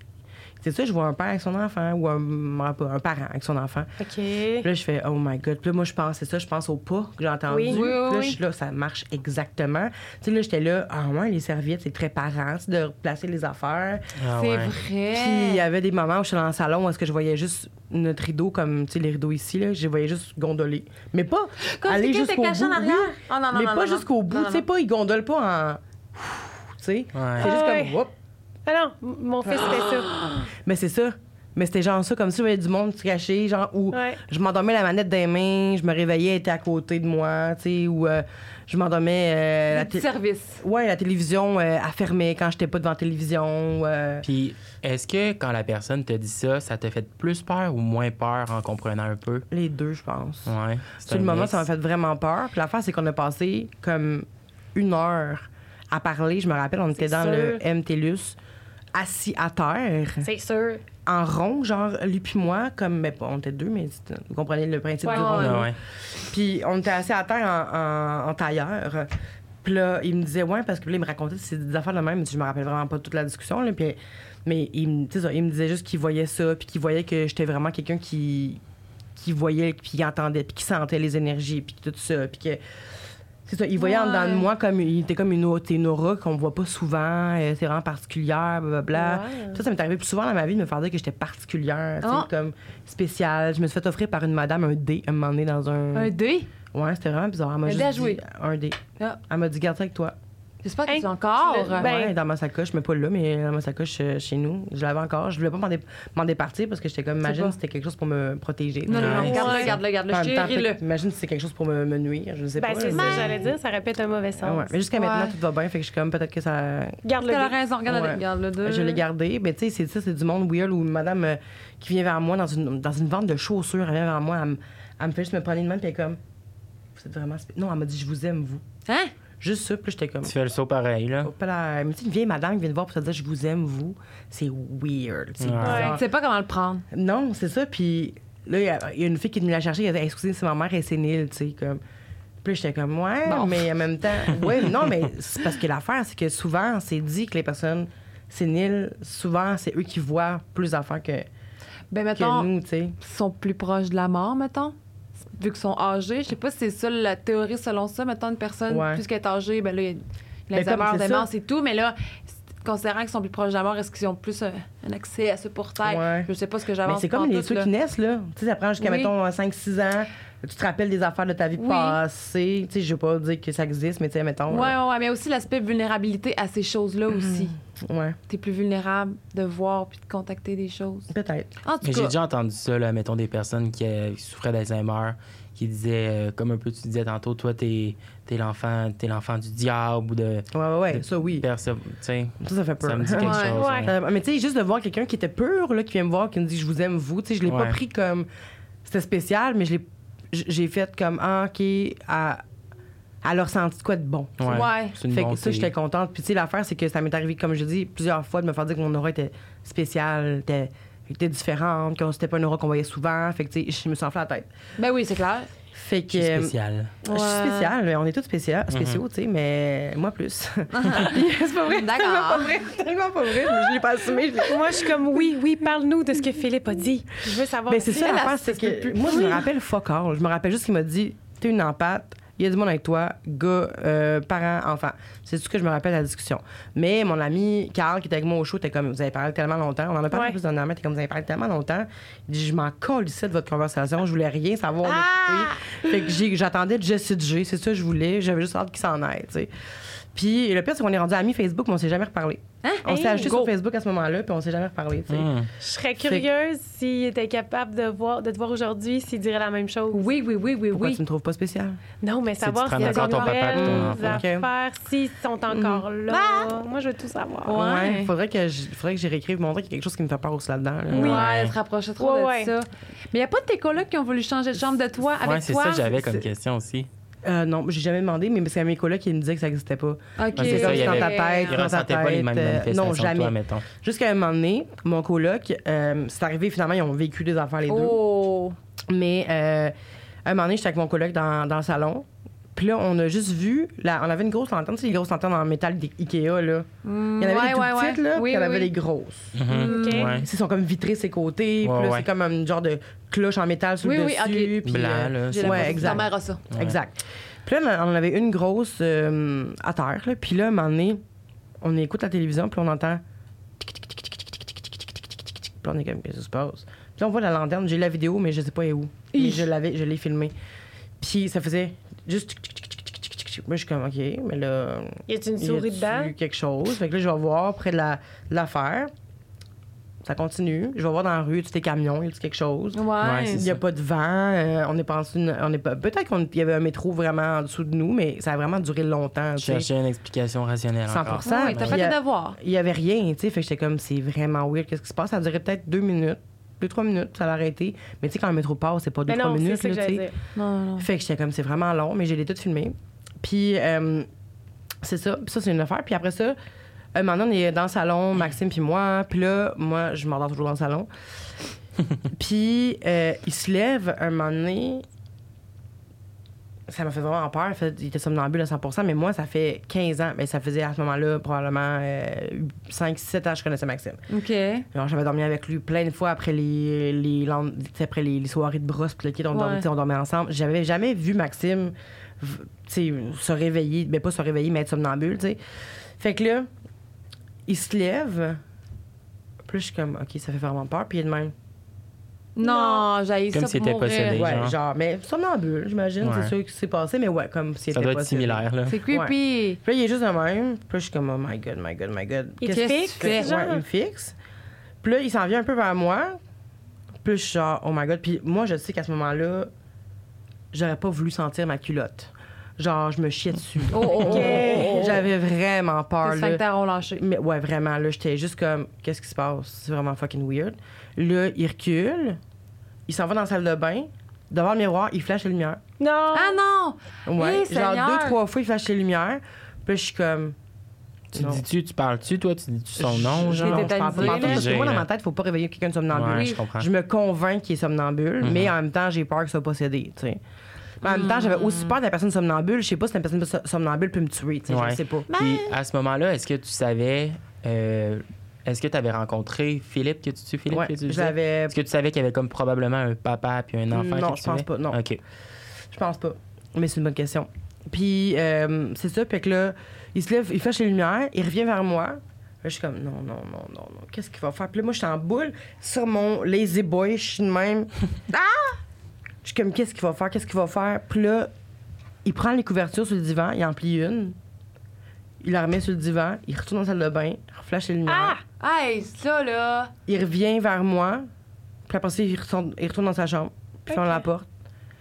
Speaker 2: C'est ça, je vois un père avec son enfant, ou un, un parent avec son enfant.
Speaker 4: OK.
Speaker 2: Puis là, je fais, oh my God. Puis là, moi, je pense, c'est ça, je pense au pas que j'ai entendu.
Speaker 4: Oui.
Speaker 2: Puis
Speaker 1: Oui, oui,
Speaker 2: là,
Speaker 1: oui.
Speaker 2: je suis là, ça marche exactement. Tu sais, là, j'étais là, ah ouais, les serviettes, c'est très parent, tu sais, de placer les affaires.
Speaker 3: Ah
Speaker 1: c'est
Speaker 3: ouais.
Speaker 1: vrai!
Speaker 2: Puis euh, il y avait des moments où j'étais dans le salon où est-ce que je voyais juste notre rideau, comme, tu sais, les rideaux ici, là, je les voyais juste gondoler. Mais pas
Speaker 1: Comme
Speaker 2: aller
Speaker 1: si quelqu'un
Speaker 2: jusqu'au
Speaker 1: était caché
Speaker 2: bout.
Speaker 1: en arrière.
Speaker 2: oui,
Speaker 1: Ah, non, non,
Speaker 2: mais
Speaker 1: non,
Speaker 2: pas
Speaker 1: non, non.
Speaker 2: jusqu'au
Speaker 1: Non,
Speaker 2: bout,
Speaker 1: non,
Speaker 2: tu sais,
Speaker 1: non.
Speaker 2: pas, ils gondolent pas en... Tu sais,
Speaker 3: Ouais.
Speaker 2: c'est juste
Speaker 4: Ah
Speaker 2: comme,
Speaker 4: ouais.
Speaker 2: hop.
Speaker 4: Alors, mon fils fait
Speaker 2: Ah.
Speaker 4: ça.
Speaker 2: Mais c'est ça. Mais c'était genre ça, comme si j'avais du monde se caché, genre où
Speaker 4: Ouais.
Speaker 2: je m'endormais la manette des mains, je me réveillais, elle était à côté de moi, tu sais, ou euh, je m'endormais. euh, la
Speaker 1: Le petit
Speaker 2: té-
Speaker 1: service.
Speaker 2: ouais, la télévision euh, à fermer quand j'étais pas devant la télévision. euh.
Speaker 3: Puis, est-ce que quand la personne te dit ça, ça te fait plus peur ou moins peur en comprenant un peu?
Speaker 2: les deux, je pense.
Speaker 3: Ouais.
Speaker 2: Sur
Speaker 3: un
Speaker 2: le moment,
Speaker 3: mix.
Speaker 2: ça m'a fait vraiment peur. Puis l'affaire, c'est qu'on a passé comme une heure à parler. Je me rappelle, on était
Speaker 4: C'est
Speaker 2: dans
Speaker 4: sûr.
Speaker 2: le MTLUS, assis à terre.
Speaker 4: C'est sûr.
Speaker 2: en rond, genre lui puis moi, comme mais pas- on était deux, mais c'est- vous comprenez le principe
Speaker 1: Ouais,
Speaker 2: du
Speaker 1: ouais,
Speaker 2: rond.
Speaker 1: ouais.
Speaker 2: là.
Speaker 3: Ah Ouais.
Speaker 2: Puis on était assis à terre en, en- en tailleur. Puis là, il me disait ouais parce que là, il me racontait c'est des affaires de même. Je me rappelle vraiment pas toute la discussion là. Puis mais il me, tu sais ça, il me disait juste qu'il voyait ça, puis qu'il voyait que j'étais vraiment quelqu'un qui qui voyait, puis qui entendait, puis qui sentait les énergies, puis tout ça, puis que c'est ça, il voyait en dedans de
Speaker 1: Ouais.
Speaker 2: moi comme il était comme une, au- t'es une aura qu'on voit pas souvent, euh, c'est vraiment particulière, blablabla.
Speaker 4: Ouais.
Speaker 2: Ça, ça m'est arrivé plus souvent dans ma vie de me faire dire que j'étais particulière, tu sais,
Speaker 1: Ah.
Speaker 2: comme spéciale. Je me suis fait offrir par une madame un dé à un moment donné dans un.
Speaker 1: Un dé?
Speaker 2: Ouais, c'était vraiment bizarre. Elle m'a
Speaker 1: Un
Speaker 2: juste
Speaker 1: dé à
Speaker 2: dit,
Speaker 1: jouer.
Speaker 2: Un dé.
Speaker 1: Ah.
Speaker 2: Elle m'a dit, garde ça avec toi.
Speaker 1: J'espère que
Speaker 4: Hein?
Speaker 1: tu l'as encore.
Speaker 4: Tu l'as- Ben-
Speaker 2: ouais, dans ma sacoche, mais pas là, mais dans ma sacoche euh, chez nous. Je l'avais encore. Je voulais pas m'en, dé- m'en départir parce que j'étais comme, imagine
Speaker 1: pas.
Speaker 2: si c'était quelque chose pour me protéger.
Speaker 1: Non, non, non,
Speaker 3: Ouais,
Speaker 1: garde-le,
Speaker 4: c'est
Speaker 1: garde-le, garde-le.
Speaker 2: En même temps,
Speaker 1: Chéris-le.
Speaker 2: fait- imagine si c'est quelque chose pour me, me nuire, je ne sais
Speaker 4: Ben,
Speaker 2: pas.
Speaker 4: c'est
Speaker 2: là,
Speaker 4: ça,
Speaker 2: mais-
Speaker 4: j'allais dire. Ça répète un mauvais sens.
Speaker 2: Ah ouais. Mais jusqu'à maintenant,
Speaker 1: Ouais.
Speaker 2: tout va bien. Fait que je suis comme, peut-être que ça.
Speaker 4: Garde le
Speaker 1: T'as
Speaker 4: dé.
Speaker 1: raison, garde-le,
Speaker 2: Ouais.
Speaker 1: garde-le. deux.
Speaker 2: Je l'ai gardé. Mais tu sais, c'est ça, c'est du monde weird où une madame euh, qui vient vers moi dans une, dans une vente de chaussures, elle vient vers moi, elle, me- elle me fait juste me prendre une main, puis elle est comme, vous êtes vraiment. spé- Non, elle m'a dit, je vous aime, vous.
Speaker 1: Hein?
Speaker 2: Juste ça, puis j'étais comme.
Speaker 3: Tu fais le saut pareil, là.
Speaker 2: Hop là. Euh, Mais tu sais, une vieille madame qui vient te voir pour te dire, je vous aime, vous. C'est weird. C'est
Speaker 3: Ouais.
Speaker 2: bizarre.
Speaker 1: Tu sais pas comment le prendre.
Speaker 2: Non, c'est ça. Puis là, il y a- il y, a une fille qui est venue la chercher. Elle a dit Excusez, c'est ma mère, elle est sénile, tu sais. Comme. Puis là, j'étais comme Ouais,
Speaker 1: Bon.
Speaker 2: mais en même temps. Ouais, non, mais c'est parce que l'affaire, c'est que souvent, c'est dit que les personnes séniles, souvent, c'est eux qui voient plus d'affaires que,
Speaker 1: Ben,
Speaker 2: que
Speaker 1: mettons,
Speaker 2: nous, tu sais.
Speaker 1: ils sont plus proches de la mort, mettons. Vu qu'ils sont âgés. Je sais pas si c'est ça la théorie selon ça. Mettons, une personne,
Speaker 2: Ouais.
Speaker 1: plus qu'elle est âgée, ben là, il y a
Speaker 2: Ben,
Speaker 1: des
Speaker 2: comme
Speaker 1: mort,
Speaker 2: c'est
Speaker 1: des
Speaker 2: ça.
Speaker 1: morts, c'est tout. Mais là, c'est- considérant qu'ils sont plus proches de la mort, est-ce qu'ils ont plus un, un accès à ce portail?
Speaker 2: Ouais.
Speaker 1: Je sais pas ce que
Speaker 2: Mais
Speaker 1: j'avance.
Speaker 2: c'est comme
Speaker 1: pantoute,
Speaker 2: les ceux
Speaker 1: là.
Speaker 2: qui naissent, là. Tu sais, ça prend jusqu'à,
Speaker 1: Oui.
Speaker 2: mettons, 5-6 ans. tu te rappelles des affaires de ta vie
Speaker 1: Oui.
Speaker 2: passée. Tu sais, je veux pas dire que ça existe, mais tu sais, mettons.
Speaker 1: Ouais,
Speaker 2: là,
Speaker 1: ouais, mais aussi l'aspect vulnérabilité à ces choses-là
Speaker 2: Mm-hmm.
Speaker 1: aussi.
Speaker 2: euh, ouais,
Speaker 1: T'es plus vulnérable de voir puis de contacter des choses.
Speaker 2: peut-être.
Speaker 1: En tout
Speaker 3: Mais j'ai
Speaker 1: cas,
Speaker 3: déjà entendu ça, là, mettons, des personnes qui, euh, qui souffraient d'Alzheimer, qui disaient, euh, comme un peu tu disais tantôt, toi, t'es es, l'enfant t'es l'enfant du diable ou de.
Speaker 2: Ouais, ouais, ouais.
Speaker 3: De-
Speaker 2: Ça, oui.
Speaker 3: perso- tu sais,
Speaker 2: Ça, ça fait peur.
Speaker 3: Ça me dit quelque
Speaker 1: Ouais.
Speaker 3: chose.
Speaker 4: Ouais.
Speaker 3: hein.
Speaker 2: Euh, mais tu sais, juste de voir quelqu'un qui était pur, là, qui vient me voir, qui me dit je vous aime, vous, tu sais, je l'ai pas
Speaker 3: Ouais.
Speaker 2: pris comme. C'était spécial, mais je l'ai. j- J'ai fait comme, ah, OK, à. Elle a ressenti de quoi de bon. tu sais.
Speaker 1: Ouais.
Speaker 3: C'est une
Speaker 2: Fait que
Speaker 3: bonté.
Speaker 2: ça, j'étais contente. Puis, tu sais, l'affaire, c'est que ça m'est arrivé, comme je dis, plusieurs fois de me faire dire que mon aura était spéciale, était, était différente, que c'était pas une aura qu'on voyait souvent. Fait que, tu sais, je me suis enflée la tête.
Speaker 1: ben oui, c'est clair.
Speaker 2: Fait que.
Speaker 3: Je suis
Speaker 2: euh,
Speaker 3: spécial.
Speaker 2: Je suis spéciale, mais on est tous spécial, spéciaux, tu sais, mais moi plus. c'est pas vrai.
Speaker 1: D'accord.
Speaker 2: Tellement pas vrai. Tellement pas vrai. mais Je l'ai pas assumé. Je l'ai-
Speaker 4: Moi, je suis comme, oui, oui, parle-nous de ce que Philippe a dit. Je veux savoir.
Speaker 2: Ben, c'est ça
Speaker 1: Elle,
Speaker 2: l'affaire,
Speaker 1: elle
Speaker 2: c'est
Speaker 1: se peut
Speaker 2: que
Speaker 1: plus.
Speaker 2: moi, je me rappelle fuck all. Je me rappelle juste qu'il m'a dit T'es une empathe, il y a du monde avec toi, gars, euh, parents, enfants. C'est tout ce que je me rappelle de la discussion. Mais mon ami Carl, qui était avec moi au show, était comme Vous avez parlé tellement longtemps. On en a parlé
Speaker 4: Ouais.
Speaker 2: plus d'un an, t'es comme Vous avez parlé tellement longtemps. Il dit Je m'en colle ici de votre conversation, je voulais rien savoir. d'écouter. Fait que j'ai- j'attendais de Jessie J, c'est ça que je voulais. J'avais juste hâte qu'il s'en aille, tu sais. Puis le pire, c'est qu'on est rendu amis Facebook, mais on s'est jamais reparlé.
Speaker 1: Hein?
Speaker 2: On s'est
Speaker 4: Hey,
Speaker 2: ajouté
Speaker 4: go.
Speaker 2: sur Facebook à ce moment-là, puis on s'est jamais reparlé, tu sais.
Speaker 3: Hum.
Speaker 4: Je serais curieuse s'il était capable de, voir, de te voir aujourd'hui, s'il dirait la même chose.
Speaker 1: Oui, oui, oui, oui,
Speaker 2: Pourquoi
Speaker 1: oui.
Speaker 2: tu me trouves pas spécial?
Speaker 4: Non, mais
Speaker 3: tu
Speaker 4: savoir
Speaker 3: te
Speaker 4: s'il y a
Speaker 1: rends
Speaker 4: des
Speaker 1: encore ton
Speaker 4: nouvelles
Speaker 1: papa
Speaker 3: et ton enfant.
Speaker 2: Ok.
Speaker 4: affaires, s'ils sont encore là. Moi, je veux tout savoir.
Speaker 1: Mm. Ah! Ouais.
Speaker 2: Ouais. Faudrait que je, faudrait que j'y réécrive, montrer qu'il y a quelque chose qui me fait peur aussi là-dedans. là.
Speaker 1: Ouais,
Speaker 3: Oui.
Speaker 1: elle se rapprochait trop
Speaker 4: Ouais,
Speaker 1: de
Speaker 4: ouais.
Speaker 1: ça. Mais il n'y a pas de tes colocs qui ont voulu changer de chambre de toi avec
Speaker 3: Ouais, c'est
Speaker 1: toi?
Speaker 3: ça que j'avais
Speaker 2: c'est-
Speaker 3: comme question aussi.
Speaker 2: Euh, non, j'ai jamais demandé, mais c'est à mes collègues qui me disaient que ça n'existait pas.
Speaker 1: Ok.
Speaker 3: Ouais,
Speaker 2: C'est
Speaker 3: ça,
Speaker 2: comme
Speaker 3: il y
Speaker 2: dans
Speaker 3: avait-
Speaker 2: ta tête,
Speaker 3: Ils
Speaker 2: dans ta
Speaker 3: ressentaient pas les mêmes
Speaker 2: tête, euh,
Speaker 3: manifestations
Speaker 2: non,
Speaker 3: que toi,
Speaker 2: jamais.
Speaker 3: mettons.
Speaker 2: Jusqu'à un moment donné, mon coloc, euh, c'est arrivé finalement, ils ont vécu des affaires les
Speaker 1: Oh!
Speaker 2: deux. Mais euh, à un moment donné, j'étais avec mon coloc dans, dans le salon. Puis là, on a juste vu, là, on avait une grosse lanterne, c'est les grosses lanternes en métal d'IKEA, là. Il y en avait les
Speaker 1: Mm, ouais,
Speaker 2: tout
Speaker 1: ouais,
Speaker 2: petites,
Speaker 1: ouais.
Speaker 2: là,
Speaker 1: Oui,
Speaker 2: puis il y en
Speaker 1: oui,
Speaker 2: avait
Speaker 1: oui.
Speaker 2: les grosses.
Speaker 3: Mhm.
Speaker 4: Ok.
Speaker 3: Ouais.
Speaker 2: Ils sont comme vitrés ses côtés,
Speaker 3: Ouais,
Speaker 2: puis là,
Speaker 3: ouais.
Speaker 2: c'est comme une genre de cloche en métal sur le
Speaker 1: Oui, oui,
Speaker 2: dessus.
Speaker 1: ok.
Speaker 2: puis,
Speaker 3: Blanc,
Speaker 2: euh,
Speaker 3: là.
Speaker 1: J'ai
Speaker 3: c'est-
Speaker 1: l'impression
Speaker 2: Ouais,
Speaker 1: que ta
Speaker 2: exact.
Speaker 1: mère a ça.
Speaker 3: Ouais.
Speaker 2: Exact. Puis là, on en avait une grosse euh, à terre. Là. Puis là, à un moment donné, on écoute la télévision, puis on entend. tic, tic, tic, tic, tic, tic, tic, tic, tic, tic, tic, tic. Puis là, on est comme, qu'est-ce qui se passe? Puis là, on voit la lanterne. J'ai la vidéo, mais je sais pas elle est où. Mais
Speaker 1: Hi.
Speaker 2: je l'avais, je l'ai filmée. Puis ça faisait juste. tic, tic, tic, tic, tic, tic, tic, tic. Moi, je suis comme, OK, mais là.
Speaker 4: Y a-t-il une
Speaker 2: y
Speaker 4: souris
Speaker 2: a-tu
Speaker 4: dedans?
Speaker 2: quelque chose. Fait que là, je vais voir près de la- de l'affaire. ça continue. Je vais voir dans la rue, tu des camions, y a-tu quelque chose?
Speaker 1: Ouais.
Speaker 3: Ouais, c'est
Speaker 2: Il n'y a pas de vent. euh, on est pas en dessous d'une- on est pas. Peut-être qu'on- il y avait un métro vraiment en dessous de nous, mais ça a vraiment duré longtemps.
Speaker 3: Je
Speaker 2: tu sais.
Speaker 3: cherchais une explication rationnelle
Speaker 2: 100%.
Speaker 3: encore.
Speaker 2: ça,
Speaker 1: Ouais, t'as
Speaker 2: mais
Speaker 1: fait
Speaker 2: il y a-
Speaker 1: tes devoirs.
Speaker 2: Il y avait rien, tu sais. Fait que j'étais comme, c'est vraiment weird. Qu'est-ce qui se passe Ça a duré peut-être deux minutes, deux trois minutes. Ça a arrêté. Mais tu sais, quand le métro passe, c'est pas deux
Speaker 4: Mais
Speaker 2: trois
Speaker 4: Ben non, c'est
Speaker 2: minutes.
Speaker 4: ça que
Speaker 2: là, tu
Speaker 4: j'allais
Speaker 2: sais.
Speaker 4: dire.
Speaker 1: Non, non, non.
Speaker 2: Fait que j'étais comme, c'est vraiment long, mais j'ai les tout filmés. Puis, euh, c'est ça. Puis ça, c'est une affaire. Puis après ça, euh, maintenant, on est dans le salon, Maxime puis moi. Puis là, moi, je m'endors toujours dans le salon. puis, euh, il se lève un moment donné. Ça m'a fait vraiment peur. Fait, il était somnambule à 100 mais moi, ça fait 15 ans. Ben, ça faisait à ce moment-là probablement euh, 5-7 ans que je connaissais Maxime.
Speaker 1: OK.
Speaker 2: Alors, j'avais dormi avec lui plein de fois après les, les, lan- tu sais, après les, les soirées de brosse, puis le kid, on, dormait,
Speaker 1: Ouais.
Speaker 2: tu sais, on dormait ensemble. J'avais jamais vu Maxime v- tu sais, se réveiller, mais pas se réveiller, mais être somnambule, tu sais. Fait que là, il se lève. Puis là, je suis comme, OK, ça fait vraiment peur. Puis il est de même.
Speaker 1: Non, j'ai ça
Speaker 3: Comme
Speaker 1: pour
Speaker 3: si t'étais
Speaker 1: mourir.
Speaker 3: possédée. Et
Speaker 2: ouais,
Speaker 3: genre?
Speaker 2: genre, mais somnambule, j'imagine.
Speaker 3: Ouais.
Speaker 2: C'est sûr que c'est passé, mais ouais, comme si
Speaker 3: Ça doit être similaire, là.
Speaker 1: C'est creepy.
Speaker 2: Puis là, il est juste de même. Puis là, je suis comme, oh my god, my god, my god.
Speaker 4: Il te
Speaker 2: Qu'est-ce que tu
Speaker 4: fixe,
Speaker 2: fais?
Speaker 4: genre?
Speaker 2: Ouais, il me fixe. Puis là, il s'en vient un peu vers moi. Puis là, je suis genre, oh my god. Puis moi, je sais qu'à ce moment-là, j'aurais pas voulu sentir ma culotte. Genre, je me chiais dessus.
Speaker 1: Oh, oh, oh, oh, oh, oh.
Speaker 2: J'avais vraiment
Speaker 1: Tes
Speaker 2: peur. là.
Speaker 1: sphincters ont lâché.
Speaker 2: Mais ouais, vraiment, là, j'étais juste comme, qu'est-ce qui se passe? C'est vraiment fucking weird. Là, il recule. Il s'en va dans la salle de bain. Devant le miroir, il flash les lumières.
Speaker 4: Non!
Speaker 1: Ah non!
Speaker 2: Ouais.
Speaker 1: Eh,
Speaker 2: genre,
Speaker 1: Seigneur!
Speaker 2: deux, trois fois, il flash les lumières. Puis là, je suis comme,
Speaker 3: Tu
Speaker 2: Non.
Speaker 3: dis-tu, tu parles-tu, toi, tu dis-tu son nom,
Speaker 2: Je-
Speaker 3: genre?
Speaker 2: non, je parle pas
Speaker 1: tétanisée,
Speaker 2: pantoute, parce que
Speaker 3: là.
Speaker 2: moi, dans ma tête, faut pas réveiller quelqu'un de somnambule.
Speaker 3: Ouais,
Speaker 1: Oui.
Speaker 3: je comprends.
Speaker 2: Je me convainc qu'il est somnambule,
Speaker 3: Mhm.
Speaker 2: mais en même temps, j'ai peur qu'il soit possédé, tu sais. Mais en même temps, j'avais
Speaker 3: Hmm.
Speaker 2: aussi peur de la personne somnambule. Je sais pas si la personne so- somnambule peut me tuer, tu sais,
Speaker 3: Ouais.
Speaker 2: je sais pas.
Speaker 3: Puis à ce moment-là, est-ce que tu savais, euh, est-ce que tu avais rencontré Philippe que tu tues, Philippe
Speaker 2: Ouais,
Speaker 3: que tu disais?
Speaker 2: j'avais...
Speaker 3: Est-ce que tu savais qu'il y avait comme probablement un papa puis un enfant?
Speaker 2: Non,
Speaker 3: que
Speaker 2: je
Speaker 3: tu
Speaker 2: pense
Speaker 3: tuais?
Speaker 2: pas, non.
Speaker 3: OK.
Speaker 2: Je pense pas. Mais c'est une bonne question. Puis, euh, c'est ça. Puis que là, il se lève, il flash les lumières, il revient vers moi. Là, je suis comme, non, non, non, non, non. Qu'est-ce qu'il va faire? Puis là, moi, je suis en boule sur mon lazy boy. Je suis de même. ah! Je suis comme, qu'est-ce qu'il va faire? Qu'est-ce qu'il va faire? Puis là, il prend les couvertures sur le divan, il en plie une, il la remet sur le divan, il retourne dans la salle de bain, il reflash les lumières,
Speaker 1: Ah! Hey, ça, là!
Speaker 2: il revient vers moi, puis après ça, il retourne, il retourne dans sa chambre, puis on
Speaker 4: Ok.
Speaker 2: la porte.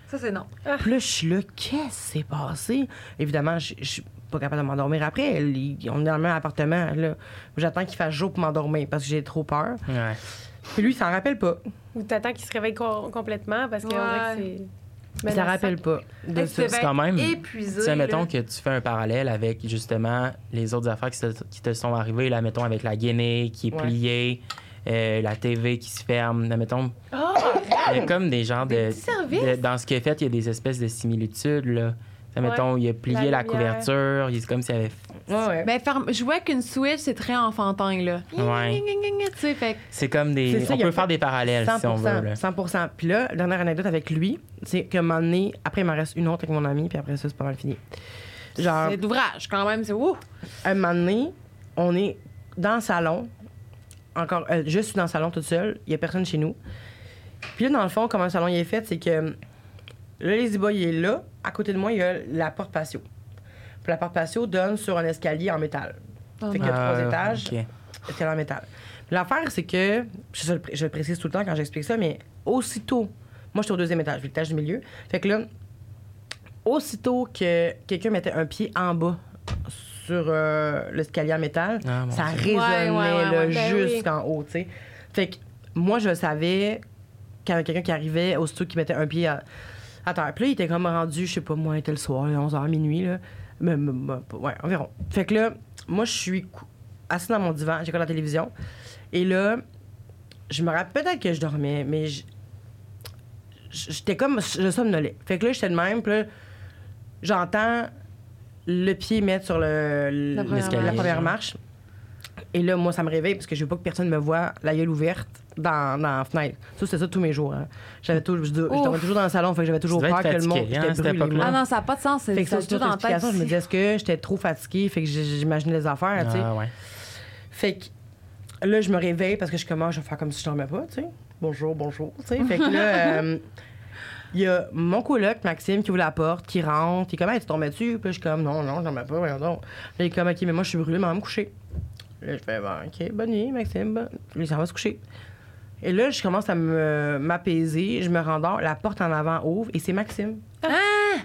Speaker 1: Ça, c'est non.
Speaker 2: Puis là, je suis là, qu'est-ce qui s'est passé? Évidemment, je je suis pas capable de m'endormir après. Il- On est dans le même appartement. là. J'attends qu'il fasse jour pour m'endormir parce que j'ai trop peur.
Speaker 3: Ouais.
Speaker 2: Puis lui, il s'en rappelle pas.
Speaker 4: Ou t'attends qu'il se réveille co- complètement parce qu'on
Speaker 1: Ouais.
Speaker 4: dirait que
Speaker 1: Ben,
Speaker 4: c'est. Ben
Speaker 2: Il s'en
Speaker 4: menaçant.
Speaker 2: rappelle pas. de
Speaker 1: Hey,
Speaker 2: ça.
Speaker 1: devais
Speaker 3: c'est quand
Speaker 1: être
Speaker 3: même-
Speaker 1: Épuisé.
Speaker 3: Tu sais, mettons
Speaker 2: euh,
Speaker 1: là.
Speaker 3: que tu fais un parallèle avec justement les autres affaires qui, se- qui te sont arrivées, là, mettons avec la Guinée qui est
Speaker 2: Ouais.
Speaker 3: pliée, euh, la TV qui se ferme, là, mettons. Il y a comme des genres de,
Speaker 4: Oh, Des petits services.
Speaker 3: de- Dans ce qui est fait, il y a des espèces de similitudes, là. Là,
Speaker 4: Ouais.
Speaker 3: mettons, il a plié la,
Speaker 4: La lumière.
Speaker 3: couverture, il- c'est comme s'il avait.
Speaker 2: Ouais, ouais.
Speaker 1: Ben, faire- jouer avec une Switch, c'est très enfantin, là.
Speaker 3: Ouais.
Speaker 1: Tu sais, fait que-
Speaker 3: C'est comme des.
Speaker 2: C'est ça,
Speaker 3: on
Speaker 2: il y a
Speaker 3: peut
Speaker 2: pas-
Speaker 3: faire des parallèles si on veut, là.
Speaker 2: 100%. Puis là, dernière anecdote avec lui, c'est que un moment donné, après, il m'en reste une autre avec mon ami, puis après ça, c'est pas mal fini. Genre,
Speaker 1: C'est d'ouvrage, quand même. C'est ouh!
Speaker 2: un moment donné, on est dans le salon. Encore, euh, je suis dans le salon toute seule. Il n'y a personne chez nous. Puis là, dans le fond, comment le salon il est fait, c'est que le Lazy Boy il est là. À côté de moi, il y a la porte patio. Puis la porte patio donne sur un escalier en métal.
Speaker 1: Oh
Speaker 2: fait qu'il y a
Speaker 3: Ah,
Speaker 2: trois étages. escalier en métal. L'affaire, c'est que, je, le pré- je le précise tout le temps quand j'explique ça, mais aussitôt, moi, je suis au deuxième étage, puis l'étage du milieu. Fait que là, aussitôt que quelqu'un mettait un pied en bas sur euh, l'escalier en métal,
Speaker 3: Ah, mon
Speaker 2: ça
Speaker 3: Dieu.
Speaker 1: Ouais,
Speaker 2: résonnait
Speaker 1: ouais, ouais,
Speaker 2: là,
Speaker 1: ouais, ben oui.
Speaker 2: jusqu'en haut, tu sais. Fait que moi, je savais quand il y avait quelqu'un qui arrivait, aussitôt qui mettait un pied à, à terre. Puis là, il était comme rendu, je sais pas moi, il était le soir, 11h, minuit, là. Mais- mais- mais- ouais, environ. Fait que là, moi, je suis cou- assise dans mon divan, j'écoute la télévision. Et là, je me rappelle peut-être que je dormais, mais je- je- j'étais comme, je somnolais. Fait que là, j'étais de même, puis là, j'entends le pied mettre sur le, le-
Speaker 1: La première
Speaker 2: la
Speaker 3: marche.
Speaker 2: première marche. Et là, moi, ça me réveille parce que je veux pas que personne me voit la gueule ouverte dans, dans la fenêtre. Ça, c'était ça tous mes jours. hein. J'avais tout, je, je dormais toujours dans le salon, fait que j'avais toujours
Speaker 3: devais
Speaker 2: peur
Speaker 3: être
Speaker 2: que le monde
Speaker 3: fatigué, hein, à cette
Speaker 2: brûlé,
Speaker 3: époque-là.
Speaker 2: moi.
Speaker 1: Ah non, ça n'a pas de sens.
Speaker 2: Fait
Speaker 1: C'est
Speaker 2: que
Speaker 1: ça,
Speaker 2: ça,
Speaker 1: se
Speaker 2: c'est
Speaker 1: joue
Speaker 2: toute
Speaker 1: dans la tête.
Speaker 2: l'explication. Je me
Speaker 1: aussi.
Speaker 2: disais, est-ce que j'étais trop fatiguée? Fait que j- j'imaginais les affaires, tu sais.
Speaker 3: Ah, ouais.
Speaker 2: Fait que là, je me réveille parce que je commence à faire comme si je dormais pas, tu sais. Bonjour, bonjour, tu sais. Fait que là, euh, il y a mon coloc, Maxime, qui ouvre la porte, qui rentre. Il est comme, hey, tu tombais dessus? Puis là, je suis comme, non, non, je dormais pas, voyons donc. Là, il est comme, OK, mais moi, je suis brûlé, mais on va me coucher. Là, je fais, bon, OK, bonne nuit, Maxime. Bon... Lui, ça va se coucher. Et là, je commence à me- m'apaiser. Je me rendors, la porte en avant ouvre et c'est Maxime.
Speaker 1: Ah!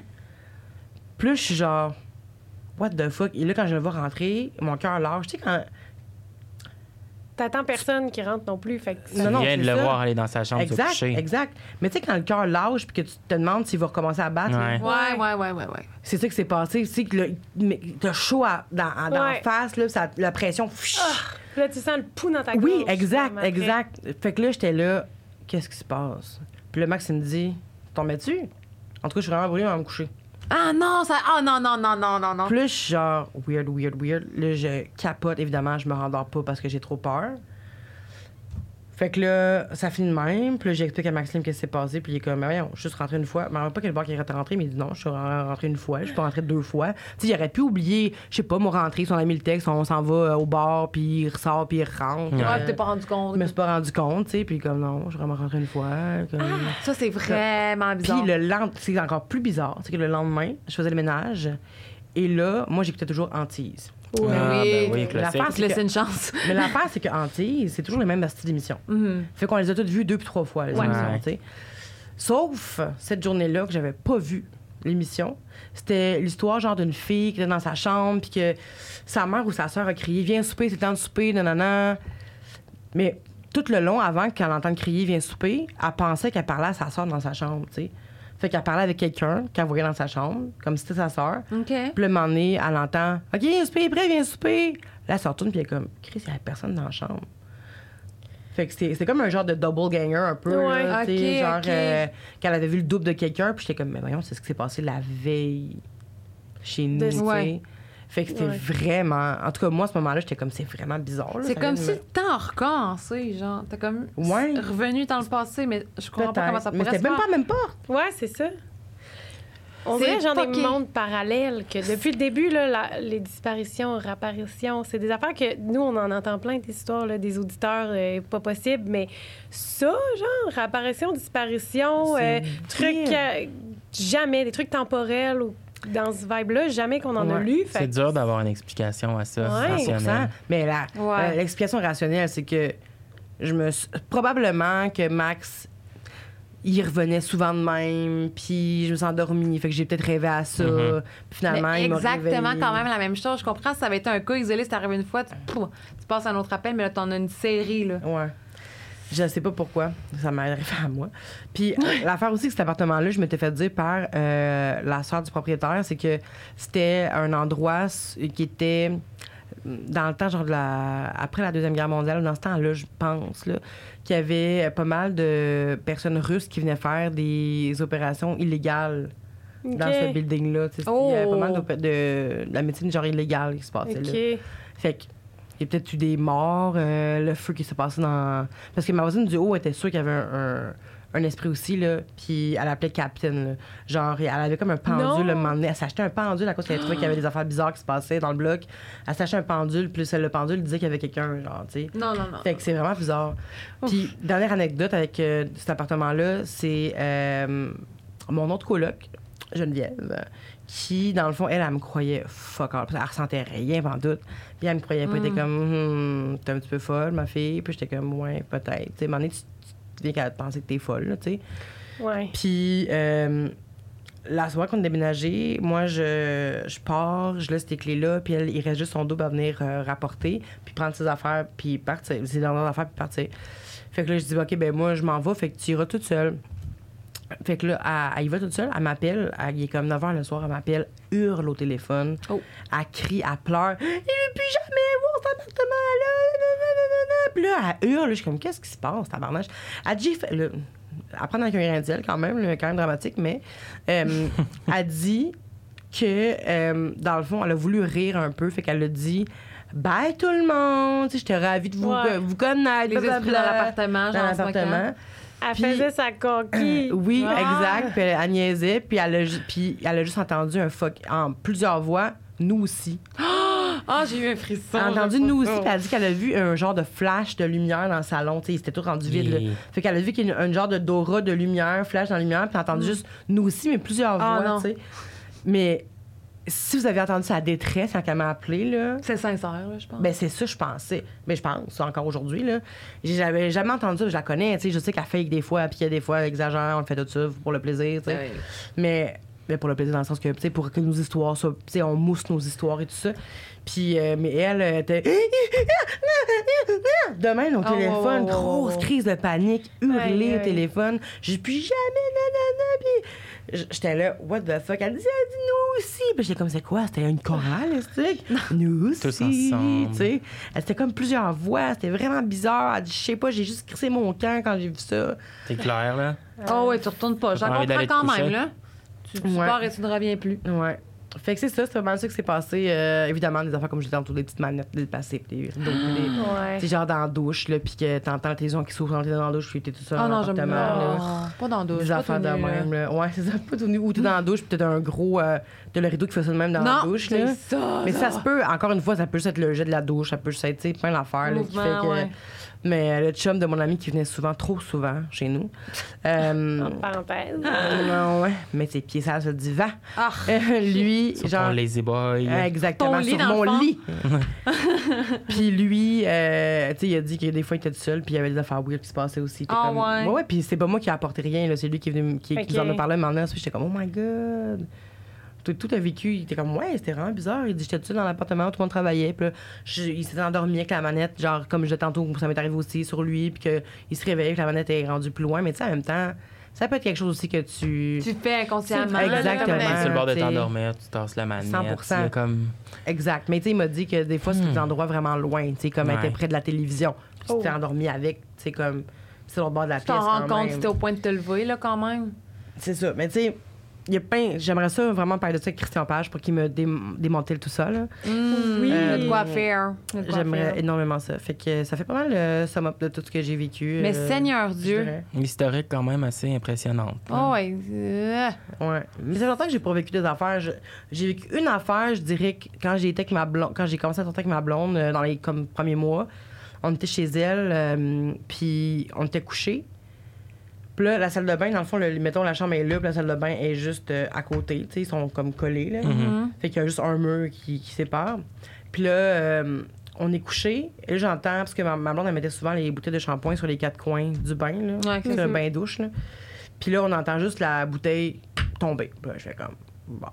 Speaker 2: Puis là, je suis genre, what the fuck? Et là, quand je le vois rentrer, mon cœur lâche. Tu sais, quand.
Speaker 4: T'attends personne qui rentre non plus. Fait que
Speaker 2: Non, non,
Speaker 3: il vient
Speaker 2: c'est
Speaker 3: de le
Speaker 2: ça.
Speaker 3: voir aller dans sa chambre se
Speaker 2: Exact,
Speaker 3: coucher.
Speaker 2: exact. Mais tu sais, quand le cœur lâche puis que tu te demandes s'il va recommencer à battre,
Speaker 3: Ouais.
Speaker 2: là,
Speaker 1: Ouais, ouais, ouais, ouais, ouais.
Speaker 2: c'est ça qui s'est passé. Tu sais, que le- mais t'as chaud à- dans, à- dans la
Speaker 4: Ouais.
Speaker 2: face, là, ça- la pression. pfiou.
Speaker 4: là, tu sens le pouls dans ta gorge.
Speaker 2: oui, exact,
Speaker 4: comme après.
Speaker 2: exact. Fait que là, j'étais là, qu'est-ce qui se passe? Puis le Max, il me dit, t'en mets-tu? En tout cas, je suis vraiment brûlée, on va me coucher.
Speaker 1: Ah non, ça. Ah non, non, non, non, non, non.
Speaker 2: Plus, je suis genre, weird, weird, weird. Là, je capote, évidemment, je me rendors pas parce que j'ai trop peur. Fait que là, ça finit de même. Puis là, j'explique à Maxime qu'est-ce qui s'est passé. Puis il est comme, Mais voyons, je suis juste rentré une fois. Mais on pas quel bar qui est rentré, mais il dit non, je suis rentré une fois, je suis pas rentré deux fois. Tu sais, il aurait pu oublier, je sais pas, mon rentrée, son ami le texte, on s'en va euh, au bar, puis il ressort, puis il rentre.
Speaker 3: Ouais.
Speaker 1: Ouais,
Speaker 2: Euh,
Speaker 1: Ah, t'es pas rendu compte.
Speaker 2: je me suis pas rendu compte, tu sais. Puis comme, non, je suis vraiment rentré une fois. comme-
Speaker 1: Ah, Ça, c'est vraiment
Speaker 2: puis
Speaker 1: bizarre.
Speaker 2: le lendemain, c'est encore plus bizarre, c'est que le lendemain, je faisais le ménage et là, moi, j'écoutais toujours Antise.
Speaker 1: Ouais.
Speaker 3: Ah,
Speaker 1: Oui.
Speaker 3: ben oui, classique.
Speaker 2: L'affaire,
Speaker 1: On
Speaker 2: c'est
Speaker 1: se laissait une chance.
Speaker 2: Mais l'affaire, c'est que Antise, c'est toujours les mêmes astuces d'émission.
Speaker 1: Mhm.
Speaker 2: Fait qu'on les a toutes vues deux puis trois fois, les
Speaker 1: Ouais.
Speaker 2: émissions,
Speaker 3: Ouais.
Speaker 2: tu sais. Sauf cette journée-là que j'avais pas vu l'émission. C'était l'histoire, genre, d'une fille qui était dans sa chambre, puis que sa mère ou sa sœur a crié Viens souper, c'est le temps de souper, nanana. Mais tout le long, avant qu'elle entende crier Viens souper, elle pensait qu'elle parlait à sa sœur dans sa chambre, tu sais. Fait qu'elle parlait avec quelqu'un qu'elle voyait dans sa chambre, comme si c'était sa sœur.
Speaker 1: OK.
Speaker 2: Puis le moment donné, elle entend OK, viens souper, prêt, viens souper. Là, elle se retourne, puis elle est comme Chris, il n'y a personne dans la chambre. Fait que c'est c'est comme un genre de double ganger un peu.
Speaker 4: Ouais.
Speaker 2: là, tu sais,
Speaker 1: Ok,
Speaker 2: genre
Speaker 1: ok.
Speaker 2: euh, qu'elle avait vu le double de quelqu'un, puis j'étais comme Mais voyons, c'est ce qui s'est passé la veille chez nous.
Speaker 4: De-
Speaker 2: tu sais.
Speaker 1: Ouais.
Speaker 2: Fait que c'était
Speaker 4: Ouais.
Speaker 2: vraiment. En tout cas, moi, à ce moment-là, j'étais comme C'est vraiment bizarre. là,
Speaker 1: C'est
Speaker 2: ça
Speaker 1: comme
Speaker 2: vient
Speaker 1: si
Speaker 2: de
Speaker 1: le temps recommençait, genre. T'as comme
Speaker 2: Ouais.
Speaker 1: revenu dans le passé, mais je
Speaker 2: me-
Speaker 1: comprends pas comment ça
Speaker 2: Mais
Speaker 1: pourrait
Speaker 2: c'était
Speaker 1: se
Speaker 2: même
Speaker 1: faire.
Speaker 2: pas la même porte.
Speaker 4: Ouais, c'est ça. On
Speaker 1: C'est
Speaker 4: dirait genre des
Speaker 1: fucké.
Speaker 4: mondes parallèles que depuis le début, là, la- les disparitions, réapparitions, c'est des affaires que nous, on en entend plein des histoires là, des auditeurs, euh, pas possible, mais ça, genre, réapparition, disparition,
Speaker 2: C'est
Speaker 4: euh, trucs, euh, jamais, des trucs temporels ou dans ce vibe-là, jamais qu'on en a
Speaker 2: Ouais.
Speaker 4: lu. fait
Speaker 3: C'est
Speaker 4: que
Speaker 3: dur d'avoir une explication à ça.
Speaker 4: Ouais.
Speaker 3: rationnelle.
Speaker 2: 100%. Mais la-
Speaker 1: Ouais.
Speaker 2: euh, l'explication rationnelle, c'est que je me suis- probablement que Max il revenait souvent de même, puis je me suis endormie, fait que j'ai peut-être rêvé à ça.
Speaker 3: Mhm.
Speaker 2: Finalement,
Speaker 1: Mais
Speaker 2: il m'a
Speaker 1: exactement
Speaker 2: réveillée.
Speaker 1: quand même la même chose. Je comprends, si ça avait été un cas isolé, c'est arrivé une fois, tu, pouf, tu passes à un autre appel, mais là, t'en as une série, là.
Speaker 2: Ouais. Je sais pas pourquoi. Ça m'est arrivé à moi. Puis l'affaire aussi que cet appartement-là, je m'étais fait dire par euh, la soeur du propriétaire, c'est que c'était un endroit s- qui était euh, dans le temps, genre de la... après la Deuxième Guerre mondiale, dans ce temps-là, je pense, là, qu'il y avait euh, pas mal de personnes russes qui venaient faire des opérations illégales dans
Speaker 4: OK.
Speaker 2: ce building-là. tu sais. Il y avait pas mal
Speaker 1: Oh!
Speaker 2: d'opé- de... de la médecine genre illégale qui se passait là.
Speaker 4: OK.
Speaker 2: Fait que, il y a peut-être eu des morts, euh, le feu qui s'est passé dans. Parce que ma voisine du haut était sûre qu'il y avait un, un- un esprit aussi, là. Puis elle appelait Captain, là. Genre, elle avait comme un pendule,
Speaker 4: Non.
Speaker 2: là, un moment donné. Elle s'achetait un pendule à cause qu'elle trouvait qu'il y avait des affaires bizarres qui se passaient dans le bloc. Elle s'achetait un pendule, puis le pendule disait qu'il y avait quelqu'un, genre, tu sais.
Speaker 1: Non, non, non.
Speaker 2: Fait que c'est vraiment bizarre. Puis, dernière anecdote avec euh, cet appartement-là, c'est euh, mon autre coloc, Geneviève, qui, dans le fond, elle, elle me croyait fuck all. Elle ressentait rien, pendant doute. Puis elle me croyait pas. Elle était comme, Hmm, t'es un petit peu folle, ma fille. Puis j'étais comme, ouais, peut-être. Tu sais, à un moment donné, tu, tu viens qu'à penser que t'es folle, là, tu sais.
Speaker 4: Ouais.
Speaker 2: Puis euh, la soirée qu'on a déménagé, moi, je, je pars, je laisse tes clés-là, puis elle, il reste juste son double à venir euh, rapporter, puis prendre ses affaires, puis partir, ses dernières affaires, puis partir. Fait que là, je dis, OK, ben moi, je m'en vais, fait que tu iras toute seule. Fait que là, elle, elle y va toute seule, elle m'appelle, elle- il est comme 9h le soir, elle m'appelle, hurle au téléphone,
Speaker 1: Oh.
Speaker 2: elle crie, elle pleure, il veut plus jamais voir cet appartement-là, nanana. Puis là, elle hurle, je suis comme, qu'est-ce qui se passe, tabarnache? Elle dit, j'ai fait- là, à prendre avec un grain de sel quand même, là, quand même dramatique, mais euh, elle dit que, euh, dans le fond, elle a voulu rire un peu, fait qu'elle a dit, bye tout le monde, Tu sais, j'étais ravie de vous,
Speaker 4: Ouais.
Speaker 2: vous connaître,
Speaker 1: Les esprits dans
Speaker 2: blablabla.
Speaker 1: l'appartement, genre
Speaker 2: dans
Speaker 1: en se moquant.
Speaker 2: l'appartement.
Speaker 4: Elle
Speaker 2: Puis-
Speaker 4: faisait sa coquille.
Speaker 2: Oui,
Speaker 1: Ah.
Speaker 2: exact. Puis elle, elle niaisait, puis elle, a, ju- puis elle a juste entendu un fuck en plusieurs voix, nous aussi.
Speaker 1: Ah, j'ai eu un frisson.
Speaker 2: Elle a entendu
Speaker 1: là,
Speaker 2: nous
Speaker 1: pas
Speaker 2: aussi,
Speaker 1: ça.
Speaker 2: puis elle a dit qu'elle a vu un genre de flash de lumière dans le salon. Tu sais, c'était tout rendu vide. là.
Speaker 3: Et-
Speaker 2: Fait qu'elle a vu qu'il y a une- un genre de d'aura de lumière, flash dans la lumière, puis elle a entendu juste nous aussi, mais plusieurs
Speaker 1: Mm. Ah,
Speaker 2: voix,
Speaker 1: non.
Speaker 2: tu sais. Mais si vous avez entendu sa détresse quand elle m'a appelé, là.
Speaker 1: C'est sincère, là, je pense.
Speaker 2: Ben c'est ça je pensais, mais je pense encore aujourd'hui là. J'avais jamais entendu ça, je la connais, tu sais, je sais qu'elle fake des fois, puis qu'il y a des fois elle exagère, on le fait tout ça pour le plaisir, tu sais.
Speaker 1: Ouais.
Speaker 2: Mais, mais pour le plaisir, dans le sens que, tu sais, pour que nos histoires soient. Tu sais, on mousse nos histoires et tout ça. Puis, euh, mais elle, euh, était. Demain, au
Speaker 1: Oh,
Speaker 2: téléphone,
Speaker 1: wow, wow, wow,
Speaker 2: grosse
Speaker 1: wow.
Speaker 2: crise de panique,
Speaker 4: Aïe,
Speaker 2: hurler
Speaker 4: aïe.
Speaker 2: au téléphone. J'ai plus jamais, nanana. Puis, j- j'étais là, what the fuck. Elle disait, elle dit nous aussi. Puis, j'étais comme, c'est quoi? C'était une chorale, est-ce que? Nous aussi.
Speaker 3: Tous ensemble.
Speaker 2: Tu sais, Elle- c'était comme plusieurs voix. C'était vraiment bizarre. Elle dit, je sais pas, j'ai juste crissé mon camp quand j'ai vu ça.
Speaker 3: T'es clair, là?
Speaker 1: Oh, ouais, tu retournes pas. J'en
Speaker 3: T'as pas envie
Speaker 1: comprends
Speaker 3: d'aller te
Speaker 1: quand
Speaker 3: coucher?
Speaker 1: même, là. Tu, tu
Speaker 2: Ouais.
Speaker 1: pars et tu ne reviens plus.
Speaker 2: Ouais. Fait que c'est ça, c'est pas mal ça qui s'est passé. Euh, évidemment, des affaires comme je disais tantôt, des petites manettes déplacées, pis des rideaux, pis
Speaker 1: Ah.
Speaker 2: des-
Speaker 4: Ouais.
Speaker 2: C'est genre dans la douche, là, pis que t'entends tes ondes qui s'ouvrent quand t'es dans la douche, pis t'es tout seul
Speaker 1: Ah
Speaker 2: dans
Speaker 1: non, j'aime pas. Ah,
Speaker 2: l'appartement, là.
Speaker 1: Pas dans d'autres.
Speaker 2: Des affaires de même, là. Ouais, c'est ça, pas tout nu. Ou t'es dans la douche, pis t'as un gros. euh, t'as le rideau qui fait ça de même dans la
Speaker 1: Non,
Speaker 2: douche, là.
Speaker 1: c'est ça.
Speaker 2: Mais ça
Speaker 1: là.
Speaker 2: se peut, encore une fois, ça peut juste être le jet de la douche, ça peut juste être, tu sais, plein d'affaires, là, qui fait
Speaker 1: Mouvement,
Speaker 2: que.
Speaker 1: ouais.
Speaker 2: Mais euh, le chum de mon ami qui venait souvent, trop souvent, chez nous. Euh,
Speaker 4: Entre parenthèses.
Speaker 2: non, ouais, mais ses pieds sales sur le divan.
Speaker 1: Ah,
Speaker 2: Euh, lui,
Speaker 3: Sur
Speaker 2: genre.
Speaker 3: ton lazy boy.
Speaker 2: Exactement,
Speaker 1: Ton lit,
Speaker 2: sur
Speaker 1: dans
Speaker 2: mon
Speaker 1: le fond.
Speaker 2: lit. puis lui, euh, tu sais, il a dit que des fois, il était tout seul, puis il y avait des affaires weird qui se passaient aussi. T'es
Speaker 1: Ah
Speaker 2: comme,
Speaker 1: ouais.
Speaker 2: Ouais, puis c'est pas moi qui ai apporté rien, là. C'est lui qui, est venu, qui, qui
Speaker 4: Ok.
Speaker 2: nous en a parlé maintenant. Puis j'étais comme, oh my god. Tout, tout a vécu. Il était comme, ouais, c'était vraiment bizarre. Il dit, j'étais tout seul dans l'appartement, tout le monde travaillait. Puis là, je- il s'est endormi avec la manette, genre, comme je tantôt, ça m'est arrivé aussi sur lui, puis qu'il se réveillait, que la manette est rendue plus loin. Mais tu sais, en même temps, ça peut être quelque chose aussi que tu.
Speaker 1: tu le fais inconsciemment.
Speaker 2: C'est-
Speaker 1: là,
Speaker 2: Exactement.
Speaker 1: mais-
Speaker 3: T'es sur le bord de
Speaker 2: t'sais.
Speaker 3: t'endormir, tu tasses la manette.
Speaker 2: 100%.
Speaker 3: il y a comme...
Speaker 2: Exact. Mais tu sais, il m'a dit que des fois, c'est des endroits vraiment loin, tu sais, comme elle
Speaker 3: Ouais.
Speaker 2: était près de la télévision. Puis
Speaker 4: Oh.
Speaker 2: tu t'es endormi avec, tu sais, comme c'est au bord de la
Speaker 1: Tu
Speaker 2: pièce.
Speaker 1: t'en rends
Speaker 2: quand
Speaker 1: compte,
Speaker 2: même.
Speaker 1: tu es au point de te lever, là, quand même.
Speaker 2: C'est ça. Mais tu sais, il y a plein- J'aimerais ça vraiment parler de ça avec Christian Page pour qu'il me dé- démonte le tout ça. là.
Speaker 1: Oui.
Speaker 2: Euh,
Speaker 1: de quoi faire. de quoi
Speaker 2: J'aimerais
Speaker 1: faire.
Speaker 2: énormément ça. Fait que ça fait pas mal le sum up de tout ce que j'ai vécu.
Speaker 1: Mais
Speaker 2: euh,
Speaker 1: Seigneur
Speaker 2: je
Speaker 1: Dieu.
Speaker 2: dirais.
Speaker 3: Une historique quand même assez impressionnante.
Speaker 1: Oh, ouais. euh,
Speaker 2: Ouais. Mais ça fait longtemps que j'ai pas vécu des affaires. Je- J'ai vécu une affaire, je dirais, que quand j'ai été avec ma blonde, quand j'ai commencé à sortir avec ma blonde, euh, dans les comme, premiers mois, on était chez elle, euh, puis on était couchés. Puis là, la salle de bain, dans le fond, le- mettons, la chambre est là, puis la salle de bain est juste euh, à côté. Tu sais, ils sont comme collés, là.
Speaker 1: hum.
Speaker 2: Fait qu'il y a juste un mur qui, qui sépare. Puis là, euh, on est couché. Et là, j'entends, parce que ma, ma blonde, elle mettait souvent les bouteilles de shampoing sur les quatre coins du bain, là.
Speaker 1: Ouais, ok.
Speaker 2: C'est un bain douche, là. Puis là, on entend juste la bouteille tomber. Puis là, je fais comme, bon,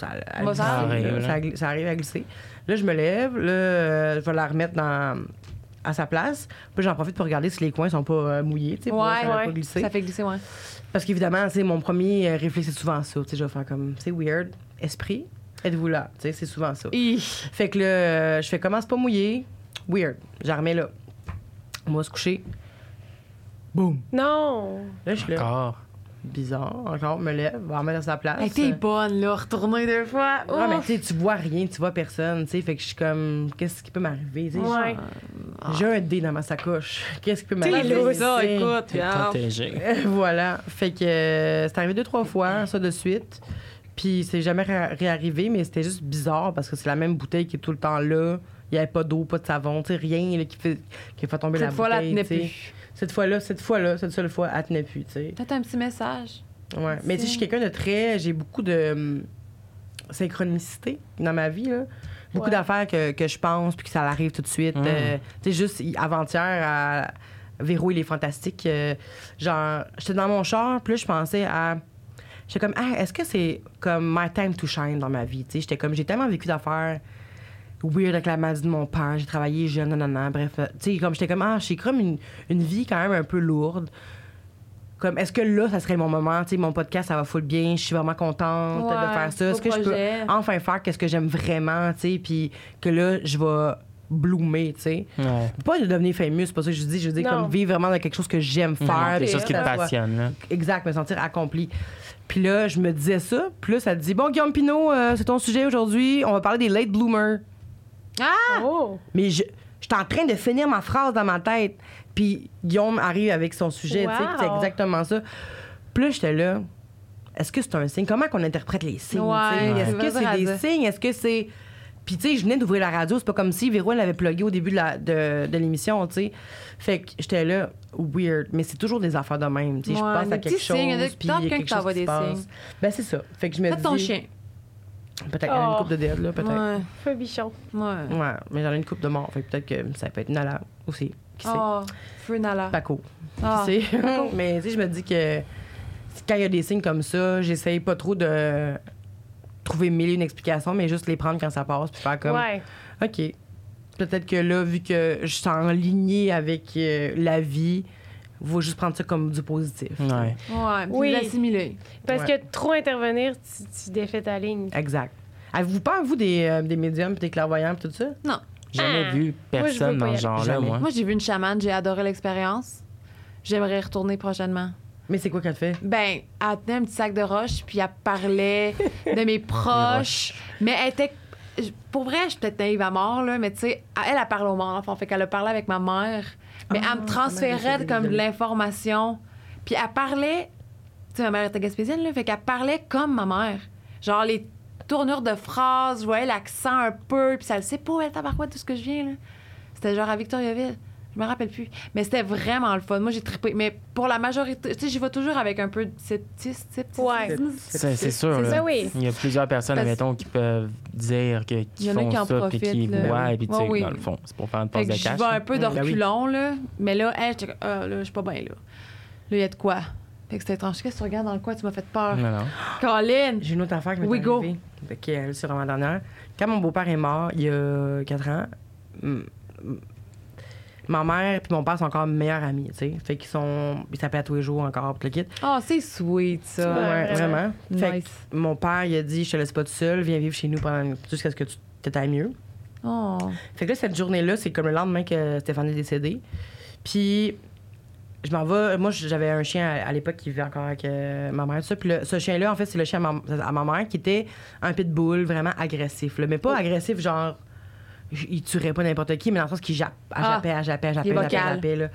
Speaker 2: ça, elle
Speaker 1: Bon, ça
Speaker 2: glisse,
Speaker 3: arrive.
Speaker 2: là.
Speaker 3: Arrive,
Speaker 2: Ça
Speaker 3: là.
Speaker 2: gl- ça arrive à glisser. Là, je me lève. Là, euh, je vais la remettre dans, à sa place. Puis j'en profite pour regarder si les coins sont pas euh, mouillés, tu sais, pour voir si
Speaker 1: Ouais,
Speaker 2: elle a
Speaker 1: ouais.
Speaker 2: pas glissé.
Speaker 1: Ça fait glisser, ouais.
Speaker 2: Parce qu'évidemment, c'est mon premier euh, réflexe, c'est souvent ça. Tu sais, je vais faire comme, c'est weird. Esprit, êtes-vous là? Tu sais, c'est souvent ça.
Speaker 1: Hi.
Speaker 2: Fait que là, euh, je fais comment c'est pas mouillé? Weird. J'en remets là. On va se coucher. Boum.
Speaker 4: Non!
Speaker 2: Là, je suis là.
Speaker 3: Encore.
Speaker 2: Bizarre. Encore, me lève, va remettre à sa place.
Speaker 1: Hey, Ah, T'es bonne, là, retourner deux fois.
Speaker 2: Ouais, Ah, mais
Speaker 1: Ouf.
Speaker 2: tu sais, tu vois rien, tu vois personne, tu sais. Fait que je suis comme, qu'est-ce qui peut m'arriver? tu sais,
Speaker 4: Ouais.
Speaker 2: genre, J'ai un dé dans ma sacoche. Qu'est-ce qui peut
Speaker 4: T'es
Speaker 2: m'arriver?
Speaker 4: lousse.
Speaker 1: Ça,
Speaker 2: tu sais?
Speaker 1: écoute,
Speaker 3: T'es
Speaker 1: regarde.
Speaker 3: protégé.
Speaker 2: voilà. Fait que euh, c'est arrivé deux, trois fois, ça de suite. Puis c'est jamais ré- réarrivé, mais c'était juste bizarre parce que c'est la même bouteille qui est tout le temps là. Il n'y avait pas d'eau, pas de savon, tu sais, rien là, qui, fait, qui fait tomber
Speaker 1: Cette
Speaker 2: la
Speaker 1: fois-là,
Speaker 2: bouteille.
Speaker 1: elle tenait
Speaker 2: tu sais.
Speaker 1: plus.
Speaker 2: Cette fois-là, cette fois-là, cette seule fois, elle tenait plus, tu sais.
Speaker 1: Peut-être un petit message.
Speaker 2: Ouais. Mais tu sais, je suis quelqu'un de très. J'ai beaucoup de hum, synchronicité dans ma vie. Là. Beaucoup
Speaker 4: Ouais.
Speaker 2: d'affaires que, que je pense, puis que ça arrive tout de suite.
Speaker 3: Mm.
Speaker 2: Euh, tu sais, juste hi- avant-hier, à Véro, il est fantastique. euh, genre, j'étais dans mon char, puis là, je pensais à. J'étais comme, ah, est-ce que c'est comme my time to shine dans ma vie? Tu sais, j'étais comme, j'ai tellement vécu d'affaires weird avec la maladie de mon père, j'ai travaillé jeune, nanana, bref. euh, Tu sais, comme j'étais comme, ah, j'ai comme une, une vie quand même un peu lourde. Comme, est-ce que là, ça serait mon moment? Tu sais, mon podcast, ça va full bien, je suis vraiment contente
Speaker 1: Ouais,
Speaker 2: de faire ça.
Speaker 1: beau
Speaker 2: Est-ce que je peux
Speaker 1: projet.
Speaker 2: enfin faire qu'est-ce que j'aime vraiment, tu sais, puis que là, je vais bloomer, tu sais.
Speaker 3: Ouais.
Speaker 2: Pas de devenir fameux, c'est pas ça que je dis. Je dis
Speaker 4: Non.
Speaker 2: comme vivre vraiment de quelque chose que j'aime faire.
Speaker 3: Quelque chose qui te
Speaker 2: que ça soit-
Speaker 3: passionne. là.
Speaker 2: Exact, me sentir accompli. Puis là, je me disais ça. Puis là, ça te dit Bon, Guillaume Pinot, euh, c'est ton sujet aujourd'hui. On va parler des late bloomers.
Speaker 1: Ah!
Speaker 4: Oh!
Speaker 2: Mais je j'étais en train de finir ma phrase dans ma tête. Puis Guillaume arrive avec son sujet, tu sais,
Speaker 4: Wow.
Speaker 2: c'est exactement ça. Puis là, j'étais là. Est-ce que c'est un signe? Comment qu'on interprète les signes?
Speaker 1: Ouais,
Speaker 2: tu sais?
Speaker 1: ouais.
Speaker 2: Est-ce
Speaker 1: C'est
Speaker 2: que
Speaker 1: vrai,
Speaker 2: c'est des
Speaker 1: ça.
Speaker 2: signes? Est-ce que c'est. Puis, tu sais, je venais d'ouvrir la radio. C'est pas comme si Véro, elle avait plugué au début de la- de de l'émission, tu sais. Fait que j'étais là, weird. Mais c'est toujours des affaires de même, tu sais. je
Speaker 1: Ouais,
Speaker 2: pense
Speaker 1: des
Speaker 2: à quelque
Speaker 1: petits signes, des
Speaker 2: chose,
Speaker 1: petits
Speaker 2: puis il y a
Speaker 1: tocs
Speaker 2: quelque
Speaker 1: quand
Speaker 2: chose
Speaker 1: t'envoies
Speaker 2: qui
Speaker 1: des
Speaker 2: se passe.
Speaker 1: signes.
Speaker 2: Ben, c'est ça. Fait que je me
Speaker 1: Faites ton
Speaker 2: dis...
Speaker 1: chien.
Speaker 2: Peut-être il y en a une
Speaker 4: Oh.
Speaker 2: coupe de dead, là, peut-être.
Speaker 1: Ouais.
Speaker 4: Feu bichon.
Speaker 1: Ouais.
Speaker 2: Ouais, mais j'en ai une coupe de mort. Fait que peut-être que ça peut être Nala aussi. Qui sait?
Speaker 1: Oh, feu Nala.
Speaker 2: Paco.
Speaker 1: Ah.
Speaker 2: Qui sait? mais tu sais, je me dis que quand il y a des signes comme ça, j'essaye pas trop de trouver mille et une explications, mais juste les prendre quand ça passe, puis faire comme
Speaker 4: Ouais.
Speaker 2: OK. Peut-être que là, vu que je suis en lignée avec euh, la vie, faut juste prendre ça comme du positif.
Speaker 3: Ouais.
Speaker 1: Ouais, puis
Speaker 4: Oui.
Speaker 1: l'assimiler.
Speaker 4: Parce
Speaker 2: Ouais.
Speaker 4: que trop intervenir, tu, tu défais ta ligne.
Speaker 2: Exact. Avez-vous peur, vous, des, euh, des médiums, puis des clairvoyants, puis tout ça?
Speaker 3: Jamais
Speaker 4: Ah.
Speaker 3: vu
Speaker 4: veux
Speaker 3: personne
Speaker 4: pas y
Speaker 3: dans
Speaker 4: aller.
Speaker 3: ce genre-là,
Speaker 2: Jamais.
Speaker 3: moi.
Speaker 1: Moi, j'ai vu une chamane, j'ai adoré l'expérience. J'aimerais y retourner prochainement.
Speaker 2: Mais c'est quoi qu'elle fait?
Speaker 1: Ben, elle tenait un petit sac de roches, puis elle parlait de mes proches. mais elle était. Pour vrai, je suis peut-être naïve à mort, là, mais tu sais, elle, elle parle au monde, enfin, fait qu'elle a parlé avec ma mère. Mais
Speaker 2: Ah,
Speaker 1: elle me
Speaker 2: ta mère
Speaker 1: transférait
Speaker 2: était
Speaker 1: comme de
Speaker 2: désolée.
Speaker 1: l'information. Puis elle parlait. Tu sais, ma mère était gaspésienne, là, fait qu'elle parlait comme ma mère. Genre les tournures de phrases, je voyais l'accent un peu, puis ça le sait pas, elle tabarouette, tout ce que je viens, là. C'était genre à Victoriaville. Je me rappelle plus. Mais c'était vraiment le fun. Moi, j'ai trippé. Mais pour la majorité, tu sais, j'y vais toujours avec un peu de scepticisme.
Speaker 4: Ouais.
Speaker 1: scepticisme.
Speaker 3: C'est c'est sûr.
Speaker 4: C'est
Speaker 3: là.
Speaker 4: ça, oui.
Speaker 3: Il y a plusieurs personnes,
Speaker 1: Parce-
Speaker 3: admettons, qui peuvent dire que,
Speaker 1: Il y
Speaker 3: qui
Speaker 1: en a
Speaker 3: font
Speaker 1: qui en
Speaker 3: ça, puis
Speaker 1: profitent,
Speaker 3: qui
Speaker 1: là.
Speaker 3: voient, puis tu sais,
Speaker 1: Ouais, oui.
Speaker 3: dans le fond, c'est pour faire une
Speaker 1: Fait
Speaker 3: passe
Speaker 1: que
Speaker 3: de
Speaker 1: j'y
Speaker 3: cash.
Speaker 1: vais un peu de
Speaker 2: Mm, ben oui.
Speaker 1: reculons, là. Mais là, hey, j'étais comme, ah, là, je suis pas bien, là. Là, il y a de quoi. Fait que c'était étrange. Qu'est-ce que tu regardes dans le coin? Tu m'as fait peur.
Speaker 3: Non, non.
Speaker 1: Colin!
Speaker 2: J'ai une autre affaire qui m'est
Speaker 1: Oui, go.
Speaker 2: arrivée, qui est sur la dernière. Quand mon beau-père est mort, il y a 4 ans, m- m- ma mère et mon père sont encore meilleurs amis, tu sais. Fait qu'ils sont... Ils s'appellent à tous les jours encore, tout le kit.
Speaker 1: Ah, c'est sweet, ça.
Speaker 4: Ouais,
Speaker 2: Ouais, vraiment.
Speaker 4: vraiment.
Speaker 2: Fait
Speaker 1: Nice.
Speaker 2: que mon père, il a dit, je te laisse pas tout seul, viens vivre chez nous pendant une- jusqu'à ce que tu t'ailles mieux.
Speaker 1: Oh.
Speaker 2: Fait que là, cette journée-là, c'est comme le lendemain que Stéphane est décédé. Puis je m'en vais. Moi, j'avais un chien à, à l'époque qui vivait encore avec euh, ma mère. Tout ça. Puis le- ce chien-là, en fait, c'est le chien à ma, à ma mère qui était un pitbull vraiment agressif. là. Mais
Speaker 1: Oh.
Speaker 2: pas agressif, genre. Il tuerait pas n'importe qui, mais dans le sens qu'il jappe, elle
Speaker 1: Ah.
Speaker 2: jappait, elle jappait, elle
Speaker 1: Il est
Speaker 2: jappait, elle jappait,
Speaker 1: vocal.
Speaker 2: elle jappait, là.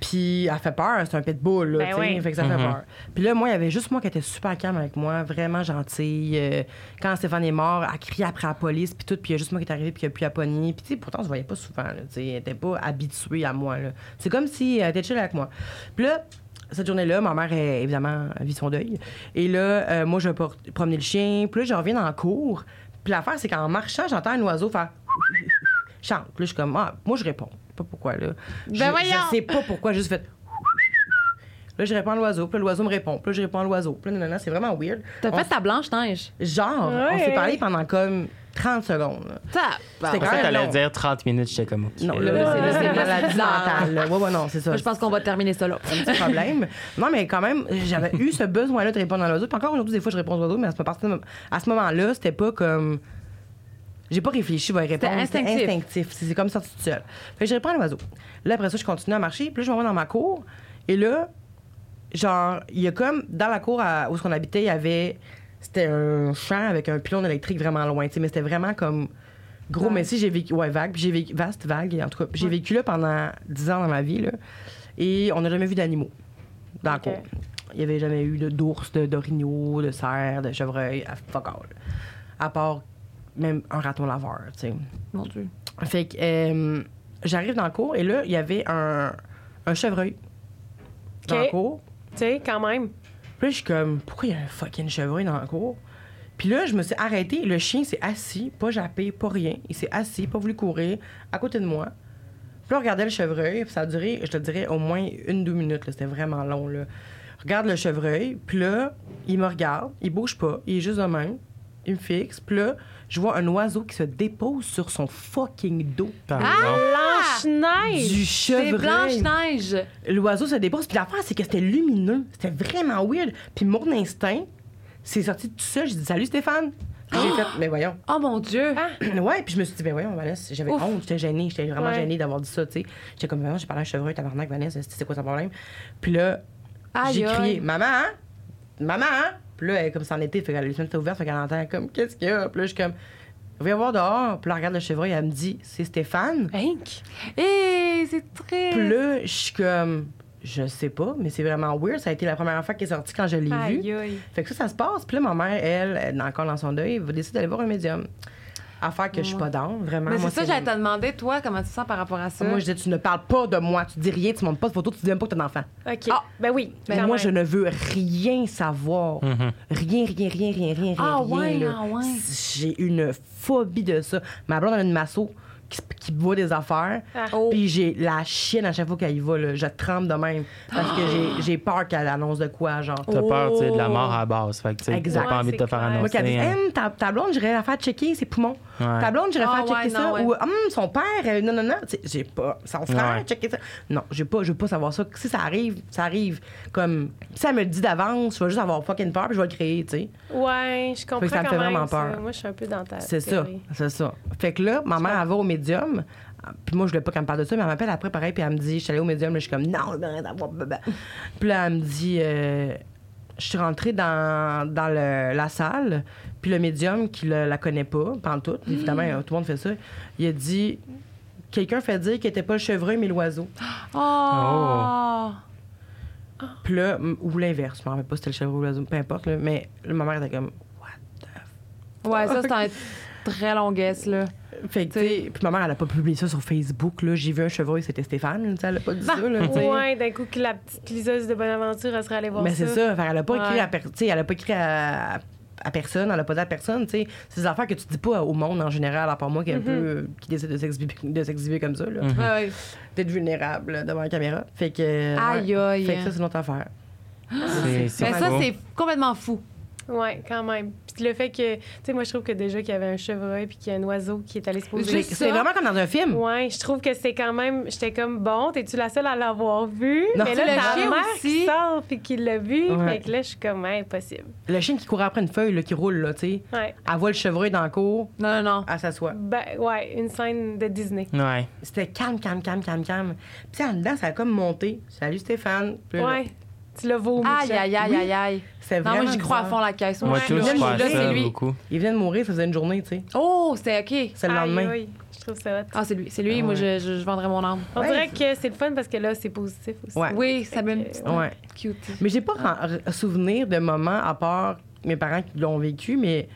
Speaker 2: Puis elle fait peur, c'est un pitbull, là,
Speaker 4: Ben
Speaker 2: tu sais,
Speaker 4: oui.
Speaker 2: fait que ça fait
Speaker 3: Mhm.
Speaker 2: peur. Puis là, moi, il y avait juste moi qui était super calme avec moi, vraiment gentille. Euh, quand Stéphane est mort, elle crié après la police, puis tout, puis il y a juste moi qui est arrivé, puis qui a pu la pogner. Puis tu sais, pourtant, on se voyait pas souvent, là, tu sais, elle était pas habituée à moi, là. C'est comme si elle était chill avec moi. Puis là, cette journée-là, ma mère, elle, évidemment, vit son deuil. Et là, euh, moi, je vais por- promener le chien, puis là, je reviens dans la cour. Puis l'affaire, c'est qu'en marchant, j'entends un oiseau faire chante. Puis là, je suis comme, ah, moi, je réponds. Pas pourquoi, là. je, je
Speaker 4: voyons!
Speaker 2: sais pas pourquoi, j'ai juste fait. Là, je réponds à l'oiseau, puis là, l'oiseau me répond, puis là, je réponds à l'oiseau. Puis là, nanana, c'est vraiment weird.
Speaker 1: T'as
Speaker 2: On
Speaker 1: fait ta blanche neige.
Speaker 2: s- Genre, on
Speaker 4: Ouais.
Speaker 2: s'est parlé pendant comme 30 secondes. là.
Speaker 1: C'était
Speaker 2: C'est
Speaker 3: En
Speaker 2: quand
Speaker 3: fait,
Speaker 2: même
Speaker 3: t'allais
Speaker 2: long.
Speaker 3: dire 30 minutes, j'étais comme. OK.
Speaker 2: Non, là, là, c'est- là, c'est une maladie mentale. là. Ouais, ouais, non, c'est ça.
Speaker 1: Je pense qu'on va terminer ça là.
Speaker 2: un petit problème. Non, mais quand même, j'avais eu ce besoin-là de répondre à l'oiseau. Puis encore aujourd'hui, des fois, je réponds aux oiseaux, mais à ce moment- à ce moment-là, c'était pas comme. J'ai pas réfléchi, je vais y répondre.
Speaker 1: C'était
Speaker 2: C'était
Speaker 1: instinctif.
Speaker 2: instinctif. C'est c'est comme sorti tout seul. Fait que je réponds à l'oiseau. Là, après ça, je continue à marcher. Puis là, je m'en vais dans ma cour. Et là, genre, il y a comme. Dans la cour à- où on habitait, il y avait. C'était un champ avec un pylône électrique vraiment loin, tu sais, mais c'était vraiment comme. Gros, mais si j'ai vécu. Ouais, vague. Puis j'ai vécu. Vaste, vague. En tout cas, j'ai vécu là pendant 10 ans dans ma vie, là. Et on n'a jamais vu d'animaux dans la
Speaker 4: Ok.
Speaker 2: cour. Il n'y avait jamais eu de- d'ours, de d'orignaux, de cerfs, de chevreuil, à- fuck all. À part même un raton laveur, tu sais.
Speaker 1: Mon Dieu.
Speaker 2: Fait que euh, j'arrive dans le cours et là, il y avait un, un chevreuil dans
Speaker 4: Ok.
Speaker 2: le cours.
Speaker 4: Tu sais, quand même.
Speaker 2: Puis là, je suis comme, pourquoi il y a un fucking chevreuil dans le cours? Puis là, je me suis arrêtée. Le chien s'est assis, pas jappé, pas rien. Il s'est assis, pas voulu courir, à côté de moi. Puis là, on regardait le chevreuil. Puis ça a duré, je te dirais, au moins une, deux minutes. là. C'était vraiment long. Là. Regarde le chevreuil. Puis là, il me regarde. Il bouge pas. Il est juste de même. Il me fixe. Puis là, je vois un oiseau qui se dépose sur son fucking dos.
Speaker 3: Pardon.
Speaker 1: Ah!
Speaker 4: Blanche-Neige!
Speaker 2: Du
Speaker 1: C'est
Speaker 2: chevreuil.
Speaker 1: blanche neige.
Speaker 2: L'oiseau se dépose. Puis l'affaire, c'est que c'était lumineux. C'était vraiment weird. Puis mon instinct, c'est sorti tout seul. J'ai dit Salut Stéphane. Puis j'ai fait Mais voyons.
Speaker 1: Oh mon Dieu.
Speaker 2: ouais, puis je me suis dit Ben voyons, Vanessa, j'avais
Speaker 1: Ouf.
Speaker 2: honte. J'étais gênée. J'étais vraiment
Speaker 4: Ouais.
Speaker 2: gênée d'avoir dit ça, tu sais. J'étais comme Voyons, j'ai parlé à un chevreuil, tabarnak, Vanessa, c'est c'est quoi ton problème? Puis là,
Speaker 1: Aïe,
Speaker 2: j'ai
Speaker 1: aïe.
Speaker 2: crié Maman, hein? Maman, hein? Puis là, elle, comme ça en était, fait que la semaine était ouverte, fait qu'elle entend comme Qu'est-ce qu'il y a? Puis là, je suis comme Viens voir dehors. Puis là, elle regarde le chevreuil, elle me dit C'est Stéphane.
Speaker 4: Hank!
Speaker 1: Hé, Eh, c'est très.
Speaker 2: Puis là, je suis comme, je sais pas, mais c'est vraiment weird. Ça a été la première fois qu'il est sorti quand je l'ai vu.
Speaker 4: Aïe, aïe.
Speaker 2: Fait que ça, ça se passe. Puis là, ma mère, elle, elle est encore dans son deuil, elle décide d'aller voir un médium. Affaire que je suis pas dans, vraiment.
Speaker 1: Mais
Speaker 2: Moi,
Speaker 1: c'est ça, j'allais te demander, toi, comment tu te sens par rapport à ça?
Speaker 2: Moi, je dis, tu ne parles pas de moi, tu dis rien, tu montres pas de photo, tu dis même pas que t'as un enfant.
Speaker 4: OK.
Speaker 1: Ah,
Speaker 4: ben oui.
Speaker 2: Mais
Speaker 4: quand
Speaker 2: moi, je
Speaker 4: même.
Speaker 2: ne veux rien savoir. Rien, rien, rien, rien, rien, rien.
Speaker 1: Ah
Speaker 2: rien,
Speaker 1: ouais,
Speaker 2: là.
Speaker 1: ah ouais.
Speaker 2: J'ai une phobie de ça. Ma blonde, elle a une masso qui, qui voit des affaires.
Speaker 4: Ah.
Speaker 1: Oh.
Speaker 2: Puis j'ai la chienne à chaque fois qu'elle y va. là. Je tremble de même. Parce
Speaker 1: Ah.
Speaker 2: que j'ai- j'ai peur qu'elle annonce de quoi, genre.
Speaker 3: T'as peur, tu sais, de la
Speaker 1: Oh.
Speaker 3: mort à la base. Fait que, tu sais,
Speaker 2: Exact.
Speaker 3: t'as pas envie de te
Speaker 4: Ouais,
Speaker 3: faire
Speaker 4: c'est
Speaker 2: Moi,
Speaker 3: annoncer.
Speaker 2: qu'elle dit,
Speaker 3: hein.
Speaker 2: Hum, ta, ta blonde, j'irais la faire checker ses poumons.
Speaker 3: Ouais.
Speaker 2: Ta blonde, j'irais
Speaker 1: Ah,
Speaker 2: faire checker
Speaker 1: ouais,
Speaker 2: ça.
Speaker 1: non, ouais.
Speaker 2: Ou, hum, son père, euh, non, non, non. Tu sais, J'ai pas. Son frère,
Speaker 3: Ouais.
Speaker 2: checker ça. Non, j'ai pas, je veux pas savoir ça. Si ça arrive, ça arrive. Comme, si elle me le dit d'avance, je vais juste avoir fucking peur, puis je vais le créer, tu sais.
Speaker 4: Ouais, je comprends.
Speaker 2: Fait que ça me
Speaker 4: quand
Speaker 2: fait
Speaker 4: même
Speaker 2: vraiment
Speaker 4: ça.
Speaker 2: peur.
Speaker 4: Moi, je suis un peu dans ta.
Speaker 2: C'est ça,
Speaker 4: théorie.
Speaker 2: c'est ça. Fait que là, ma mère, elle va au médium. Puis moi, je voulais pas qu'elle me parle de ça, mais elle m'appelle après, pareil, puis elle me dit, je suis allée au médium, là, je suis comme, non, ben, d'avoir. blablabla. Puis là, elle me dit, euh, je suis rentrée dans, dans le- la salle, puis le médium, qui le- la connaît pas, pendant tout, évidemment, euh, tout le monde fait ça, il a dit, quelqu'un fait dire qu'il était pas le chevreuil, mais l'oiseau.
Speaker 1: Oh.
Speaker 2: Puis là, m- ou l'inverse, je me rappelle pas si c'était le chevreuil ou l'oiseau, peu importe, là, mais là, ma mère était comme, what the
Speaker 1: Ouais, ça, c'est un très long guess, là.
Speaker 2: Fait que, tu sais, puis ma mère, elle a pas publié ça sur Facebook, là. J'ai vu un chevreuil, c'était Stéphane, tu sais, elle a pas dit ça, là, tu sais.
Speaker 4: Ouais, d'un coup, que la petite liseuse de Bonaventure, elle serait allée voir
Speaker 2: Mais
Speaker 4: ça.
Speaker 2: c'est ça, fait, elle a pas écrit,
Speaker 1: Ouais.
Speaker 2: à, per- tu sais, elle a pas écrit à, à personne, elle a pas dit à personne, tu sais. C'est des affaires que tu dis pas au monde en général, à part moi qui est un peu, euh, qui décide de s'exhiber, de s'exhiber comme ça, là.
Speaker 1: Ouais, ouais.
Speaker 2: D'être vulnérable là, devant la caméra. Fait que. euh, ouais.
Speaker 1: Aïe, aïe.
Speaker 2: Fait que ça, c'est notre affaire.
Speaker 3: C'est- c'est
Speaker 1: Mais Ben, ça,
Speaker 3: beau.
Speaker 1: c'est complètement fou.
Speaker 4: Ouais, quand même. Puis le fait que, tu sais, moi, je trouve que déjà qu'il y avait un chevreuil puis qu'il y a un oiseau qui est allé se poser.
Speaker 2: C'est
Speaker 1: Juste
Speaker 2: c'est
Speaker 1: ça.
Speaker 2: vraiment comme dans un film.
Speaker 4: Ouais, je trouve que c'est quand même. J'étais comme bon, t'es-tu la seule à l'avoir vu?
Speaker 2: Non.
Speaker 4: mais là,
Speaker 1: Le
Speaker 4: ta
Speaker 1: chien
Speaker 4: mère
Speaker 1: aussi.
Speaker 4: qui sort puis qui l'a vu.
Speaker 2: Ouais.
Speaker 4: Fait que là, je suis comme Hein, impossible.
Speaker 2: Le chien qui court après une feuille, là, qui roule, là, tu sais.
Speaker 4: Ouais.
Speaker 2: Elle voit le chevreuil dans le cours,
Speaker 1: Non, non, non.
Speaker 2: elle s'assoit.
Speaker 4: Ben, ouais, une scène de Disney.
Speaker 3: Ouais.
Speaker 2: C'était calme, calme, calme, calme, calme. Puis en dedans, ça a comme monté. Salut Stéphane. Puis là,
Speaker 4: Ouais. Tu l'as vomi.
Speaker 1: Aïe, aïe, aïe, aïe, aïe.
Speaker 2: C'était
Speaker 1: Non,
Speaker 2: vraiment.
Speaker 1: moi, j'y crois à
Speaker 2: bizarre.
Speaker 1: fond la caisse.
Speaker 3: Moi,
Speaker 1: Ouais,
Speaker 3: tout, je
Speaker 1: là,
Speaker 3: pense
Speaker 1: là, c'est
Speaker 3: ça
Speaker 1: lui.
Speaker 3: beaucoup.
Speaker 2: Il vient de mourir, ça faisait une journée, tu sais.
Speaker 1: Oh, c'est OK.
Speaker 2: C'est le lendemain.
Speaker 4: Aïe, aïe. Je trouve ça hot.
Speaker 1: Ah, c'est lui. C'est lui,
Speaker 2: Ah,
Speaker 1: moi, je,
Speaker 2: ouais.
Speaker 1: je, je vendrais mon âme.
Speaker 4: On
Speaker 2: Ouais,
Speaker 4: dirait que c'est le fun parce que là, c'est positif aussi.
Speaker 2: Ouais.
Speaker 1: Oui, ça donne une
Speaker 4: Fait
Speaker 1: petite
Speaker 4: que,
Speaker 2: Ouais.
Speaker 1: cutie.
Speaker 2: Mais j'ai pas ra- souvenir de moments, à part mes parents qui l'ont vécu, mais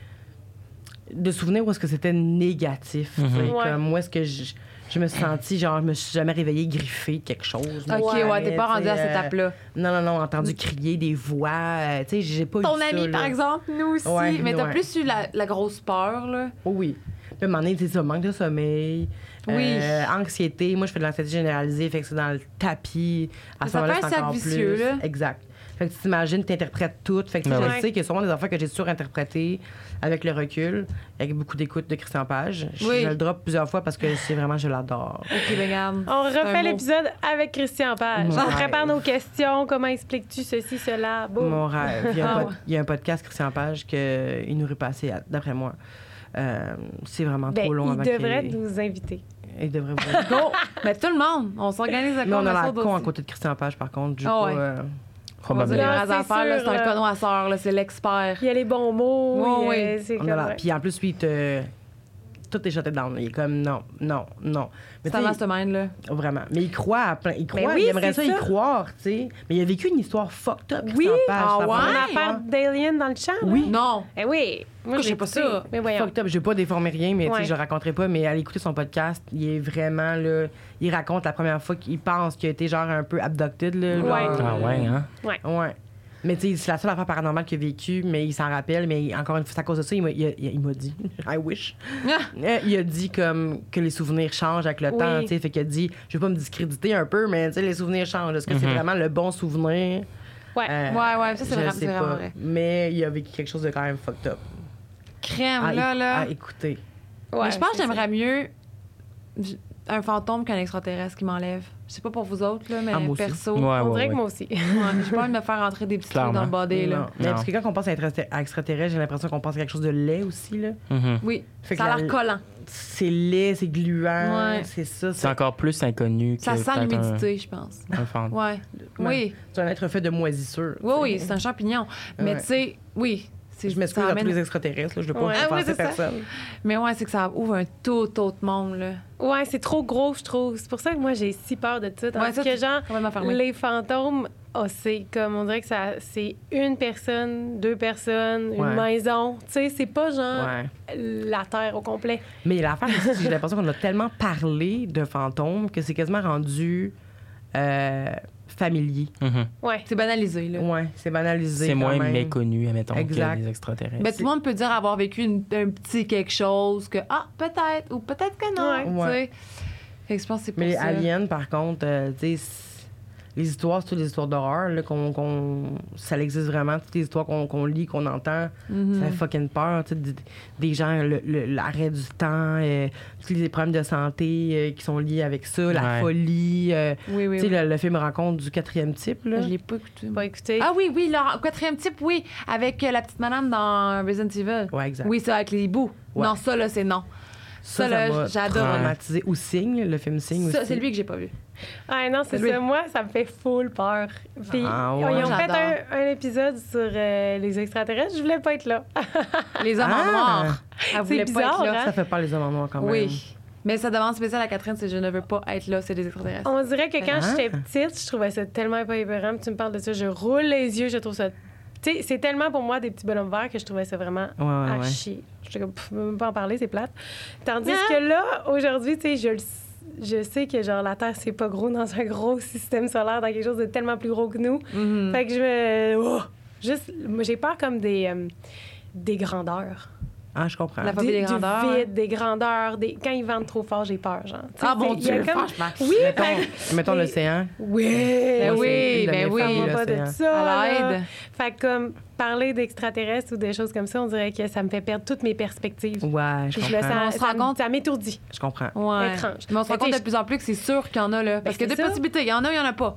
Speaker 2: de souvenirs où est-ce que c'était négatif. tu sais,
Speaker 3: Mhm.
Speaker 4: Ouais.
Speaker 2: Comme où est-ce que je, je me suis sentie, genre, je me suis jamais réveillée griffée de quelque chose.
Speaker 1: OK,
Speaker 2: Mais,
Speaker 1: ouais, t'es pas
Speaker 2: tu sais,
Speaker 1: rendu à cette
Speaker 2: euh,
Speaker 1: étape-là.
Speaker 2: Non, non, non, entendu crier des voix. euh, tu sais, j'ai pas eu
Speaker 1: Ton
Speaker 2: ça,
Speaker 1: ami,
Speaker 2: là.
Speaker 1: par exemple, nous aussi.
Speaker 2: Ouais,
Speaker 1: mais t'as
Speaker 2: ouais.
Speaker 1: plus eu la, la grosse peur, là.
Speaker 2: Oh oui. Puis à un moment donné, c'est ça, manque de sommeil.
Speaker 1: Oui.
Speaker 2: euh, anxiété. Moi, je fais de l'anxiété généralisée, fait que c'est dans le tapis. À
Speaker 1: Ça
Speaker 2: ce moment-là,
Speaker 1: fait un
Speaker 2: c'est encore
Speaker 1: cercle vicieux,
Speaker 2: plus.
Speaker 1: là. Ah
Speaker 2: Exact. Fait que tu t'imagines, tu interprètes tout. Fait que tu
Speaker 3: Ben
Speaker 2: sais,
Speaker 4: oui.
Speaker 2: je sais qu'il y a souvent des affaires que j'ai surinterprétées avec le recul, avec beaucoup d'écoute de Christian Page. Je,
Speaker 1: Oui.
Speaker 2: je le drop plusieurs fois parce que c'est vraiment, je l'adore.
Speaker 1: OK, ben, garde.
Speaker 4: On
Speaker 1: C'est un
Speaker 4: refait
Speaker 1: mot.
Speaker 4: l'épisode avec Christian Page.
Speaker 2: Mon
Speaker 4: On prépare
Speaker 2: rêve.
Speaker 4: nos questions. Comment expliques-tu ceci, cela? Boum.
Speaker 2: Mon rêve. Il y, a un
Speaker 1: Ah
Speaker 2: pod- il y a un podcast Christian Page qu'il nous repassait, d'après moi. Euh, c'est vraiment
Speaker 4: Ben,
Speaker 2: trop long
Speaker 4: il
Speaker 2: avant
Speaker 4: devrait
Speaker 2: qu'il-
Speaker 4: nous inviter.
Speaker 2: il devrait vous-
Speaker 1: Go! Mais tout le monde, on s'organise à
Speaker 2: Mais on a l'air
Speaker 1: saute au-
Speaker 2: con à côté de Christian Page, par contre. Je
Speaker 1: Ah
Speaker 2: veux
Speaker 1: ouais.
Speaker 2: pas, euh,
Speaker 1: On dit les
Speaker 3: Probablement.
Speaker 4: Non,
Speaker 1: vraies
Speaker 4: c'est
Speaker 1: affaires, là, c'est
Speaker 4: sûr,
Speaker 1: un
Speaker 4: là.
Speaker 1: codon à sœur, là, c'est l'expert.
Speaker 4: Il y a les bons mots.
Speaker 1: Ouais,
Speaker 4: il y a-
Speaker 1: ouais.
Speaker 4: c'est
Speaker 2: on a
Speaker 4: comme-
Speaker 2: l'air- Puis en plus, lui, il te... Tout est shutté down. Il est comme non, non, non.
Speaker 1: C'est
Speaker 2: Mais tu
Speaker 1: un
Speaker 2: sais,
Speaker 1: mastermind, là.
Speaker 2: vraiment. Mais il croit à plein. Il croit,
Speaker 4: Ben oui,
Speaker 2: il aimerait ça,
Speaker 4: c'est
Speaker 2: y
Speaker 4: ça.
Speaker 2: croire, tu sais. Mais il a vécu une histoire fucked up, Christian
Speaker 4: Oui,
Speaker 2: Page.
Speaker 1: ah
Speaker 2: c'est la
Speaker 1: ouais?
Speaker 2: première
Speaker 4: Mon
Speaker 1: Ouais.
Speaker 4: affaire d'Alien dans le champ? là?
Speaker 2: Oui.
Speaker 1: Non!
Speaker 4: Eh oui. Moi,
Speaker 1: Écoute,
Speaker 4: j'ai
Speaker 1: j'ai pas
Speaker 4: écouté,
Speaker 1: ça.
Speaker 4: Mais voyons.
Speaker 2: Fucked up, je vais pas déformer rien, mais tu sais,
Speaker 4: Ouais.
Speaker 2: je le raconterai pas, mais à l'écouter son podcast, il est vraiment là. Il raconte la première fois qu'il pense qu'il a été genre un peu abducted, là.
Speaker 4: Ouais.
Speaker 1: euh,
Speaker 2: genre,
Speaker 3: Ah ouais, hein?
Speaker 2: Ouais. Mais tu sais, c'est la seule affaire paranormale qu'il a vécue, mais il s'en rappelle. Mais il- encore une fois, c'est à cause de ça, il m'a, il a- il a- il m'a dit, I wish. Euh, il a dit comme que les souvenirs changent avec le
Speaker 4: Oui.
Speaker 2: temps, tu sais. Fait qu'il a dit, je vais pas me discréditer un peu, mais tu sais, les souvenirs changent. Est-ce que c'est
Speaker 3: Mhm.
Speaker 2: vraiment le bon souvenir?
Speaker 1: Ouais,
Speaker 4: Ouais.
Speaker 1: ouais, Mm-hmm. ça, c'est
Speaker 2: je
Speaker 1: vraiment-
Speaker 2: sais
Speaker 1: c'est
Speaker 2: pas.
Speaker 1: vraiment vrai.
Speaker 2: Mais il a vécu quelque chose de quand même fucked up.
Speaker 1: Crème,
Speaker 2: à,
Speaker 1: Ah, là,
Speaker 2: éc-
Speaker 1: là.
Speaker 2: à écouter.
Speaker 1: Mais
Speaker 4: Ouais,
Speaker 1: je pense que
Speaker 4: c'est ça.
Speaker 1: j'aimerais mieux j- un fantôme qu'un extraterrestre qui m'enlève. Je sais pas pour vous autres, là, mais
Speaker 2: Ah, moi aussi.
Speaker 1: perso,
Speaker 3: Ouais, ouais,
Speaker 4: On dirait
Speaker 3: ouais.
Speaker 4: que moi aussi.
Speaker 1: ouais, j'ai pas envie de me faire entrer des petits trous dans le
Speaker 3: Clairement.
Speaker 1: body,
Speaker 2: Non.
Speaker 1: là.
Speaker 2: Mais
Speaker 3: Non.
Speaker 2: parce que quand on pense à extra- à extraterrestre, j'ai l'impression qu'on pense à quelque chose de laid aussi, là.
Speaker 3: Mhm.
Speaker 1: Oui,
Speaker 2: Fait
Speaker 1: ça
Speaker 2: que
Speaker 1: a
Speaker 2: la-
Speaker 1: l'air collant.
Speaker 2: C'est laid, c'est gluant,
Speaker 1: Ouais.
Speaker 2: c'est ça.
Speaker 3: C'est encore plus inconnu que
Speaker 1: Ça sent
Speaker 3: peut-être un-
Speaker 1: l'humidité, je pense.
Speaker 3: un fantôme.
Speaker 1: Ouais. Oui,
Speaker 2: C'est un être fait de moisissure.
Speaker 1: oui, oui, c'est un champignon. Mais
Speaker 2: Ouais.
Speaker 1: tu sais, oui. c'est-
Speaker 2: Je m'excuse
Speaker 1: ça
Speaker 2: à tous
Speaker 1: amène-
Speaker 2: les extraterrestres, là, je ne veux pas
Speaker 4: Ouais.
Speaker 1: Ah oui,
Speaker 2: offenser
Speaker 1: c'est ça.
Speaker 2: personne.
Speaker 1: Mais ouais, c'est que ça ouvre un tout autre monde, là.
Speaker 4: Ouais, c'est trop gros, je trouve. C'est pour ça que moi, j'ai si peur de tout. Parce
Speaker 1: ça,
Speaker 4: que,
Speaker 1: t'es
Speaker 4: genre,
Speaker 1: Complètement fermé.
Speaker 4: les fantômes, oh, c'est comme, on dirait que ça, c'est une personne, deux personnes, une
Speaker 2: Ouais.
Speaker 4: maison. Tu sais, c'est pas genre
Speaker 1: Ah.
Speaker 2: Ouais.
Speaker 4: la terre au complet.
Speaker 2: Mais l'affaire, c'est que j'ai l'impression qu'on a tellement parlé de fantômes que c'est quasiment rendu euh, familier.
Speaker 3: Mhm.
Speaker 4: Ouais.
Speaker 1: C'est banalisé, là.
Speaker 2: Ouais, c'est banalisé.
Speaker 3: C'est
Speaker 2: quand
Speaker 3: moins
Speaker 2: même.
Speaker 3: méconnu, admettons,
Speaker 2: Exact.
Speaker 3: que les extraterrestres.
Speaker 1: Mais tout le monde peut dire avoir vécu une- un petit quelque chose que, ah, peut-être, ou peut-être que non.
Speaker 2: Ouais.
Speaker 1: tu sais. Fait que je pense que c'est pour
Speaker 2: Mais les
Speaker 1: ça.
Speaker 2: aliens, par contre, euh, tu sais, c'est- les histoires, c'est toutes les histoires d'horreur, là, qu'on, qu'on- ça existe vraiment. Toutes les histoires qu'on, qu'on lit, qu'on entend,
Speaker 1: Mhm.
Speaker 2: ça
Speaker 1: Mm.
Speaker 2: fait fucking peur. tu sais, des- des gens, le- le- l'arrêt du temps, euh, tous les problèmes de santé euh, qui sont liés avec ça, la
Speaker 3: Ouais.
Speaker 2: folie. euh,
Speaker 1: Oui, oui.
Speaker 2: Tu sais, le, le film Rencontre du quatrième type, là.
Speaker 1: Je l'ai pas écouté.
Speaker 4: Pas écouté.
Speaker 1: Ah oui, oui, le quatrième type, oui, avec euh, la petite madame dans Resident Evil.
Speaker 2: Ouais, exact.
Speaker 1: Oui, ça, avec les hiboux.
Speaker 2: Ouais.
Speaker 1: Non, ça, là, c'est non. ça, là,
Speaker 2: m'a
Speaker 1: j'adore.
Speaker 2: traumatisé. Ou Signe, le film Signe
Speaker 1: Ça,
Speaker 2: aussi.
Speaker 1: c'est lui que j'ai pas vu.
Speaker 4: Ah non, c'est
Speaker 1: Lui.
Speaker 4: ça. Moi, ça me fait full peur. Puis,
Speaker 2: Ah ouais.
Speaker 4: ils ont fait
Speaker 1: J'adore.
Speaker 4: un, un épisode sur euh, les extraterrestres. Je voulais pas être là.
Speaker 1: Les hommes en
Speaker 2: Ah!
Speaker 1: noir. Elle voulait
Speaker 4: bizarre,
Speaker 1: pas être là.
Speaker 4: hein?
Speaker 2: Ça fait peur les hommes en
Speaker 3: Ah,
Speaker 2: noir quand même.
Speaker 1: Oui. Mais sa demande spéciale à Catherine, c'est je ne veux pas être là, c'est des extraterrestres.
Speaker 4: On dirait que quand
Speaker 2: Ah.
Speaker 4: j'étais petite, je trouvais ça tellement pas épeurant. Puis Tu me parles de ça, je roule les yeux, je trouve ça. Tu sais, c'est tellement pour moi des petits bonhommes verts que je trouvais ça vraiment
Speaker 2: Ouais, ouais,
Speaker 4: à
Speaker 2: ouais.
Speaker 4: chier. Ah, Je comme, pff, même pas en parler, c'est plate. Tandis
Speaker 1: Ah.
Speaker 4: que là, aujourd'hui, tu sais, je le s- je sais que genre la Terre c'est pas gros dans un gros système solaire, dans quelque chose de tellement plus gros que oh, nous.
Speaker 2: Mm.
Speaker 1: Mhm.
Speaker 4: Fait que je me, oh! juste, moi, j'ai peur comme des euh, des grandeurs.
Speaker 2: Ah, je comprends.
Speaker 1: La- phobie
Speaker 4: du-
Speaker 1: des
Speaker 4: du
Speaker 1: grandeurs.
Speaker 4: vide, des grandeurs. Des... Quand ils vendent trop fort, j'ai peur, genre. Tu sais,
Speaker 1: Ah, mon
Speaker 4: il y a
Speaker 1: Dieu,
Speaker 4: comme-
Speaker 1: franchement.
Speaker 4: Oui,
Speaker 2: mettons
Speaker 4: fait-
Speaker 2: mettons
Speaker 4: mais-
Speaker 2: l'océan.
Speaker 4: Oui.
Speaker 1: Ben
Speaker 2: Moi, c'est
Speaker 1: oui,
Speaker 2: une de
Speaker 1: ben
Speaker 2: mes
Speaker 1: oui.
Speaker 2: phobies,
Speaker 4: parle pas de
Speaker 2: l'océan.
Speaker 4: ça.
Speaker 1: À
Speaker 4: là.
Speaker 1: l'aide.
Speaker 4: Fait que comme parler d'extraterrestres ou des choses comme ça, on dirait que ça me fait perdre toutes mes perspectives.
Speaker 2: Ouais, je
Speaker 4: Puis
Speaker 2: comprends.
Speaker 4: je le sens,
Speaker 1: On se
Speaker 4: ça,
Speaker 1: rend
Speaker 4: me-
Speaker 1: compte-
Speaker 4: ça m'étourdit.
Speaker 2: Je comprends.
Speaker 1: Ouais.
Speaker 4: Étrange.
Speaker 1: Mais on se rend
Speaker 4: Mais
Speaker 1: compte
Speaker 4: t'sais,
Speaker 1: de plus en plus que c'est sûr qu'il y en a, là. Parce qu'il y a deux
Speaker 4: c'est ça.
Speaker 1: possibilités. Il y en a, il y en a pas.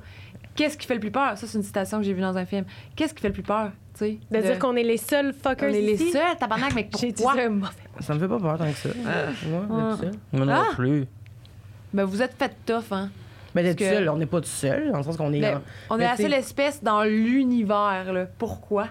Speaker 1: Qu'est-ce qui fait le plus peur? Ça, c'est une citation que j'ai vue dans un film. Qu'est-ce qui fait le plus peur? Tu sais,
Speaker 4: De, Ben, dire qu'on est les seuls
Speaker 1: on
Speaker 4: fuckers
Speaker 1: est les
Speaker 4: ici.
Speaker 1: seuls, tabarnak, mais
Speaker 4: J'ai dit
Speaker 1: pourquoi?
Speaker 4: un mauvais
Speaker 2: Ça me fait pas peur tant que ça. Moi,
Speaker 1: Ah.
Speaker 2: d'être seul.
Speaker 3: Moi non
Speaker 1: Ah!
Speaker 3: plus.
Speaker 1: Ben, vous êtes fait tough, hein?
Speaker 2: Mais d'être
Speaker 1: Parce que-
Speaker 2: seul, on n'est pas tout seul, dans le sens qu'on est.
Speaker 1: Mais
Speaker 2: en-
Speaker 1: on est
Speaker 4: Ben,
Speaker 2: mais
Speaker 1: la
Speaker 2: t'sais-
Speaker 1: seule espèce dans l'univers, là. Pourquoi?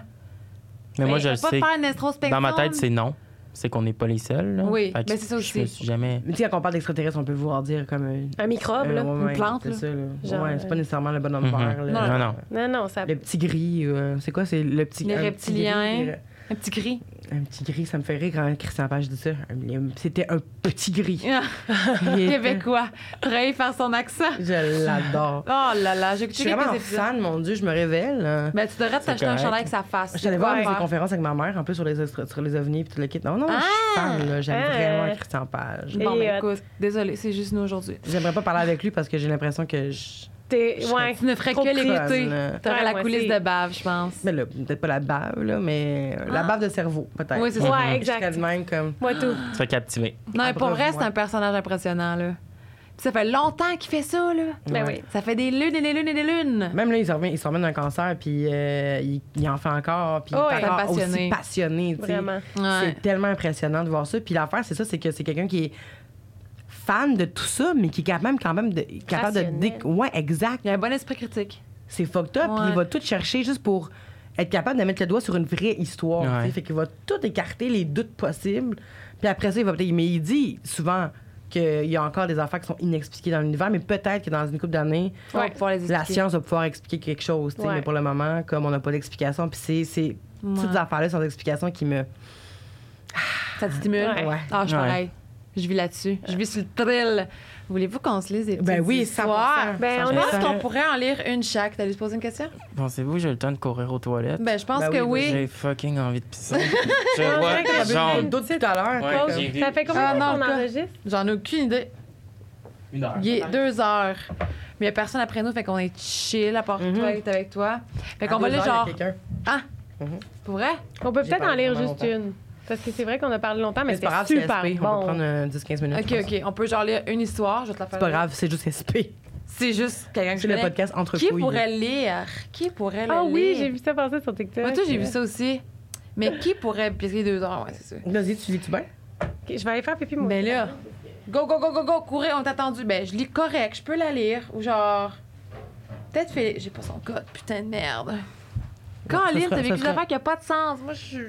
Speaker 3: Mais moi,
Speaker 1: Ben,
Speaker 3: je le
Speaker 1: faut pas
Speaker 3: sais.
Speaker 1: faire une introspection.
Speaker 3: Dans ma tête, c'est non. C'est qu'on n'est pas les seuls. là.
Speaker 1: Oui,
Speaker 3: Fait que
Speaker 1: mais c'est ça
Speaker 3: Je me
Speaker 1: aussi.
Speaker 3: suis jamais.
Speaker 2: Mais tu sais, quand on parle d'extraterrestre, on peut vouloir dire comme. euh,
Speaker 4: Un microbe,
Speaker 2: euh,
Speaker 4: là.
Speaker 2: ouais,
Speaker 1: une
Speaker 2: ouais,
Speaker 1: plante,
Speaker 2: c'est
Speaker 1: Ah, là.
Speaker 2: ça,
Speaker 4: Genre,
Speaker 2: ouais, c'est pas
Speaker 4: euh,
Speaker 2: nécessairement le bonhomme
Speaker 3: Mhm.
Speaker 2: vert. là.
Speaker 3: Non, non.
Speaker 4: Non, non, ça.
Speaker 2: Le petit gris, euh, c'est quoi? C'est le petit.
Speaker 1: Les
Speaker 2: un petit
Speaker 1: reptiliens.
Speaker 2: gris, les re-
Speaker 1: Un petit cri.
Speaker 2: Un petit gris, ça me fait rire quand Christian Page dit ça. Un- C'était un petit gris. Il était-
Speaker 1: Québécois. Travailler faire son accent.
Speaker 2: Je l'adore.
Speaker 1: Oh là là, j'ai
Speaker 2: Je suis
Speaker 1: écouté
Speaker 2: vraiment
Speaker 1: quelques
Speaker 2: un
Speaker 1: épisodes.
Speaker 2: fan, mon Dieu, je me révèle.
Speaker 1: Ben, tu devrais t'acheter un
Speaker 3: correct.
Speaker 1: chandail avec sa face.
Speaker 2: Je suis allée voir
Speaker 1: Ouais.
Speaker 2: des conférences avec ma mère, un peu sur les, extra- sur les ovnis et tout le kit. Non, non, je suis
Speaker 1: Ah!
Speaker 2: fan, là. J'aime
Speaker 4: Ah!
Speaker 2: vraiment Christian Page.
Speaker 1: Bon,
Speaker 4: Et,
Speaker 1: ben,
Speaker 4: euh,
Speaker 1: écoute, désolé, c'est juste nous aujourd'hui.
Speaker 2: J'aimerais pas parler avec lui parce que j'ai l'impression que je.
Speaker 4: T'es-
Speaker 2: Je
Speaker 4: Ouais.
Speaker 1: Tu ne ferais
Speaker 4: Trop
Speaker 1: que
Speaker 4: prise.
Speaker 1: l'écouter.
Speaker 2: Ouais,
Speaker 1: T'aurais la
Speaker 4: moi
Speaker 1: coulisse
Speaker 4: aussi.
Speaker 1: de bave, je pense.
Speaker 2: Mais ben là, peut-être pas la bave, là, mais euh, la
Speaker 1: Ah.
Speaker 2: bave de cerveau, peut-être.
Speaker 1: Oui, c'est ça.
Speaker 4: Ouais,
Speaker 2: Je serais
Speaker 4: exact.
Speaker 2: de même comme.
Speaker 4: Moi, tout.
Speaker 3: Tu vas captiver.
Speaker 1: Non, mais pour vrai,
Speaker 2: Abreuve-moi.
Speaker 1: c'est un personnage impressionnant, là. Puis ça fait longtemps qu'il fait ça, là.
Speaker 4: Ben
Speaker 2: Ouais.
Speaker 4: oui.
Speaker 1: Ça fait des lunes et des lunes et des lunes.
Speaker 2: Même là, il se remet, il se remet d'un cancer, puis euh, il, il en fait encore, puis
Speaker 4: Oh,
Speaker 2: il
Speaker 4: ouais.
Speaker 2: est encore
Speaker 1: Passionné.
Speaker 2: aussi passionné. tu sais.
Speaker 4: Vraiment.
Speaker 1: Ouais.
Speaker 2: C'est tellement impressionnant de voir ça. Puis l'affaire, c'est ça, c'est que c'est quelqu'un qui est fan de tout ça, mais qui est capable quand même de, capable de
Speaker 4: Rationnel.
Speaker 2: déc- ouais, exact.
Speaker 1: Il a un bon esprit critique.
Speaker 2: C'est fucked up, puis
Speaker 1: Ouais.
Speaker 2: il va tout chercher juste pour être capable de mettre le doigt sur une vraie histoire.
Speaker 3: Ouais.
Speaker 2: tu sais. Fait qu'il va tout écarter les doutes possibles. Puis après ça, il va peut-être. Mais il dit souvent qu'il y a encore des affaires qui sont inexpliquées dans l'univers, mais peut-être que dans une couple d'années,
Speaker 1: On va
Speaker 4: Ouais.
Speaker 1: pouvoir les
Speaker 2: la
Speaker 1: expliquer.
Speaker 2: science va pouvoir expliquer quelque chose. tu sais.
Speaker 4: Ouais.
Speaker 2: Mais pour le moment, comme on n'a pas d'explication, puis c'est ces
Speaker 1: Ouais.
Speaker 2: petites affaires-là sont des explications qui me.
Speaker 1: Ça te stimule.
Speaker 4: Ouais.
Speaker 2: Ouais.
Speaker 1: Ah, je suis
Speaker 3: Ouais.
Speaker 1: pareil. Je vis là-dessus. Je vis sur le thrill. Voulez-vous qu'on se lise des petites
Speaker 2: Ben oui,
Speaker 1: histoires?
Speaker 2: 100%.
Speaker 4: Ben, on
Speaker 1: Je
Speaker 4: est-
Speaker 1: pense qu'on pourrait en lire une chaque. T'allais se poser une question?
Speaker 3: Pensez-vous que j'ai le temps de courir aux toilettes?
Speaker 1: Ben, je pense
Speaker 2: Ben
Speaker 1: que
Speaker 2: oui,
Speaker 1: oui.
Speaker 3: J'ai fucking envie de pisser.
Speaker 4: On
Speaker 3: je
Speaker 4: dirait qu'on a
Speaker 3: vois
Speaker 4: bu
Speaker 3: genre
Speaker 4: une
Speaker 2: D'autres tout à l'heure.
Speaker 3: Ouais,
Speaker 2: comme-
Speaker 3: j'ai vu.
Speaker 4: Ça fait combien de
Speaker 1: Ah,
Speaker 4: temps
Speaker 1: non,
Speaker 4: qu'on
Speaker 1: quoi.
Speaker 4: enregistre?
Speaker 1: J'en ai aucune idée.
Speaker 3: une heure.
Speaker 1: Il est deux heures. Mais il n'y a personne après nous, fait qu'on est chill à part
Speaker 2: Mhm.
Speaker 1: toi, est avec toi. Fait qu'on
Speaker 2: À
Speaker 1: va
Speaker 2: deux
Speaker 1: là,
Speaker 2: heures,
Speaker 1: genre.
Speaker 2: il y a quelqu'un.
Speaker 1: Pour vrai?
Speaker 4: On peut
Speaker 2: J'ai
Speaker 4: peut-être en
Speaker 2: parlé
Speaker 4: lire
Speaker 2: vraiment
Speaker 4: juste
Speaker 2: longtemps.
Speaker 4: une. Parce que c'est vrai qu'on a parlé longtemps,
Speaker 2: Mais
Speaker 4: mais
Speaker 2: c'est
Speaker 4: c'était
Speaker 2: pas grave, c'est
Speaker 4: super
Speaker 2: SP. On peut
Speaker 4: bon.
Speaker 2: prendre euh, 10-15 minutes.
Speaker 1: Ok,
Speaker 2: je pense.
Speaker 1: ok. On peut genre lire une histoire, je vais te la faire.
Speaker 2: C'est pas
Speaker 1: lire.
Speaker 2: grave, c'est juste SP.
Speaker 1: C'est juste quelqu'un que je
Speaker 2: C'est le
Speaker 1: connais.
Speaker 2: podcast entre
Speaker 1: Qui
Speaker 2: couilles.
Speaker 1: pourrait lire? Qui pourrait le
Speaker 4: Ah
Speaker 1: lire?
Speaker 4: oui, j'ai vu ça passer sur TikTok.
Speaker 1: Moi, tout, j'ai vu ça aussi. Mais qui pourrait pisser deux heures? Ouais, c'est sûr.
Speaker 2: Vas-y, tu lis-tu bien?
Speaker 4: Ok, je vais aller faire pipi, moi.
Speaker 1: Ben là, go, go, go, go, go, courez, on t'a attendu. Ben, je lis correct, je peux la lire. Ou genre, peut-être fait. J'ai pas son code, putain de merde. Quand
Speaker 2: ça
Speaker 1: lire,
Speaker 2: sera-
Speaker 1: t'as vécu
Speaker 2: ça
Speaker 1: des
Speaker 2: sera-
Speaker 1: affaires qui a pas de sens. Moi, je suis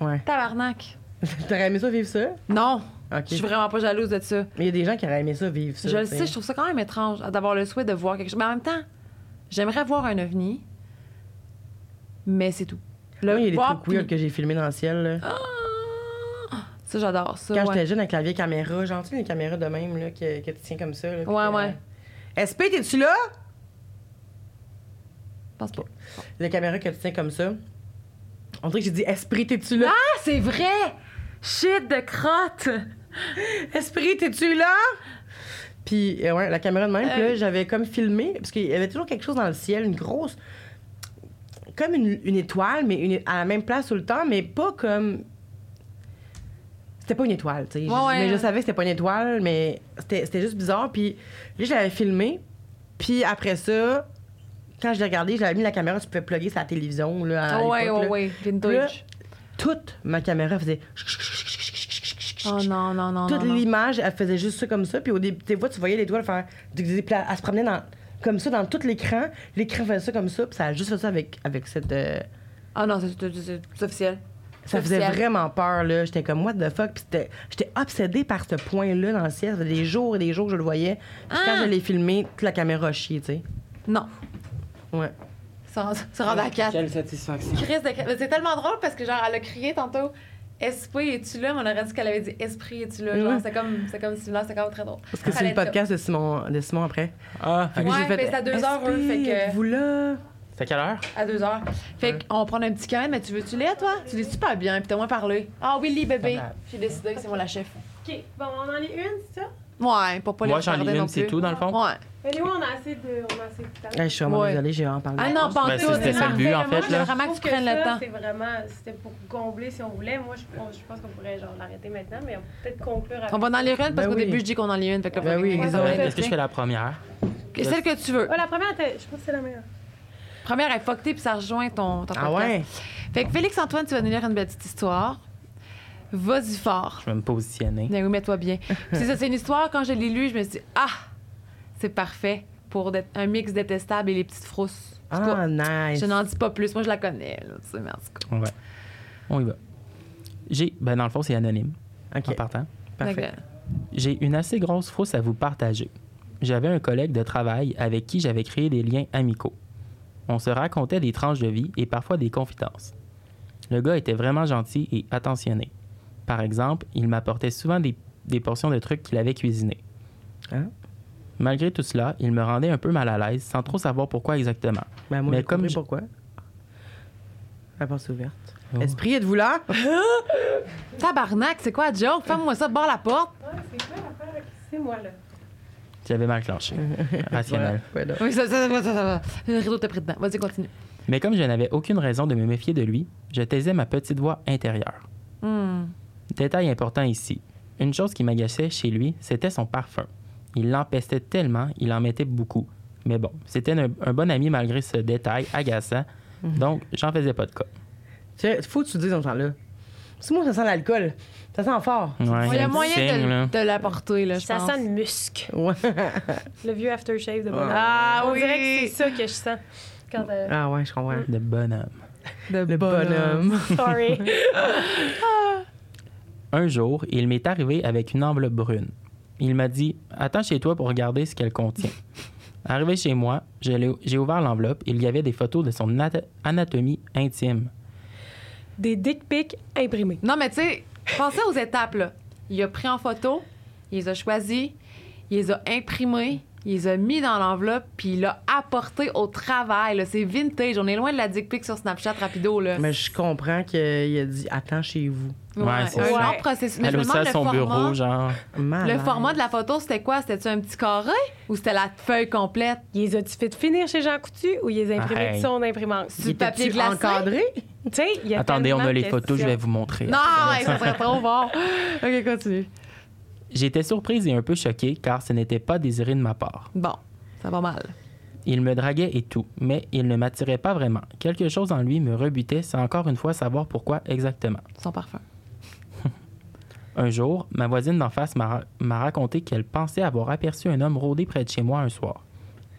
Speaker 2: Ouais.
Speaker 1: tabarnak.
Speaker 2: T'aurais aimé ça vivre ça?
Speaker 1: Non, je suis
Speaker 2: Ok.
Speaker 1: vraiment pas jalouse de ça.
Speaker 2: Mais il y a des gens qui auraient aimé ça vivre ça.
Speaker 1: Je le
Speaker 2: tu
Speaker 1: sais, je trouve ça quand même étrange d'avoir le souhait de voir quelque chose. Mais en même temps, j'aimerais voir un ovni, mais c'est tout. Le
Speaker 2: Moi, il y a des
Speaker 1: voir,
Speaker 2: trucs weird
Speaker 1: puis-
Speaker 2: que j'ai filmés dans le ciel. là.
Speaker 1: Ah! Ça, j'adore ça.
Speaker 2: Quand
Speaker 1: ouais.
Speaker 2: j'étais jeune avec la vieille caméra, genre, tu sais, les caméras de même là, que, que tu tiens comme ça. là, puis
Speaker 1: Ouais,
Speaker 2: que-
Speaker 1: ouais.
Speaker 2: SP, t'es-tu là?
Speaker 1: Je pense pas.
Speaker 2: Les caméras que tu tiens comme ça. On dirait que j'ai dit Esprit, t'es-tu là?
Speaker 1: Ah, c'est vrai! Shit de crotte!
Speaker 2: Esprit, t'es-tu là? Puis, euh, ouais, la caméra de même, puis là, j'avais comme filmé, parce qu'il y avait toujours quelque chose dans le ciel, une grosse. Comme une, une étoile, mais une, à la même place tout le temps, mais pas comme. C'était pas une étoile, tu sais.
Speaker 1: Ouais,
Speaker 2: Je-
Speaker 1: ouais.
Speaker 2: Mais je savais que c'était pas une étoile, mais c'était c'était juste bizarre. Puis là, je l'avais filmé, puis après ça, quand je l'ai regardé, j'avais mis la caméra, tu pouvais plugger sa télévision, là. À
Speaker 1: Ah ouais,
Speaker 2: l'époque,
Speaker 1: ouais,
Speaker 2: là.
Speaker 1: ouais. Vintage. Ah
Speaker 2: Toute ma caméra faisait.
Speaker 1: Oh non, non, non.
Speaker 2: toute
Speaker 1: non, non.
Speaker 2: l'image, elle faisait juste ça comme ça. Puis au début, des fois, tu voyais l'étoile faire. des- des- puis Elle elle se promenait dans, comme ça dans tout l'écran. L'écran faisait ça comme ça. Puis ça a juste fait ça avec, avec cette. euh,
Speaker 1: Ah non, c'est- c'est c'est- c'est officiel.
Speaker 2: ça faisait
Speaker 1: Officiel. vraiment
Speaker 2: vraiment peur, là. J'étais comme, what the fuck? Puis c'était- j'étais obsédée par ce point-là dans le ciel. Ça faisait des jours et des jours que je le voyais. Puis
Speaker 1: Ah!
Speaker 2: quand je l'ai filmé, toute la caméra a chié, tu sais.
Speaker 1: Non.
Speaker 2: Ouais.
Speaker 1: Ça rend- ça rend à quatre.
Speaker 3: Quelle satisfaction.
Speaker 1: Chris de- mais C'est tellement drôle parce que, genre, elle a crié tantôt Esprit, es-tu là? Mais on aurait dit qu'elle avait dit Esprit, es-tu là? Genre,
Speaker 2: Ouais.
Speaker 1: c'est comme, c'est comme similaire, c'est quand même très drôle.
Speaker 2: Parce que
Speaker 1: Elle
Speaker 2: c'est le
Speaker 1: était-
Speaker 2: podcast de Simon, de Simon après.
Speaker 3: Ah,
Speaker 2: Fait que
Speaker 1: Ouais,
Speaker 2: j'ai fait,
Speaker 1: mais c'est à deux heures, eux, fait que-
Speaker 2: Vous là?
Speaker 3: C'est à quelle heure?
Speaker 1: À deux heures. Fait qu'on prend un petit café, mais tu veux-tu lire, toi? Tu lis super bien, puis t'as moins parlé. Ah oui, lis, bébé.
Speaker 3: Capable.
Speaker 1: J'ai décidé que c'est moi la chef.
Speaker 4: OK, bon, on en lit une, c'est ça?
Speaker 1: Ouais, pour pas les
Speaker 3: Moi, j'en
Speaker 1: retarder
Speaker 3: lis
Speaker 1: non
Speaker 3: une, c'est
Speaker 1: plus.
Speaker 3: tout, dans le fond.
Speaker 1: Ouais.
Speaker 4: Mais nous, on a assez de, on a assez de temps.
Speaker 2: Hey, je suis vraiment
Speaker 1: Ouais.
Speaker 2: désolée, j'ai vraiment parlé.
Speaker 1: Ah non, pas en
Speaker 3: Ben,
Speaker 1: tout.
Speaker 3: c'est- c'était
Speaker 1: non.
Speaker 3: ça le but, en fait,
Speaker 1: J'aimerais
Speaker 3: là.
Speaker 1: vraiment que tu
Speaker 4: Je trouve
Speaker 1: prennes
Speaker 4: ça,
Speaker 1: le temps.
Speaker 4: C'est vraiment, c'était pour combler si on voulait. Moi, je, on- je pense qu'on pourrait genre l'arrêter maintenant, mais on peut peut-être conclure avec.
Speaker 1: On va en lire une, parce
Speaker 2: Ben
Speaker 1: qu'au
Speaker 2: oui.
Speaker 1: début, je dis qu'on en lit une. Fait que
Speaker 2: Ben oui,
Speaker 1: Ouais,
Speaker 2: ils ont-
Speaker 1: ouais,
Speaker 3: Euh, Est-ce que je fais la première?
Speaker 1: Celle que tu veux.
Speaker 4: Oh, la première, t'as- je pense que c'est la meilleure.
Speaker 1: Première est fucked puis ça rejoint ton, ton
Speaker 2: Ah
Speaker 1: podcast.
Speaker 2: ouais?
Speaker 1: Fait que Félix-Antoine, tu vas nous lire une petite histoire. Vas-y fort.
Speaker 3: Je vais me positionner.
Speaker 1: Bien oui, mets-toi bien. Puis c'est ça, c'est une histoire, quand je l'ai lue, je me suis dit « Ah! C'est parfait pour d'être- un mix détestable et les petites frousses. » En tout cas,
Speaker 2: Ah, nice.
Speaker 1: Je n'en dis pas plus. Moi, je la connais, là, tu sais, mais en tout cas.
Speaker 3: On va. On y va. J'ai. Ben, dans le fond, c'est anonyme en
Speaker 2: OK,
Speaker 3: partant.
Speaker 2: parfait.
Speaker 1: Donc, euh,
Speaker 3: J'ai une assez grosse frousse à vous partager. J'avais un collègue de travail avec qui j'avais créé des liens amicaux. On se racontait des tranches de vie et parfois des confidences. Le gars était vraiment gentil et attentionné. Par exemple, il m'apportait souvent des, des portions de trucs qu'il avait cuisinés.
Speaker 2: Hein?
Speaker 3: Malgré tout cela, il me rendait un peu mal à l'aise sans trop savoir pourquoi exactement.
Speaker 2: Ben, moi,
Speaker 3: Mais
Speaker 2: j'ai
Speaker 3: comme
Speaker 2: compris
Speaker 3: je-
Speaker 2: pourquoi. La porte est ouverte.
Speaker 3: Oh.
Speaker 2: Esprit, êtes-vous là?
Speaker 1: Tabarnak, c'est quoi, Joe? Ferme-moi ça, barre la porte.
Speaker 4: Ouais, c'est quoi l'affaire? avec- C'est moi, là.
Speaker 3: J'avais mal clenché. Rationnel.
Speaker 2: Ouais, ouais, là.
Speaker 1: Oui, ça, ça, ça, ça, ça va. Le rideau t'a pris dedans. Vas-y, continue.
Speaker 3: Mais comme je n'avais aucune raison de me méfier de lui, je taisais ma petite voix intérieure.
Speaker 1: Hmm.
Speaker 3: Détail important ici. Une chose qui m'agaçait chez lui, c'était son parfum. Il l'empestait tellement, il en mettait beaucoup. Mais bon, c'était un, un bon ami malgré ce détail agaçant,
Speaker 1: Mhm.
Speaker 3: donc j'en faisais pas de cas.
Speaker 2: Tu sais, Faut que tu le dises dans ce temps-là. Parce que moi, ça sent l'alcool. Ça sent fort.
Speaker 1: Il y
Speaker 3: c'est
Speaker 1: a
Speaker 3: un
Speaker 1: moyen
Speaker 3: signe,
Speaker 1: de,
Speaker 3: là.
Speaker 1: de l'apporter, là, je
Speaker 4: Ça
Speaker 1: pense.
Speaker 4: sent le musc.
Speaker 3: Hmm.
Speaker 2: Ouais.
Speaker 4: Le vieux aftershave de bonhomme.
Speaker 1: Ah
Speaker 4: on
Speaker 1: oui.
Speaker 4: dirait que c'est ça que je sens. Quand euh,
Speaker 2: Ah ouais, je comprends.
Speaker 3: De bonhomme.
Speaker 1: de
Speaker 2: Le bonhomme.
Speaker 1: Ah.
Speaker 4: Sorry.
Speaker 3: Un jour, il m'est arrivé avec une enveloppe brune. Il m'a dit Attends chez toi pour regarder ce qu'elle contient. Arrivé chez moi, je l'ai- j'ai ouvert l'enveloppe. Il y avait des photos de son at- anatomie intime.
Speaker 4: Des dick pics imprimés.
Speaker 1: Non, mais tu sais, pensez aux étapes, là. Il a pris en photo, il les a choisis, il les a imprimés, il les a mis dans l'enveloppe, puis il l'a apporté au travail, là. C'est vintage. On est loin de la dick pic sur Snapchat rapido, là.
Speaker 2: Mais je comprends qu'il a dit attends chez vous.
Speaker 3: Ouais, c'est
Speaker 1: un
Speaker 4: ça.
Speaker 1: long processus. Mais je
Speaker 3: Elle
Speaker 1: me
Speaker 3: aussi
Speaker 1: demande
Speaker 3: à
Speaker 1: le
Speaker 3: son
Speaker 1: format.
Speaker 3: bureau, genre.
Speaker 1: Le
Speaker 2: Malade.
Speaker 1: format de la photo, c'était quoi? C'était-tu un petit carré ou c'était la feuille complète?
Speaker 4: Il les a-tu fait finir chez Jean Coutu ou il les a imprimés
Speaker 3: Hey.
Speaker 4: de son imprimante?
Speaker 1: Sur le papier
Speaker 2: T'es-tu
Speaker 1: glacé?
Speaker 2: encadré?
Speaker 4: Tu sais, il y a
Speaker 3: Attendez, on
Speaker 4: tellement
Speaker 3: a
Speaker 4: de
Speaker 3: les photos, je vais
Speaker 4: questions.
Speaker 3: vous montrer.
Speaker 1: Non, hey, ça serait trop bon. OK, continue.
Speaker 3: J'étais surprise et un peu choquée car ce n'était pas désiré de ma part.
Speaker 1: Bon, ça va mal.
Speaker 3: Il me draguait et tout, mais il ne m'attirait pas vraiment. Quelque chose en lui me rebutait sans encore une fois savoir pourquoi exactement.
Speaker 1: Son parfum.
Speaker 3: Un jour, ma voisine d'en face m'a ra- m'a raconté qu'elle pensait avoir aperçu un homme rôder près de chez moi un soir.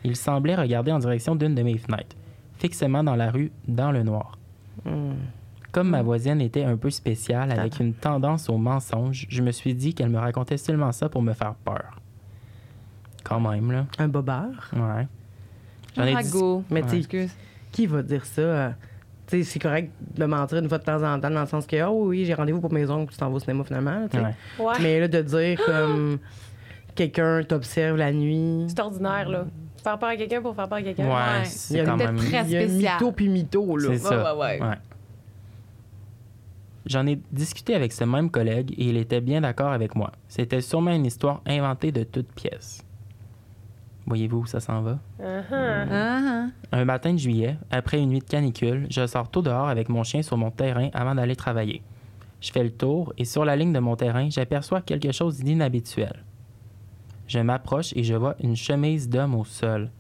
Speaker 3: Il semblait regarder en direction d'une de mes fenêtres, fixement dans la rue, dans le noir.
Speaker 2: Hmm.
Speaker 3: Comme ma voisine était un peu spéciale, avec une tendance au mensonge, je me suis dit qu'elle me racontait seulement ça pour me faire peur. Quand même, là.
Speaker 2: Un bobard.
Speaker 3: Ouais. J'en ai dit-
Speaker 1: Rago.
Speaker 2: Mais tu sais,
Speaker 1: Excuse.
Speaker 2: qui va dire ça? euh? Tu sais, c'est correct de mentir une fois de temps en temps, dans le sens que, oh oui, j'ai rendez-vous pour mes oncles, tu t'en vas au cinéma finalement. tu sais.
Speaker 3: Ouais.
Speaker 4: Ouais.
Speaker 2: Mais là, de dire comme quelqu'un t'observe la nuit.
Speaker 4: C'est ordinaire, là. Faire peur à quelqu'un pour faire peur à quelqu'un.
Speaker 3: Ouais,
Speaker 1: Ouais.
Speaker 2: Il y
Speaker 3: c'est
Speaker 2: a
Speaker 3: quand
Speaker 1: peut-être
Speaker 3: même.
Speaker 1: très
Speaker 2: Il y a
Speaker 1: spécial.
Speaker 2: mytho puis mytho, là.
Speaker 3: C'est ça.
Speaker 1: Ouais, ouais, ouais.
Speaker 3: Ouais. J'en ai discuté avec ce même collègue et il était bien d'accord avec moi. C'était sûrement une histoire inventée de toutes pièces. Voyez-vous où ça s'en va?
Speaker 4: Uh-huh.
Speaker 1: Ah, ah.
Speaker 3: Un matin de juillet, après une nuit de canicule, je sors tout dehors avec mon chien sur mon terrain avant d'aller travailler. Je fais le tour et sur la ligne de mon terrain, j'aperçois quelque chose d'inhabituel. Je m'approche et je vois une chemise d'homme au sol.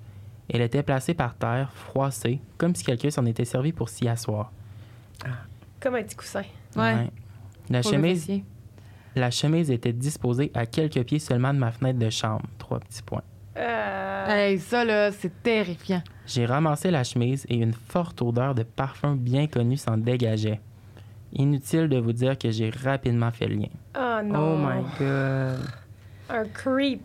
Speaker 3: Elle était placée par terre, froissée, comme si quelqu'un s'en était servi pour s'y asseoir.
Speaker 4: Comme un petit coussin.
Speaker 1: Ouais.
Speaker 3: La
Speaker 1: Pour le
Speaker 3: chemise,
Speaker 1: fessier.
Speaker 3: la chemise était disposée à quelques pieds seulement de ma fenêtre de chambre. Trois petits points.
Speaker 4: Euh,
Speaker 1: Hey, ça, là, c'est terrifiant.
Speaker 3: J'ai ramassé la chemise et une forte odeur de parfum bien connu s'en dégageait. Inutile de vous dire que j'ai rapidement fait le lien.
Speaker 4: Oh
Speaker 2: Oh
Speaker 4: non.
Speaker 2: my god.
Speaker 4: Un creep.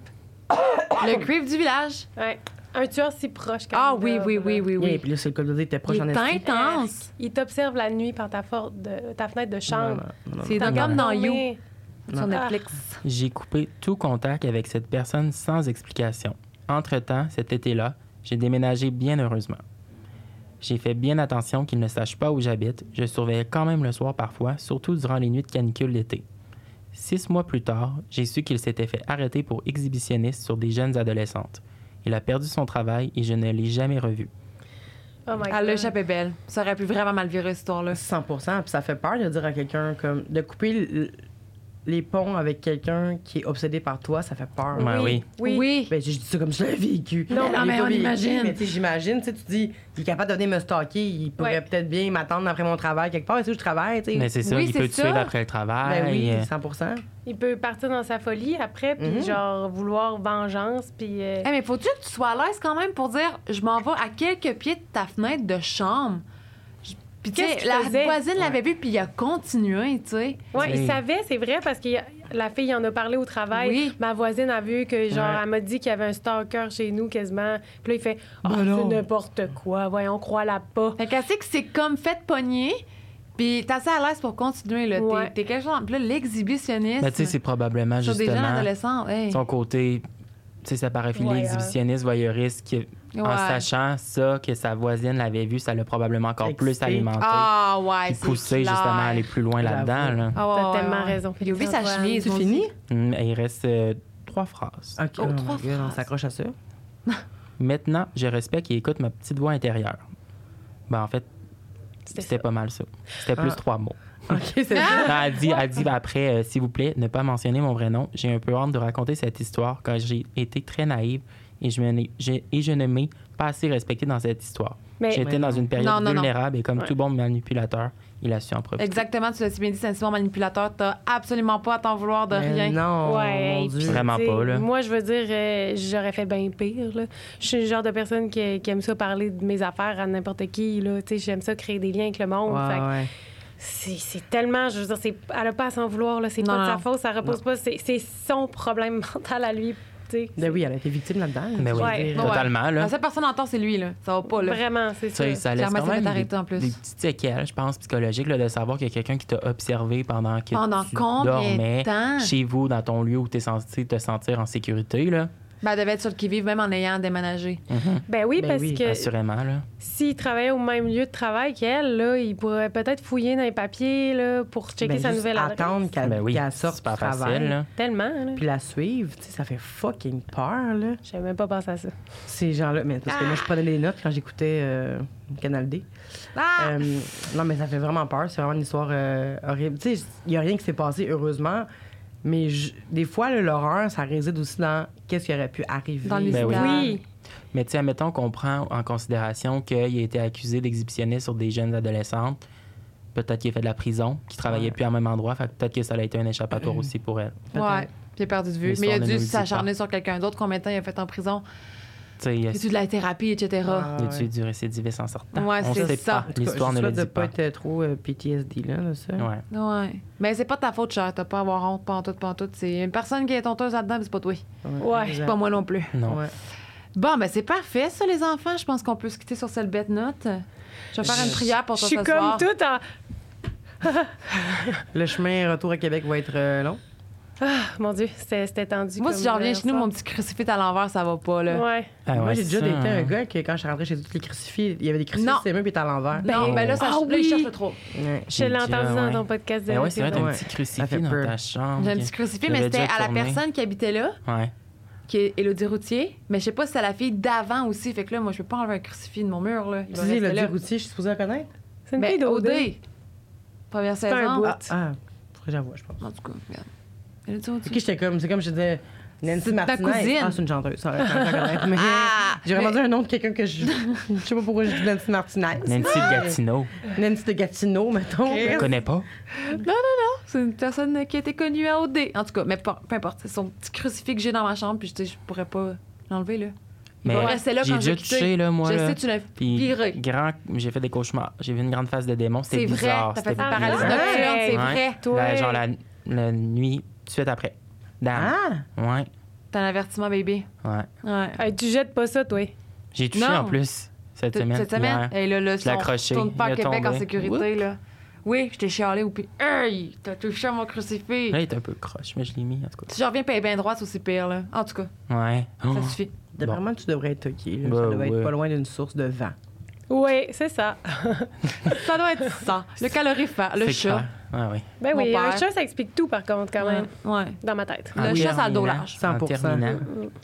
Speaker 1: Le creep du village.
Speaker 4: Ouais. Un tueur si proche quand
Speaker 1: Ah
Speaker 4: même,
Speaker 1: oui,
Speaker 4: là,
Speaker 1: oui,
Speaker 4: là.
Speaker 1: oui, oui,
Speaker 2: Oui,
Speaker 1: oui.
Speaker 2: puis là, c'est le cas de dire, t'es proche
Speaker 1: Il
Speaker 2: en
Speaker 1: est
Speaker 2: esti.
Speaker 1: intense.
Speaker 4: Il t'observe la nuit par ta, for- de- ta fenêtre de
Speaker 2: Non,
Speaker 4: chambre.
Speaker 2: non, non, non.
Speaker 1: C'est
Speaker 4: T'as
Speaker 1: dans- comme dans You
Speaker 4: dormi.
Speaker 1: sur
Speaker 4: Non. ah,
Speaker 1: Netflix.
Speaker 3: J'ai coupé tout contact avec cette personne sans explication. Entre-temps, cet été-là, j'ai déménagé bien heureusement. J'ai fait bien attention qu'il ne sache pas où j'habite. Je surveillais quand même le soir parfois, surtout durant les nuits de canicule d'été. Six mois plus tard, j'ai su qu'il s'était fait arrêter pour exhibitionniste sur des jeunes adolescentes. Il a perdu son travail et je ne l'ai jamais revu.
Speaker 4: Oh my
Speaker 1: Elle l'a
Speaker 4: God.
Speaker 1: échappé belle. Ça aurait pu vraiment mal virer, cette histoire-là.
Speaker 2: 100 Puis ça fait peur de dire à quelqu'un comme. De couper l- les ponts avec quelqu'un qui est obsédé par toi, ça fait peur.
Speaker 3: Ouais. Ah oui.
Speaker 4: Oui.
Speaker 1: Oui.
Speaker 2: Ben, j'ai dit ça comme je l'ai vécu.
Speaker 1: Non,
Speaker 2: Je
Speaker 1: non,
Speaker 2: l'ai
Speaker 1: mais
Speaker 2: pas
Speaker 1: on
Speaker 2: vécu,
Speaker 1: imagine.
Speaker 2: Mais tu sais, j'imagine, tu sais, tu dis, il est capable de venir me stalker, il pourrait
Speaker 4: Ouais.
Speaker 2: peut-être bien m'attendre après mon travail quelque part, et tu sais où je travaille, tu sais.
Speaker 3: Mais c'est ça,
Speaker 1: Oui,
Speaker 3: il
Speaker 1: c'est
Speaker 3: peut te
Speaker 1: ça.
Speaker 3: suivre après le travail.
Speaker 2: Ben oui,
Speaker 3: euh,
Speaker 2: 100
Speaker 4: Il peut partir dans sa folie après, puis
Speaker 2: Mhm.
Speaker 4: genre vouloir vengeance, puis. euh,
Speaker 1: Eh, mais faut-tu que tu sois à l'aise quand même pour dire je m'en vais à quelques pieds de ta fenêtre de chambre? Je- Puis tu
Speaker 4: Qu'est-ce
Speaker 1: sais,
Speaker 4: qu'il
Speaker 1: la
Speaker 4: faisait?
Speaker 1: voisine l'avait vu, puis il a continué, tu sais.
Speaker 3: Oui.
Speaker 4: Oui, il savait, c'est vrai, parce que la fille en a parlé au travail.
Speaker 1: Oui.
Speaker 4: Ma voisine a vu que, genre,
Speaker 2: Ouais.
Speaker 4: elle m'a dit qu'il y avait un stalker chez nous quasiment. Puis là, il fait Ah,
Speaker 2: Ben
Speaker 4: c'est
Speaker 2: non.
Speaker 4: n'importe quoi, voyons, crois-la pas.
Speaker 1: Fait qu'elle sait que c'est comme fait pogner, puis t'es assez à l'aise pour continuer, là. T'es-
Speaker 4: Ouais.
Speaker 1: T'es quelque chose. Puis là, l'exhibitionniste
Speaker 3: ben, tu sais, c'est probablement
Speaker 1: sur des jeunes
Speaker 3: justement
Speaker 1: adolescents. hey.
Speaker 3: son côté, tu sais, sa paraphilie
Speaker 4: Ouais,
Speaker 3: exhibitionniste, voyeuriste, qui, en
Speaker 1: Ouais.
Speaker 3: sachant ça, que sa voisine l'avait vu, ça l'a probablement encore plus
Speaker 2: Excité.
Speaker 3: alimenté.
Speaker 1: Ah, ouais.
Speaker 3: puis
Speaker 1: c'est
Speaker 3: poussé
Speaker 1: clair.
Speaker 3: justement à aller plus loin
Speaker 2: J'avoue.
Speaker 3: là-dedans. là.
Speaker 1: Ah, ouais,
Speaker 4: T'as
Speaker 1: ouais,
Speaker 4: tellement
Speaker 1: ouais.
Speaker 4: raison,
Speaker 1: Il a oublié sa
Speaker 4: Félix-Antoine.
Speaker 1: chemise.
Speaker 2: C'est
Speaker 1: mon
Speaker 2: fini?
Speaker 1: Dieu.
Speaker 3: Hum, et il reste euh, trois phrases.
Speaker 2: Ok,
Speaker 1: Oh,
Speaker 2: my
Speaker 1: trois
Speaker 2: God, on
Speaker 1: phrases.
Speaker 2: s'accroche à ça.
Speaker 3: Maintenant, je respecte et écoute ma petite voix intérieure. Ben, en fait, c'était pas mal ça. C'était plus
Speaker 2: Ah.
Speaker 3: trois mots.
Speaker 2: Ok, c'est
Speaker 4: Ah,
Speaker 2: ça.
Speaker 3: Non, elle dit, elle dit après, euh, s'il vous plaît, ne pas mentionner mon vrai nom. J'ai un peu honte de raconter cette histoire car j'ai été très naïve et je, me n'ai- j'ai- et je ne m'ai pas assez respectée dans cette histoire.
Speaker 4: Mais-
Speaker 3: J'étais
Speaker 2: Mais
Speaker 3: dans
Speaker 2: non.
Speaker 3: une période
Speaker 1: Ben, Non, non, non.
Speaker 3: vulnérable et comme
Speaker 4: Ouais.
Speaker 3: tout bon manipulateur, il a su en profiter.
Speaker 1: Exactement, tu l'as si bien dit, c'est un manipulateur. T'as absolument pas à t'en vouloir de
Speaker 2: Mais
Speaker 1: rien.
Speaker 2: Euh, Non,
Speaker 4: Ouais,
Speaker 2: Oh, mon
Speaker 4: puis,
Speaker 2: Dieu.
Speaker 3: Vraiment
Speaker 4: tu sais,
Speaker 3: pas, là.
Speaker 4: Moi, je veux dire, euh, j'aurais fait bien pire. là. Je suis le genre de personne qui, qui aime ça parler de mes affaires à n'importe qui. là. Tu sais, J'aime ça créer des liens avec le monde.
Speaker 2: Ouais,
Speaker 4: Fait que
Speaker 2: ouais.
Speaker 4: c'est- C'est tellement, je veux dire, c'est- elle n'a pas à s'en vouloir. là. C'est
Speaker 1: Non,
Speaker 4: pas de
Speaker 1: non.
Speaker 4: sa faute, ça repose pas. C'est c'est son problème mental à lui. tu sais.
Speaker 2: Ben oui, elle a été victime là-dedans.
Speaker 3: Mais Ben oui,
Speaker 4: Ouais.
Speaker 2: Ben,
Speaker 3: totalement.
Speaker 1: La
Speaker 3: Là.
Speaker 1: seule personne entend, c'est lui, là. Ça va pas, là.
Speaker 4: Vraiment, c'est
Speaker 3: Tu sais,
Speaker 4: ça.
Speaker 3: ça laisse
Speaker 1: Clairement,
Speaker 3: quand
Speaker 1: ça
Speaker 3: même
Speaker 1: peut
Speaker 3: des,
Speaker 1: t'arrêter en plus.
Speaker 3: des petites séquelles, je pense, psychologiques, là, de savoir qu'il y a quelqu'un qui t'a observé pendant que
Speaker 1: Pendant
Speaker 3: tu
Speaker 1: combien
Speaker 3: dormais
Speaker 1: de temps?
Speaker 3: chez vous, dans ton lieu où tu es censé te sentir en sécurité, là.
Speaker 1: Ben, elle devait être sur le qui-vive, même en ayant déménagé.
Speaker 4: Ben oui,
Speaker 2: Ben
Speaker 4: parce
Speaker 2: oui.
Speaker 4: que
Speaker 3: assurément. Là.
Speaker 4: s'il travaillait au même lieu de travail qu'elle, là, il pourrait peut-être fouiller dans les papiers là, pour checker
Speaker 2: Ben,
Speaker 4: sa
Speaker 2: juste
Speaker 4: nouvelle adresse.
Speaker 2: attendre qu'elle
Speaker 3: Ben oui,
Speaker 2: qu'elle sorte
Speaker 3: c'est
Speaker 2: du
Speaker 3: pas
Speaker 2: travail.
Speaker 3: facile. Là.
Speaker 4: Tellement, là.
Speaker 2: Puis la suivre, tu sais, ça fait fucking peur, là.
Speaker 4: J'avais même pas pensé à ça.
Speaker 2: Ces gens-là. Mais parce que moi, je
Speaker 4: Ah.
Speaker 2: prenais des notes quand j'écoutais euh, Canal D.
Speaker 1: Ah!
Speaker 2: Euh, non, mais ça fait vraiment peur. C'est vraiment une histoire euh, horrible. Tu sais, il n'y a rien qui s'est passé, heureusement. Mais je- des fois, là, l'horreur, ça réside aussi dans qu'est-ce qui aurait pu arriver.
Speaker 1: Dans les
Speaker 3: Ben oui.
Speaker 1: Ah.
Speaker 4: Oui.
Speaker 3: Mais tu sais, admettons qu'on prend en considération qu'il a été accusé d'exhibitionnisme sur des jeunes adolescentes. Peut-être qu'il a fait de la prison, qu'il travaillait
Speaker 2: Ouais.
Speaker 3: plus au même endroit. Fait que peut-être que ça a été un échappatoire aussi pour elle.
Speaker 2: peut-être.
Speaker 1: Ouais. J'ai perdu de vue.
Speaker 3: L'histoire
Speaker 1: Mais il a
Speaker 3: ne nous
Speaker 1: dû
Speaker 3: le dit
Speaker 1: s'acharner sur quelqu'un d'autre. Combien de temps il a fait en prison?
Speaker 3: Tu sais,
Speaker 1: Il a
Speaker 3: est-ce
Speaker 1: dû de la thérapie, etc.
Speaker 2: Ah,
Speaker 3: qu'il y a
Speaker 2: ouais.
Speaker 3: du récidivisme en sortant?
Speaker 1: Ouais,
Speaker 3: On
Speaker 1: c'est
Speaker 3: sait
Speaker 1: ça.
Speaker 3: pas.
Speaker 2: En tout cas,
Speaker 3: L'histoire
Speaker 2: je
Speaker 3: ne le
Speaker 2: souhaite de
Speaker 3: dit pas.
Speaker 2: pas être trop euh, PTSD, là, de ça.
Speaker 3: Ouais.
Speaker 1: Ouais. Mais c'est pas de ta faute, cher. T'as pas à avoir honte, pas en tout, pas en tout. C'est une personne qui est honteuse là-dedans, mais c'est pas toi.
Speaker 4: Ouais,
Speaker 1: C'est pas moi non plus.
Speaker 3: Non.
Speaker 2: Ouais.
Speaker 1: Bon, ben c'est parfait, ça, les enfants. Je pense qu'on peut se quitter sur cette bête note. Je vais faire une prière pour
Speaker 4: Je
Speaker 1: toi
Speaker 4: suis
Speaker 1: ce
Speaker 4: comme
Speaker 1: soir.
Speaker 4: tout en.
Speaker 2: Le chemin retour à Québec va être euh, long.
Speaker 4: Ah, Mon Dieu, c'était c'était tendu.
Speaker 1: Moi,
Speaker 4: comme
Speaker 1: si j'en reviens
Speaker 4: hier
Speaker 1: chez nous,
Speaker 4: soir.
Speaker 1: mon petit crucifix à l'envers, ça va pas, là.
Speaker 4: Ouais.
Speaker 3: Ah
Speaker 2: moi,
Speaker 3: ouais,
Speaker 2: j'ai déjà
Speaker 3: ça,
Speaker 2: été un
Speaker 3: hein.
Speaker 2: gars que quand je suis rentrée chez toutes les crucifix, il y avait des crucifix,
Speaker 1: Non. Ben,
Speaker 2: c'est mieux, puis t'es à l'envers.
Speaker 1: Non,
Speaker 3: Ben,
Speaker 1: ben là, ça,
Speaker 4: ah
Speaker 1: là, il
Speaker 4: oui!
Speaker 1: cherche le trop.
Speaker 2: Ouais.
Speaker 4: Je l'ai
Speaker 3: J'ai déjà,
Speaker 4: entendu dans
Speaker 3: ouais.
Speaker 4: ton podcast de
Speaker 3: Ben ouais, c'est vrai, t'as
Speaker 2: Ouais.
Speaker 3: un petit
Speaker 2: Ça fait
Speaker 3: crucifix dans
Speaker 2: peur.
Speaker 3: ta chambre.
Speaker 1: J'ai un petit crucifix, mais
Speaker 3: J'avais
Speaker 1: c'était
Speaker 3: déjà
Speaker 1: à la
Speaker 3: tourné.
Speaker 1: personne qui habitait là.
Speaker 3: Ouais.
Speaker 1: qui est Élodie Routier, mais je sais pas si c'est la fille d'avant aussi. Fait que là, moi, je peux pas enlever un crucifix de mon mur, là. Il
Speaker 2: Tu
Speaker 1: va
Speaker 2: dis,
Speaker 1: rester
Speaker 2: le
Speaker 1: là.
Speaker 2: dur outil, je suis supposée la connaître?
Speaker 4: C'est une
Speaker 1: Ben,
Speaker 4: fille d'OD.
Speaker 1: OD. Première
Speaker 4: un
Speaker 1: saison. Ah.
Speaker 4: bout.
Speaker 2: Ah, ah, faudrait que j'avoue, je pense.
Speaker 1: En tout cas, regarde. Élodie Routier.
Speaker 2: Ok, j'étais comme, c'est comme je disais, Nancy
Speaker 1: C'est ta
Speaker 2: Martinez.
Speaker 1: cousine.
Speaker 2: Ah, c'est une chanteuse, ça aurait été à connaître, mais
Speaker 1: Ah!
Speaker 2: j'ai vraiment
Speaker 1: Mais-
Speaker 2: dit un nom de quelqu'un que je. Je sais pas pourquoi j'ai dit Nancy Martinez. Ah.
Speaker 3: Nancy de Gatineau.
Speaker 2: Nancy de Gatineau, mettons.
Speaker 3: Je connais pas.
Speaker 1: C'est une personne qui a été connue à OD. En tout cas, mais pas- peu importe. C'est son petit crucifix que j'ai dans ma chambre, puis je dis, je pourrais pas l'enlever, là. Il
Speaker 3: Mais
Speaker 1: va rester là
Speaker 3: j'ai
Speaker 1: quand je
Speaker 3: déjà
Speaker 1: vais quitter.
Speaker 3: touché, là, moi.
Speaker 1: je
Speaker 3: là.
Speaker 1: sais, tu l'as
Speaker 3: Puis
Speaker 1: viré.
Speaker 3: grand, j'ai fait des cauchemars. J'ai vu une grande face de démon.
Speaker 1: C'est
Speaker 3: C'était
Speaker 1: vrai,
Speaker 3: bizarre.
Speaker 1: t'as fait une
Speaker 3: c'était
Speaker 1: paralysie
Speaker 3: bizarre.
Speaker 4: bizarre.
Speaker 1: nocturne, c'est
Speaker 3: Ouais.
Speaker 1: vrai.
Speaker 4: Toi.
Speaker 3: La- genre la, la nuit, tout de suite après.
Speaker 1: Hein?
Speaker 3: Dame.
Speaker 2: Ah!
Speaker 3: Ouais,
Speaker 1: T'as un avertissement, bébé.
Speaker 3: ouais.
Speaker 1: Ouais.
Speaker 4: Hey, tu jettes pas ça, toi.
Speaker 3: J'ai touché
Speaker 1: Non.
Speaker 3: en plus cette
Speaker 1: T-
Speaker 3: semaine.
Speaker 1: Cette semaine?
Speaker 3: Ouais.
Speaker 1: Et là, là,
Speaker 3: Je l'ai accroché,
Speaker 1: on tourne pas à
Speaker 3: il a
Speaker 1: Québec en
Speaker 3: tombé.
Speaker 1: sécurité, là. Oui, je t'ai chialé ou puis, hey, t'as touché à mon crucifix.
Speaker 3: Là, il est un peu croche, mais je l'ai mis, en tout
Speaker 1: Si je reviens payer bien droit, c'est aussi pire, là. En tout cas,
Speaker 3: cas. Ouais. Oh.
Speaker 1: ça suffit.
Speaker 2: D'après
Speaker 3: Bon.
Speaker 2: moi, tu devrais être OK. là.
Speaker 3: Ben
Speaker 2: ça devrait
Speaker 3: ouais.
Speaker 2: être pas loin d'une source de vent.
Speaker 4: Oui, c'est ça.
Speaker 1: Ça doit être ça. Le calorifère, le
Speaker 3: C'est
Speaker 1: chat.
Speaker 3: clair. Ah oui.
Speaker 4: Ben
Speaker 1: Mon
Speaker 4: oui, un
Speaker 1: père.
Speaker 4: chat, ça explique tout, par contre, quand même,
Speaker 1: Ouais. ouais.
Speaker 4: dans ma tête.
Speaker 1: Le
Speaker 3: Ah oui,
Speaker 1: chat, ça a le dos
Speaker 3: en
Speaker 1: large.
Speaker 3: terminant.
Speaker 2: 100%.
Speaker 3: En terminant.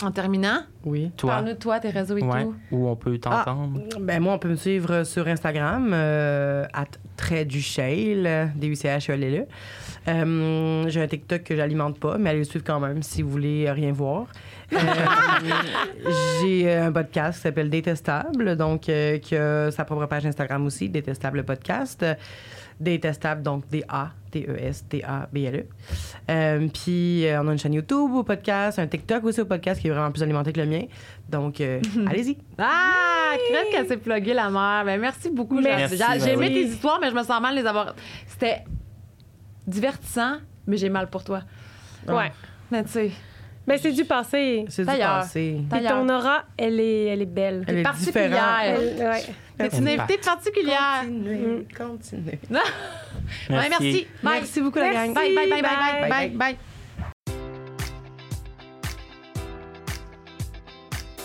Speaker 1: En terminant,
Speaker 2: Oui.
Speaker 3: Toi,
Speaker 1: parle-nous de toi, tes réseaux et
Speaker 3: ouais,
Speaker 1: tout. Ah.
Speaker 3: où on peut t'entendre.
Speaker 2: Ben moi, on peut me suivre sur Instagram, euh, at trait du shale, d u c h e l l J'ai un TikTok que j'alimente pas, mais allez le suivre quand même si vous voulez euh, rien voir. Euh, J'ai euh, un podcast qui s'appelle Détestable, donc euh, qui a sa propre page Instagram aussi, Détestable Podcast. Détestable, donc E D-A-T-E-S-T-A-B-L-E. E. Euh, Puis euh, on a une chaîne YouTube au podcast, un TikTok aussi au podcast qui est vraiment plus alimenté que le mien. Donc euh, allez-y.
Speaker 1: Ah, crève qu'elle s'est pluguée, la mère. Ben, merci beaucoup. Jade.
Speaker 4: Merci,
Speaker 1: Jade. J'ai aimé
Speaker 4: Valérie.
Speaker 1: tes histoires, mais je me sens mal de les avoir. C'était divertissant, mais j'ai mal pour toi.
Speaker 4: Ouais.
Speaker 1: Mais tu sais,
Speaker 4: Mais c'est du passé.
Speaker 2: C'est du
Speaker 1: D'ailleurs.
Speaker 2: passé.
Speaker 4: Puis
Speaker 1: d'ailleurs,
Speaker 4: ton aura, elle est, elle est belle.
Speaker 2: Elle est
Speaker 1: particulière.
Speaker 2: différente.
Speaker 4: Elle- ouais.
Speaker 1: t'es une invitée particulière.
Speaker 2: Continuez, continuez.
Speaker 1: Ouais, merci. Bye.
Speaker 2: Merci beaucoup, la gang.
Speaker 1: Bye, bye, bye, bye, bye,
Speaker 4: Bye.
Speaker 1: bye, bye.